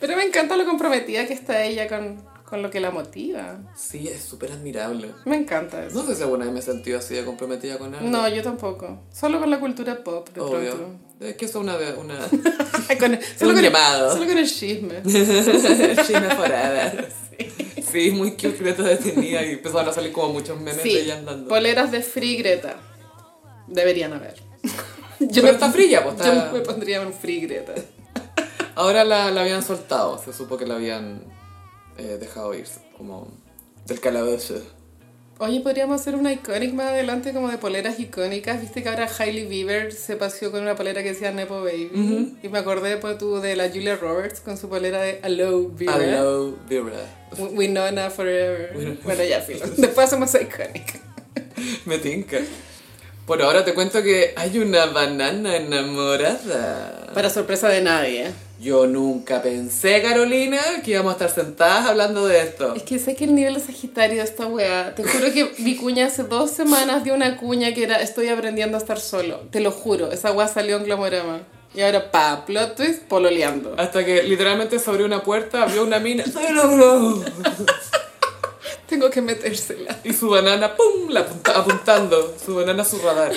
S2: Pero me encanta lo comprometida que está ella con, con lo que la motiva.
S1: Sí, es súper admirable.
S2: Me encanta eso.
S1: No sé si alguna vez me he sentido así de comprometida con algo.
S2: No, yo tampoco. Solo con la cultura pop, de
S1: obvio.
S2: pronto.
S1: Es que eso es una... una...
S2: Con-
S1: un
S2: con el-
S1: llamado.
S2: solo con el chisme.
S1: China forada. Sí, muy cute Greta detenida y empezaron a salir como muchos memes de
S2: Sí,
S1: ella andando.
S2: poleras de Free Greta. Deberían haber.
S1: Pero está frilla, pues, está-
S2: Yo me pondría un Free Greta.
S1: Ahora la, la habían soltado, se supo que la habían eh, dejado irse, como del calabozo.
S2: Oye, podríamos hacer una icónica más adelante como de poleras icónicas. Viste que ahora Hailey Bieber se paseó con una polera que decía Nepo Baby. Y me acordé pues, tú, de la Julia Roberts con su polera de Hello Bieber.
S1: Hello, Vera.
S2: We- Winona Forever. Bueno, ya filo. Después hacemos icónica.
S1: Me tinca. Por ahora te cuento que hay una banana enamorada.
S2: Para sorpresa de nadie.
S1: Yo nunca pensé, Carolina, que íbamos a estar sentadas hablando de esto.
S2: Es que sé que el nivel de Sagitario de esta weá. Te juro que mi cuña hace dos semanas dio una cuña que era estoy aprendiendo a estar solo. Te lo juro. Esa weá salió en Glamorama. Y ahora, pa, plot twist, pololeando.
S1: Hasta que literalmente se abrió una puerta, vio una mina ¡Soy logro!
S2: Tengo que metérsela.
S1: y su banana, ¡pum! La apunta- apuntando, su banana a su radar.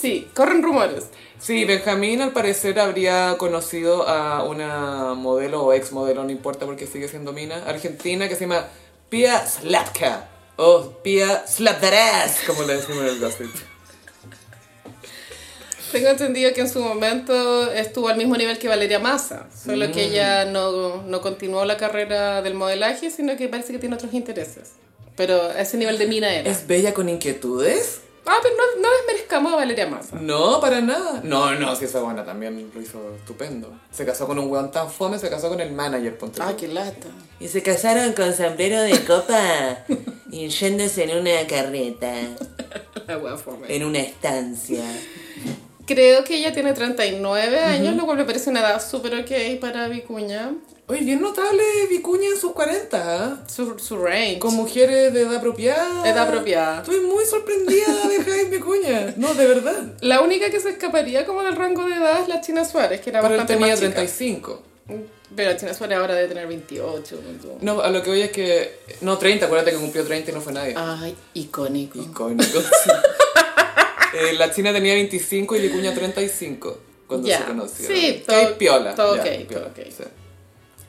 S2: Sí, corren rumores.
S1: Sí, Benjamín al parecer habría conocido a una modelo o ex modelo, no importa porque sigue siendo mina, argentina que se llama Pia Slatka o Pia Slapdaraz, como le decimos en el gossip.
S2: Tengo entendido que en su momento estuvo al mismo nivel que Valeria Massa, solo que ella no, no continuó la carrera del modelaje, sino que parece que tiene otros intereses. Pero a ese nivel de mina era.
S1: ¿Es bella con inquietudes?
S2: Ah, pero no, no desmerezcamos a Valeria Massa.
S1: No, para nada. No, no, si esa buena también lo hizo estupendo. Se casó con un weón tan fome, se casó con el manager, ponte.
S2: Ah,
S1: tú.
S2: qué lata.
S4: Y se casaron con sombrero de copa y yéndose en una carreta,
S2: La wea fome.
S4: en una estancia.
S2: Creo que ella tiene 39 años, lo cual me parece una edad súper ok para Vicuña.
S1: Oye, bien notable Vicuña en sus 40, ¿ah?
S2: Su, su range.
S1: Con mujeres de edad apropiada.
S2: Edad apropiada.
S1: Estoy muy sorprendida de Jaime Vicuña. No, de verdad.
S2: La única que se escaparía como del rango de edad es la China Suárez, que era
S1: Pero él
S2: bastante
S1: tenía
S2: más chica.
S1: 35.
S2: Pero la China Suárez ahora debe tener 28. punto.
S1: No, a lo que voy es que... No, 30, acuérdate que cumplió 30 y no fue nadie.
S2: Ay, icónico.
S1: Icónico. sí. Eh, la China tenía 25 y Vicuña 35 cuando
S2: Ya.
S1: se conocieron.
S2: Sí,
S1: Que es
S2: todo-
S1: piola.
S2: todo
S1: ya,
S2: ok,
S1: piola,
S2: todo ok.
S1: sí.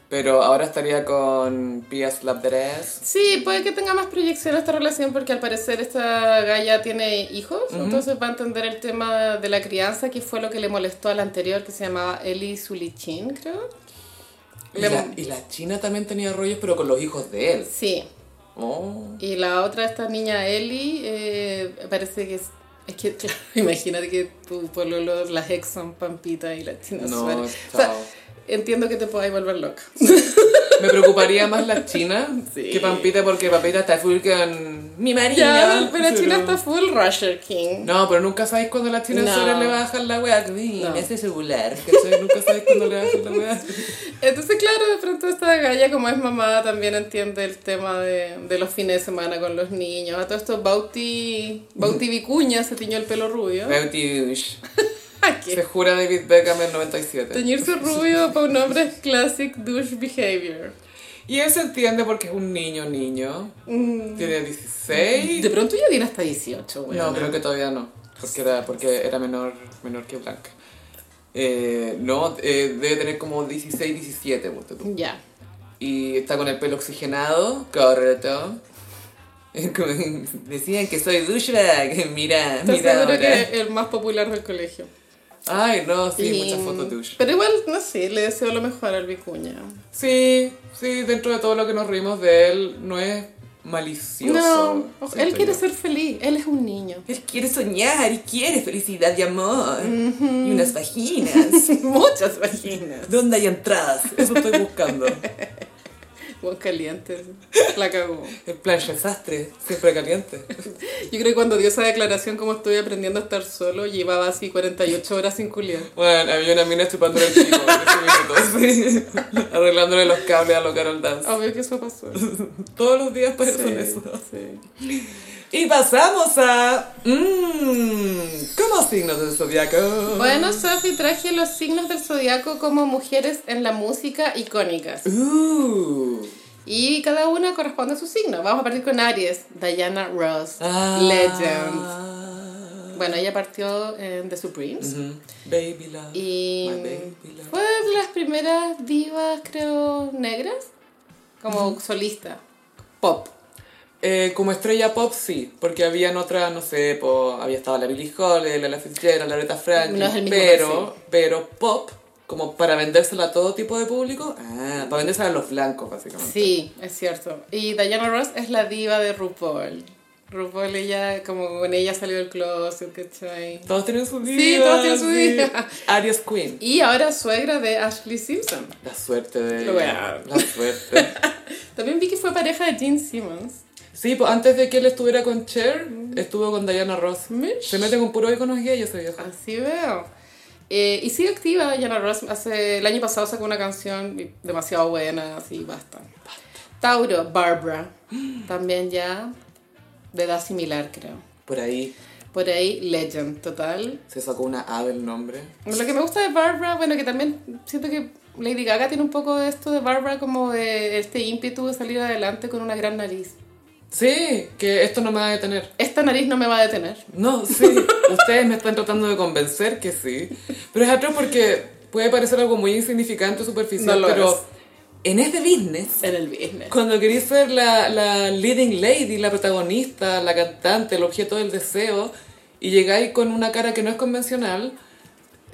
S1: Pero ahora estaría con Pia Slapdaraz.
S2: Sí, puede que tenga más proyección esta relación porque al parecer esta galla tiene hijos, entonces va a entender el tema de la crianza, que fue lo que le molestó a la anterior, que se llamaba Eli Zulichin, creo.
S1: Y
S2: Le-
S1: la, y la China también tenía rollos, pero con los hijos de él.
S2: Sí,
S1: Oh.
S2: Y la otra, esta niña Eli, eh, parece que es... Es que, claro, imagínate que tu pololo, las ex son Pampita y la China
S1: No,
S2: Suárez. O
S1: chao.
S2: sea, entiendo que te podáis volver loca.
S1: Me preocuparía más la China
S2: Sí.
S1: que Pampita, porque Pampita está full con mi marido.
S2: Ya, pero China
S1: Pero-
S2: está full Rusher King.
S1: No, pero nunca sabéis cuándo la China
S2: No.
S1: Suárez le va a dejar la wea.
S4: Y
S2: No.
S4: me hace celular.
S1: ¿Cachai? Nunca sabéis cuándo le va a dejar la wea.
S2: Entonces, claro, de pronto esta galla, como es mamá, también entiende el tema de, de los fines de semana con los niños. A todo esto, Bauti, Bauti Vicuña se tiñó el pelo rubio.
S1: Beauty.
S2: ¿A qué?
S1: Se jura David Beckham en 97.
S2: Teñirse rubio para un hombre es classic douche behavior.
S1: Y él se entiende porque es un niño, niño. Tiene 16.
S2: De pronto ya tiene hasta 18, güey.
S1: No, creo que todavía no. Porque era, porque era menor, menor que Blanca. Eh, no, eh, debe tener como 16, 17, ponte tú.
S2: Ya.
S1: Y está con el pelo oxigenado, correcto. Como Decían que soy douchebag. Mira,
S2: Estoy
S1: mira
S2: seguro
S1: ahora.
S2: que es el más popular del colegio.
S1: Ay, no, sí,
S2: Y-
S1: muchas fotos douche.
S2: Pero igual, no sé, le deseo lo mejor al Vicuña.
S1: Sí, sí, dentro de todo lo que nos reímos de él, no es malicioso.
S2: No, ojo,
S1: siento
S2: él quiere
S1: yo.
S2: ser feliz, él es un niño.
S4: Él quiere soñar y quiere felicidad y amor. Y unas vaginas.
S2: Muchas vaginas.
S4: ¿Dónde hay entradas?
S1: Eso estoy buscando.
S2: Buen caliente, la cagó.
S1: El plan desastre, siempre caliente.
S2: Yo creo que cuando dio esa declaración, como estoy aprendiendo a estar solo, llevaba así 48 horas sin culiar.
S1: Bueno, había una mina chupándole el chico, en ese minuto, sí. arreglándole los cables a lo Carol Dance.
S2: Obvio que eso pasó.
S1: Todos los días
S2: Sí,
S1: pasan eso.
S2: sí.
S1: Y pasamos a. Mmm, ¿Cómo signos del zodiaco?
S2: Bueno, Sophie, traje los signos del zodiaco como mujeres en la música icónicas.
S1: Uh,
S2: Y cada una corresponde a su signo. Vamos a partir con Aries, Diana Ross,
S1: ah,
S2: Legend. Bueno, ella partió en The Supremes.
S1: Ujú. Baby love.
S2: Y
S1: my baby love.
S2: fue de las primeras divas, creo, negras. Como solista. Pop.
S1: Eh, como estrella pop, sí, porque habían otras, no sé, po- había estado la Billie Holiday, la Ella Fitzgerald, la Aretha Franklin,
S2: No es el mismo
S1: pero,
S2: perfil.
S1: pero pop, como para vendérsela a todo tipo de público, ah, para vendérsela a los blancos, básicamente.
S2: Sí, es cierto. Y Diana Ross es la diva de RuPaul. RuPaul, ella, como con ella salió del closet, ¿cachai?
S1: Todos tienen su día.
S2: todos tienen su
S1: sí.
S2: día.
S1: Aries Queen.
S2: Y ahora es suegra de Ashley Simpson.
S1: La suerte de
S2: Lo voy a-
S1: La suerte.
S2: También vi que fue pareja de Gene Simmons.
S1: Sí, pues antes de que él estuviera con Cher, estuvo con Diana Ross.
S2: Mish.
S1: Se mete con puros iconos gay ese viejo.
S2: Así veo. Eh, y sigue activa Diana Ross. Hace, el año pasado sacó una canción demasiado buena, así basta. Tauro, Barbara. También ya de edad similar, creo.
S1: Por ahí
S2: Por ahí, Legend, total.
S1: se sacó una A del nombre.
S2: Lo que me gusta de Barbara, bueno, que también siento que Lady Gaga tiene un poco de esto de Barbara, como de este ímpetu de salir adelante con una gran nariz.
S1: Sí, que esto no me va a detener.
S2: Esta nariz no me va a detener.
S1: No, sí, ustedes me están tratando de convencer que sí. Pero es atroz porque puede parecer algo muy insignificante o superficial,
S2: No lo
S1: pero
S2: es.
S1: en este business,
S2: En el business.
S1: cuando querés ser la, la leading lady, la protagonista, la cantante, el objeto del deseo, y llegáis con una cara que no es convencional,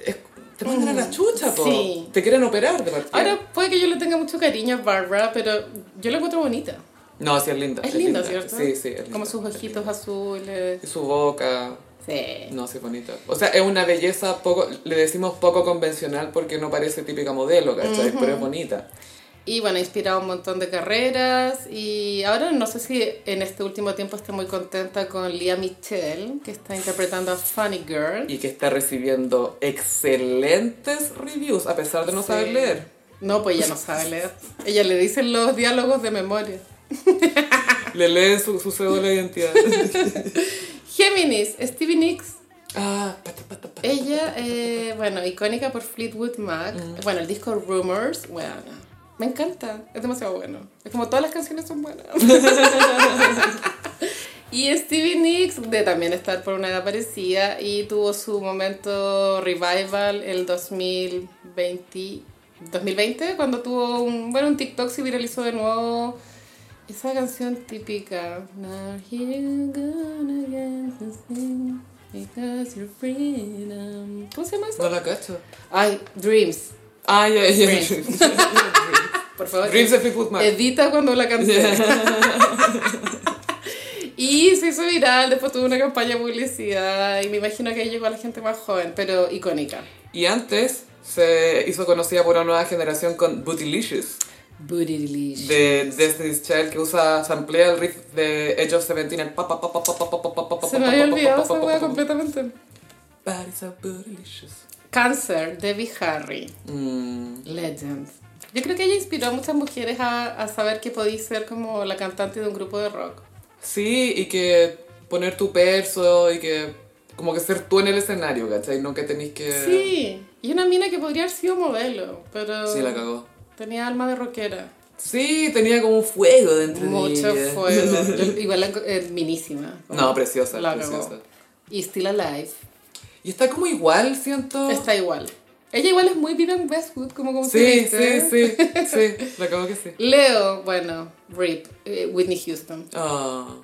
S1: es- te mandan a la chucha, po.
S2: sí.
S1: Te quieren operar de partida.
S2: Ahora puede que yo le tenga mucho cariño a Barbara, pero yo la encuentro bonita.
S1: no, sí, es linda.
S2: Es linda, ¿cierto?
S1: Sí, sí. es linda,
S2: Como sus
S1: es
S2: ojitos azules.
S1: linda. Su boca.
S2: Sí.
S1: No, sí, bonito. O sea, es una belleza poco, le decimos poco convencional porque no parece típica modelo, ¿cachai? Pero es bonita.
S2: Y bueno, ha inspirado un montón de carreras. Y ahora no sé si en este último tiempo estoy muy contenta con Lia Michelle, que está interpretando a Funny Girl.
S1: Y que está recibiendo excelentes reviews a pesar de no
S2: Sí.
S1: saber leer.
S2: No, pues ella no sabe leer. Ella le dice los diálogos de memoria.
S1: Le leen su, su cédula de identidad.
S2: Géminis, Stevie Nicks.
S1: ah, pata, pata, pata.
S2: Ella, eh, bueno, icónica por Fleetwood Mac.
S1: Mm.
S2: Bueno, el disco Rumors, bueno, me encanta, es demasiado bueno. Es como todas las canciones son buenas. y Stevie Nicks, de también estar por una edad parecida, y tuvo su momento revival el 2020. 2020, cuando tuvo un, bueno, un TikTok se viralizó de nuevo esa canción típica. Now here you go again to sing because you're freedom. ¿Cómo se llama eso?
S1: No la cacho.
S2: Ay, Dreams.
S1: Ah, ya, ya.
S2: Dreams. Por favor.
S1: Dreams de Fleetwood Mac.
S2: Edita cuando la canté. y se hizo viral, después tuvo una campaña de publicidad y me imagino que ahí llegó a la gente más joven, pero icónica.
S1: Y antes se hizo conocida por una nueva generación con Bootylicious
S2: Bootylicious.
S1: de Destiny's Child que usa, samplea el riff de Edge of Seventeen. el pa, pa, pa, pa, pa, pa, pa, pa, pa,
S2: Se
S1: pa,
S2: me
S1: pa,
S2: había
S1: pa, pa,
S2: olvidado
S1: pa,
S2: esa
S1: pa,
S2: wea
S1: pa, pa.
S2: completamente.
S1: But it's so delicious. Mm.
S2: Cáncer, Debbie Harry. Legend. Yo creo que ella inspiró a muchas mujeres a, a saber que podéis ser como la cantante de un grupo de rock.
S1: Sí, y que poner tu perso y que como que ser tú en el escenario, ¿cachai? No que tenés que...
S2: Sí, y una mina que podría haber sido modelo, pero
S1: Sí, la cagó.
S2: tenía alma de rockera.
S1: Sí, tenía como un fuego dentro
S2: Mucho
S1: de ella.
S2: fuego. Yo- Igual la enco- eh, minísima.
S1: No, preciosa,
S2: La cagó.
S1: preciosa.
S2: Y Still Alive.
S1: Y está como igual, siento.
S2: Está igual. Ella igual es muy Vivian Westwood, como como tú
S1: Sí, sí,
S2: dices.
S1: sí, sí, la cagó que sí.
S2: Leo, bueno, Rip, eh, Whitney Houston.
S1: Ah,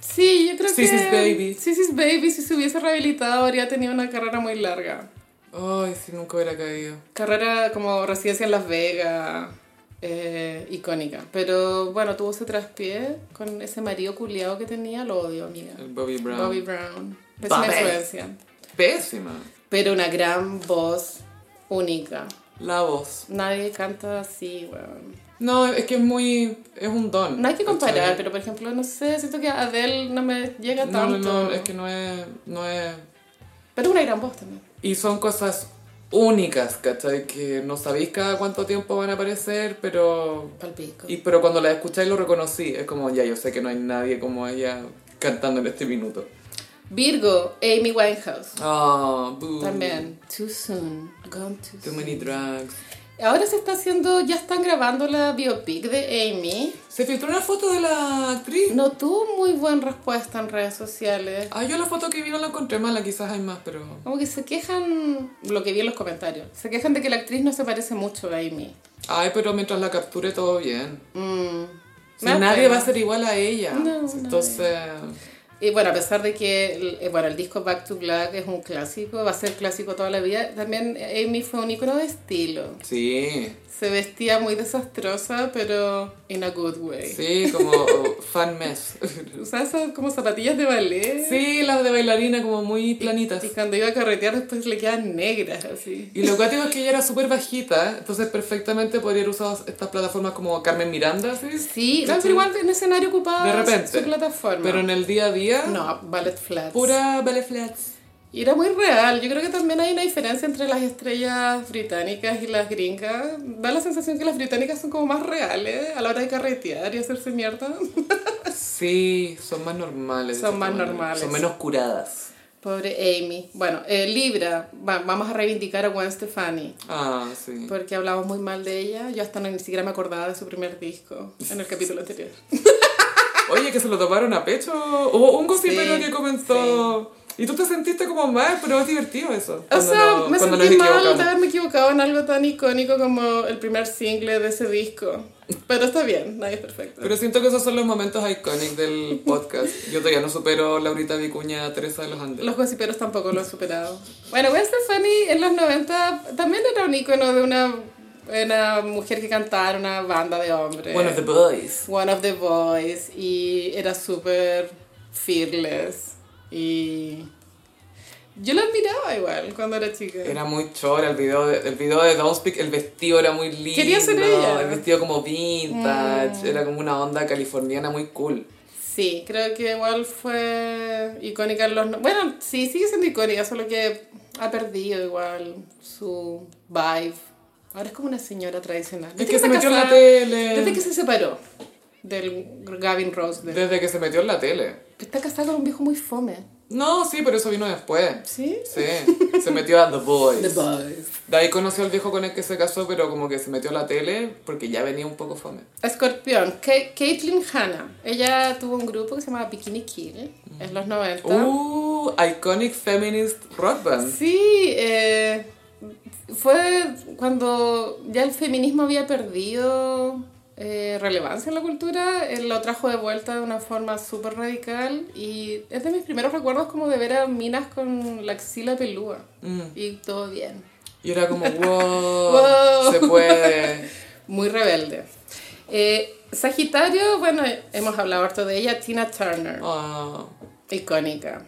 S2: Sí, yo creo que...
S1: Sissy's Baby.
S2: Sissy's Baby, si se hubiese rehabilitado, habría tenido una carrera muy larga.
S1: Ay, si nunca hubiera caído.
S2: Carrera como residencia en Las Vegas, eh, icónica. Pero bueno, tuvo ese traspié con ese marido culiado que tenía, lo odio, amiga.
S1: El Bobby Brown.
S2: Bobby Brown. Pésima
S1: Bobby.
S2: influencia.
S1: Pésima.
S2: Pero una gran voz única.
S1: La voz.
S2: Nadie canta así, weón.
S1: No, es que es muy... Es un don.
S2: No hay que comparar,
S1: ¿cachai?
S2: pero por ejemplo, no sé, siento que Adele no me llega
S1: No, no,
S2: tanto.
S1: no, es que no es... No es...
S2: Pero una gran voz también.
S1: Y son cosas únicas, ¿cachai? Que no sabéis cada cuánto tiempo van a aparecer, pero...
S2: Palpico.
S1: Y, pero cuando la escucháis lo reconocí. Es como, ya, yo sé que no hay nadie como ella cantando en este minuto.
S2: Virgo, Amy Winehouse.
S1: Ah, boo.
S2: También. Too soon. Gone too,
S1: Too
S2: soon.
S1: many drugs.
S2: Ahora se está haciendo, ya están grabando la biopic de Amy.
S1: ¿Se filtró una foto de la actriz?
S2: No tuvo muy buena respuesta en redes sociales.
S1: Ah, yo la foto que vi no la encontré mala, quizás hay más, pero...
S2: Como que se quejan, lo que vi en los comentarios, se quejan de que la actriz no se parece mucho a Amy.
S1: Ay, pero mientras la capture todo bien.
S2: Mm.
S1: Si
S2: Me da
S1: nadie
S2: pena.
S1: va a ser igual a ella.
S2: No, nadie.
S1: Entonces...
S2: Y bueno, a pesar de que el, eh, bueno, el disco Back to Black es un clásico, va a ser clásico toda la vida, también Amy fue un icono de estilo.
S1: Sí.
S2: Se vestía muy desastrosa, pero in a good way.
S1: Sí, como oh, fan mess.
S2: Usaba esas como zapatillas de ballet.
S1: Sí, las de bailarina como muy planitas.
S2: Y cuando iba a carretear después le quedaban negras, así.
S1: Y lo cuático es que ella era súper bajita, entonces perfectamente podría haber usado estas plataformas como Carmen Miranda, ¿sí?
S2: Sí, no, pero igual en escenario ocupaba
S1: De repente.
S2: su plataforma.
S1: Pero en el día a día,
S2: No, Ballet Flats.
S1: pura ballet flats.
S2: Y era muy real. Yo creo que también hay una diferencia entre las estrellas británicas y las gringas. Da la sensación que las británicas son como más reales a la hora de carretear y hacerse mierda.
S1: Sí, son más normales. de
S2: Ah.
S1: cierta
S2: Son más
S1: manera.
S2: normales.
S1: Son menos curadas.
S2: Pobre Amy. Bueno, eh, Libra, Va- vamos a reivindicar a Gwen Stefani.
S1: Ah, sí.
S2: Porque hablamos muy mal de ella. Yo hasta no, ni siquiera me acordaba de su primer disco en el capítulo anterior.
S1: Oye, que se lo tomaron a pecho. Hubo un gossipero
S2: Sí,
S1: que comentó. Y tú te sentiste como mal, pero es divertido eso.
S2: O
S1: cuando
S2: sea,
S1: no-
S2: me
S1: cuando
S2: sentí
S1: nos
S2: mal de
S1: equivocamos.
S2: haberme equivocado en algo tan icónico como el primer single de ese disco. Pero está bien, nadie es perfecto.
S1: Pero siento que esos son los momentos icónicos del podcast. Yo todavía no supero Laurita Vicuña, Teresa de los Andes.
S2: Los gossiperos tampoco lo han superado. Bueno, Gwen Stefani en los 90 también era un icono de una, una mujer que cantaba en una banda de hombres.
S1: One of the boys.
S2: One of the Boys y era súper fearless y yo la admiraba igual cuando era chica.
S1: Era muy chora el video de, el video de Don't Speak, el vestido era muy lindo.
S2: Quería ser ella. Mm.
S1: El vestido como vintage, era como una onda californiana muy cool.
S2: Sí, creo que igual fue icónica en los... no- Bueno, sí, sigue siendo icónica, solo que ha perdido igual su vibe. Ahora es como una señora tradicional.
S1: Es
S2: Desde
S1: que se
S2: está
S1: metió en la
S2: casada-
S1: tele.
S2: Desde que se separó del Gavin Rose.
S1: Desde que se metió en la tele.
S2: Está casada con un viejo muy fome.
S1: No, sí, pero eso vino después.
S2: ¿Sí?
S1: Sí, se metió a The Boys.
S2: Boys.
S1: De ahí conoció al viejo con el que se casó, pero como que se metió a la tele porque ya venía un poco fome.
S2: Escorpión, Ka- Caitlyn Hanna. Ella tuvo un grupo que se llamaba Bikini Kill en los 90.
S1: Uh, iconic feminist rock band.
S2: Sí, eh, fue cuando ya el feminismo había perdido eh, relevancia en la cultura, él lo trajo de vuelta de una forma súper radical y es de mis primeros recuerdos como de ver a minas con la axila pelúa y todo bien.
S1: Mm, Y era como, wow,
S2: Wow.
S1: se puede.
S2: Muy rebelde. Eh, Sagitario, bueno, hemos hablado harto de ella, Tina Turner,
S1: Oh,
S2: icónica.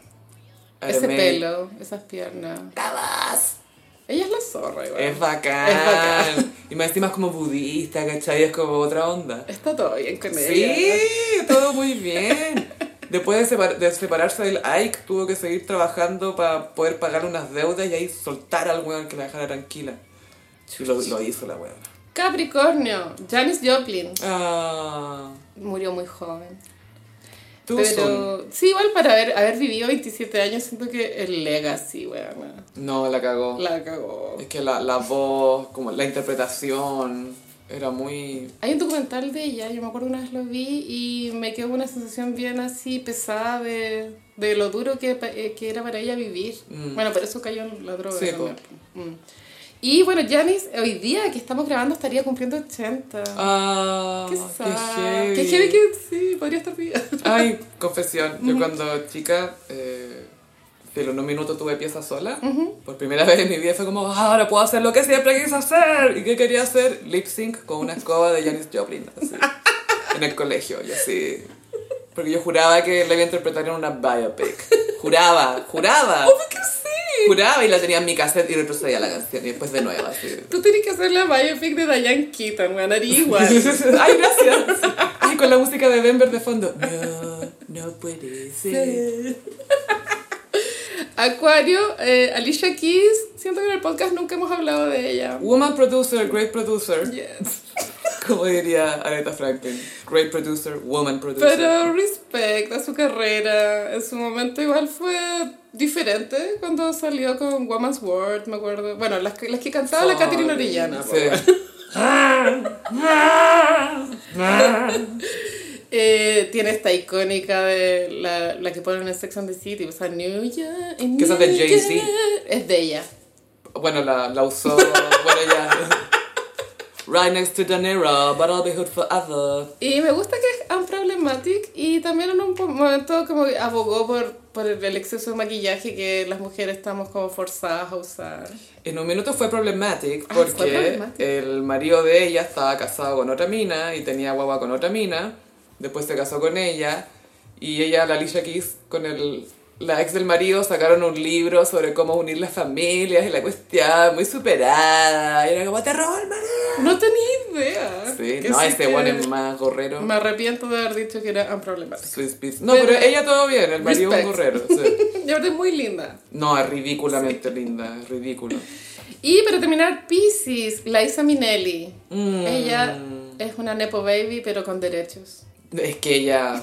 S1: Iron
S2: Ese
S1: Maiden.
S2: pelo, esas piernas. Ella es la zorra, igual.
S1: Es bacán.
S2: Es bacán.
S1: Y más encima es como budista, ¿cachai? Es como otra onda.
S2: Está todo bien con ella.
S1: Sí, todo muy bien. Después de, separ- de separarse del Ike, tuvo que seguir trabajando para poder pagar unas deudas y ahí soltar al weón que la dejara tranquila. Y lo, lo hizo la weón.
S2: Capricornio, Janis Joplin.
S1: Ah,
S2: Murió muy joven.
S1: too soon.
S2: Pero sí, igual para haber, haber vivido 27 años, siento que el legacy, weón,
S1: No, la cagó.
S2: la cagó.
S1: Es que la, la voz, como la interpretación, era muy...
S2: Hay un documental de ella, yo me acuerdo una vez lo vi y me quedó una sensación bien así pesada de, de lo duro que, pa- eh, que era para ella vivir. Bueno, por eso cayó en la droga.
S1: Mm. Sí,
S2: también. Mm. Y bueno, Janis, hoy día que estamos grabando estaría cumpliendo 80.
S1: Ah,
S2: qué
S1: qué
S2: sad.
S1: heavy.
S2: Qué heavy que sí, podría estar viva.
S1: Ay, confesión. Yo cuando chica, eh, pero en un minuto tuve pieza sola. Por primera vez en mi vida fue como, "Ah, ahora puedo hacer lo que siempre quise hacer. ¿Y qué quería hacer? Lip sync con una escoba de Janis Joplin. así, en el colegio, y así. Porque yo juraba que la iba a interpretar en una biopic. Juraba, juraba.
S2: ¡Que sí!
S1: Juraba y la tenía en mi cassette y retrocedía la canción y después de nuevo así.
S2: Tú tienes que hacer la biopic de Diane Keaton, weón, haría igual.
S1: Ay, gracias. Ay, con la música de Denver de fondo. No, no puede ser.
S2: Acuario, eh, Alicia Keys, siento que en el podcast nunca hemos hablado de ella.
S1: Woman producer, great producer.
S2: Yes.
S1: Como diría Aretha Franklin. Great producer, woman producer.
S2: Pero respecto a su carrera, en su momento igual fue diferente cuando salió con Woman's World, me acuerdo. Bueno, las que, las que cantaba la Caterina Orellana. po.
S1: Sí.
S2: Eh, tiene esta icónica de la, la que ponen en Sex and the City, o sea, New York.
S1: Que esa es de
S2: New
S1: Jay-Z.
S2: York. Es de ella.
S1: bueno, la, la usó. Bueno, ya. Right next to Danera, but I'll be hood forever.
S2: Y me gusta que es unproblematic y también en un po- momento como que abogó por, por el exceso de maquillaje que las mujeres estamos como forzadas a usar.
S1: En un minuto fue problematic
S2: Ah,
S1: porque
S2: fue problematic.
S1: el marido de ella estaba casado con otra mina y tenía guagua con otra mina. Después se casó con ella y ella, la Alicia Keys, con el, la ex del marido sacaron un libro sobre cómo unir las familias y la cuestión, muy superada. Y era como, te robó el marido.
S2: No tenía idea.
S1: Sí,
S2: Que
S1: no,
S2: sí
S1: ese
S2: que
S1: one es más gorrero.
S2: Me arrepiento de haber dicho que era unproblematic.
S1: Swiss Beats. No, pero,
S2: Pero-
S1: ella todo bien, el marido es un gorrero.
S2: Respect.
S1: sí.
S2: Y ahora es muy linda.
S1: No, es ridículamente linda, es ridículo.
S2: Y para terminar, Pisces, Liza Minnelli.
S1: Mm.
S2: Ella es una Nepo Baby, pero con derechos.
S1: Es que ella.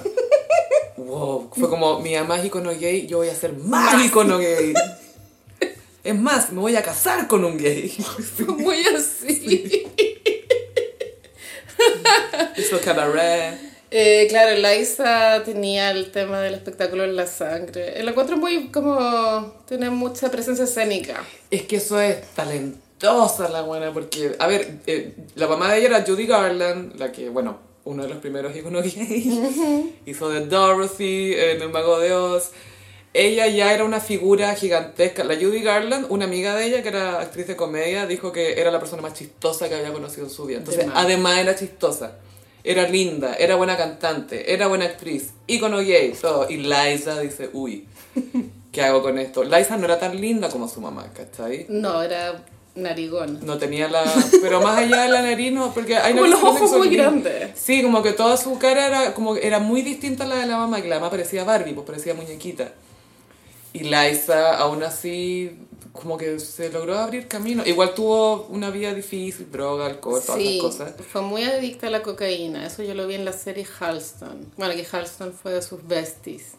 S1: Wow. Fue como: mi mamá es icono gay, yo voy a ser más icono gay. Es más, me voy a casar con un gay.
S2: Muy así.
S1: Hizo cabaret.
S2: Eh, claro, Liza tenía el tema del espectáculo en la sangre. El encuentro muy como... Tiene mucha presencia escénica.
S1: Es que eso es talentosa la buena, porque, a ver, eh, la mamá de ella era Judy Garland, la que, bueno, uno de los primeros iconos gay, hizo de Dorothy en El Mago de Oz. Ella ya era una figura gigantesca. La Judy Garland, una amiga de ella que era actriz de comedia, dijo que era la persona más chistosa que había conocido en su vida. Entonces,
S2: De más.
S1: además era chistosa. Era linda, era buena cantante, era buena actriz, ícono gay, todo. Y Liza dice, uy, ¿qué hago con esto? Liza no era tan linda como su mamá, ¿cachai?
S2: No, era narigón.
S1: No tenía la... Pero más allá de la nariz, no, porque hay
S2: Como
S1: una
S2: los
S1: persona que
S2: ojos
S1: son
S2: muy
S1: lindas.
S2: grandes.
S1: Sí, como que toda su cara era, como, era muy distinta a la de la mamá, que la mamá parecía Barbie, pues parecía muñequita. Y Liza, aún así, como que se logró abrir camino. Igual tuvo una vida difícil, droga, alcohol, todas
S2: Sí,
S1: esas cosas.
S2: fue muy adicta a la cocaína. Eso yo lo vi en la serie Halston. Bueno, que Halston fue de sus besties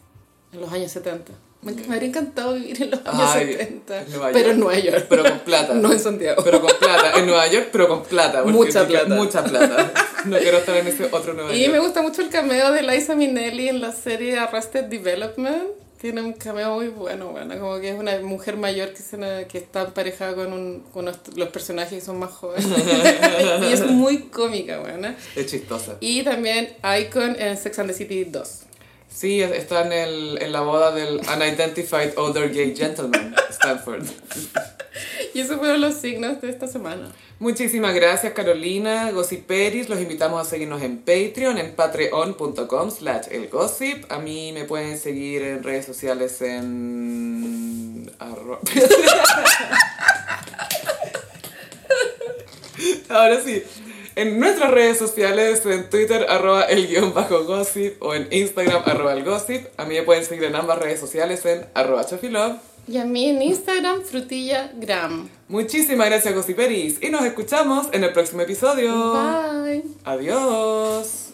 S2: en los años 70. Me, me habría encantado vivir en los años
S1: Ay,
S2: 70.
S1: en Nueva
S2: pero
S1: York.
S2: en Nueva York.
S1: Pero con plata.
S2: No en Santiago.
S1: Pero con plata, en Nueva York, pero con plata. porque
S2: Mucha
S1: dije,
S2: plata.
S1: Mucha plata. No quiero estar en ese otro Nueva
S2: y me
S1: York.
S2: gusta mucho el cameo de Liza Minnelli en la serie Arrested Development. Tiene un cameo muy bueno, bueno, como que es una mujer mayor que, se, na- que está emparejada con, un, con unos- los personajes que son más jóvenes. y es muy cómica, bueno.
S1: Es chistosa.
S2: Y también Icon en Sex and the City 2.
S1: Sí, está en, el, en la boda del Unidentified Older Gay Gentleman, Stanford.
S2: Y esos fueron los signos de esta semana.
S1: Muchísimas gracias Carolina, Gossiperis, los invitamos a seguirnos en Patreon, en patreon.com slash elgossip. A mí me pueden seguir en redes sociales en... arro- Ahora sí, en nuestras redes sociales, en Twitter, arroba el guión bajo gossip, o en Instagram, arroba el gossip. A mí me pueden seguir en ambas redes sociales en arroba chofilove.
S2: Y a mí en Instagram, frutillagram.
S1: Muchísimas Oh. gracias Gossiperis y nos escuchamos en el próximo episodio.
S2: Bye.
S1: Adiós.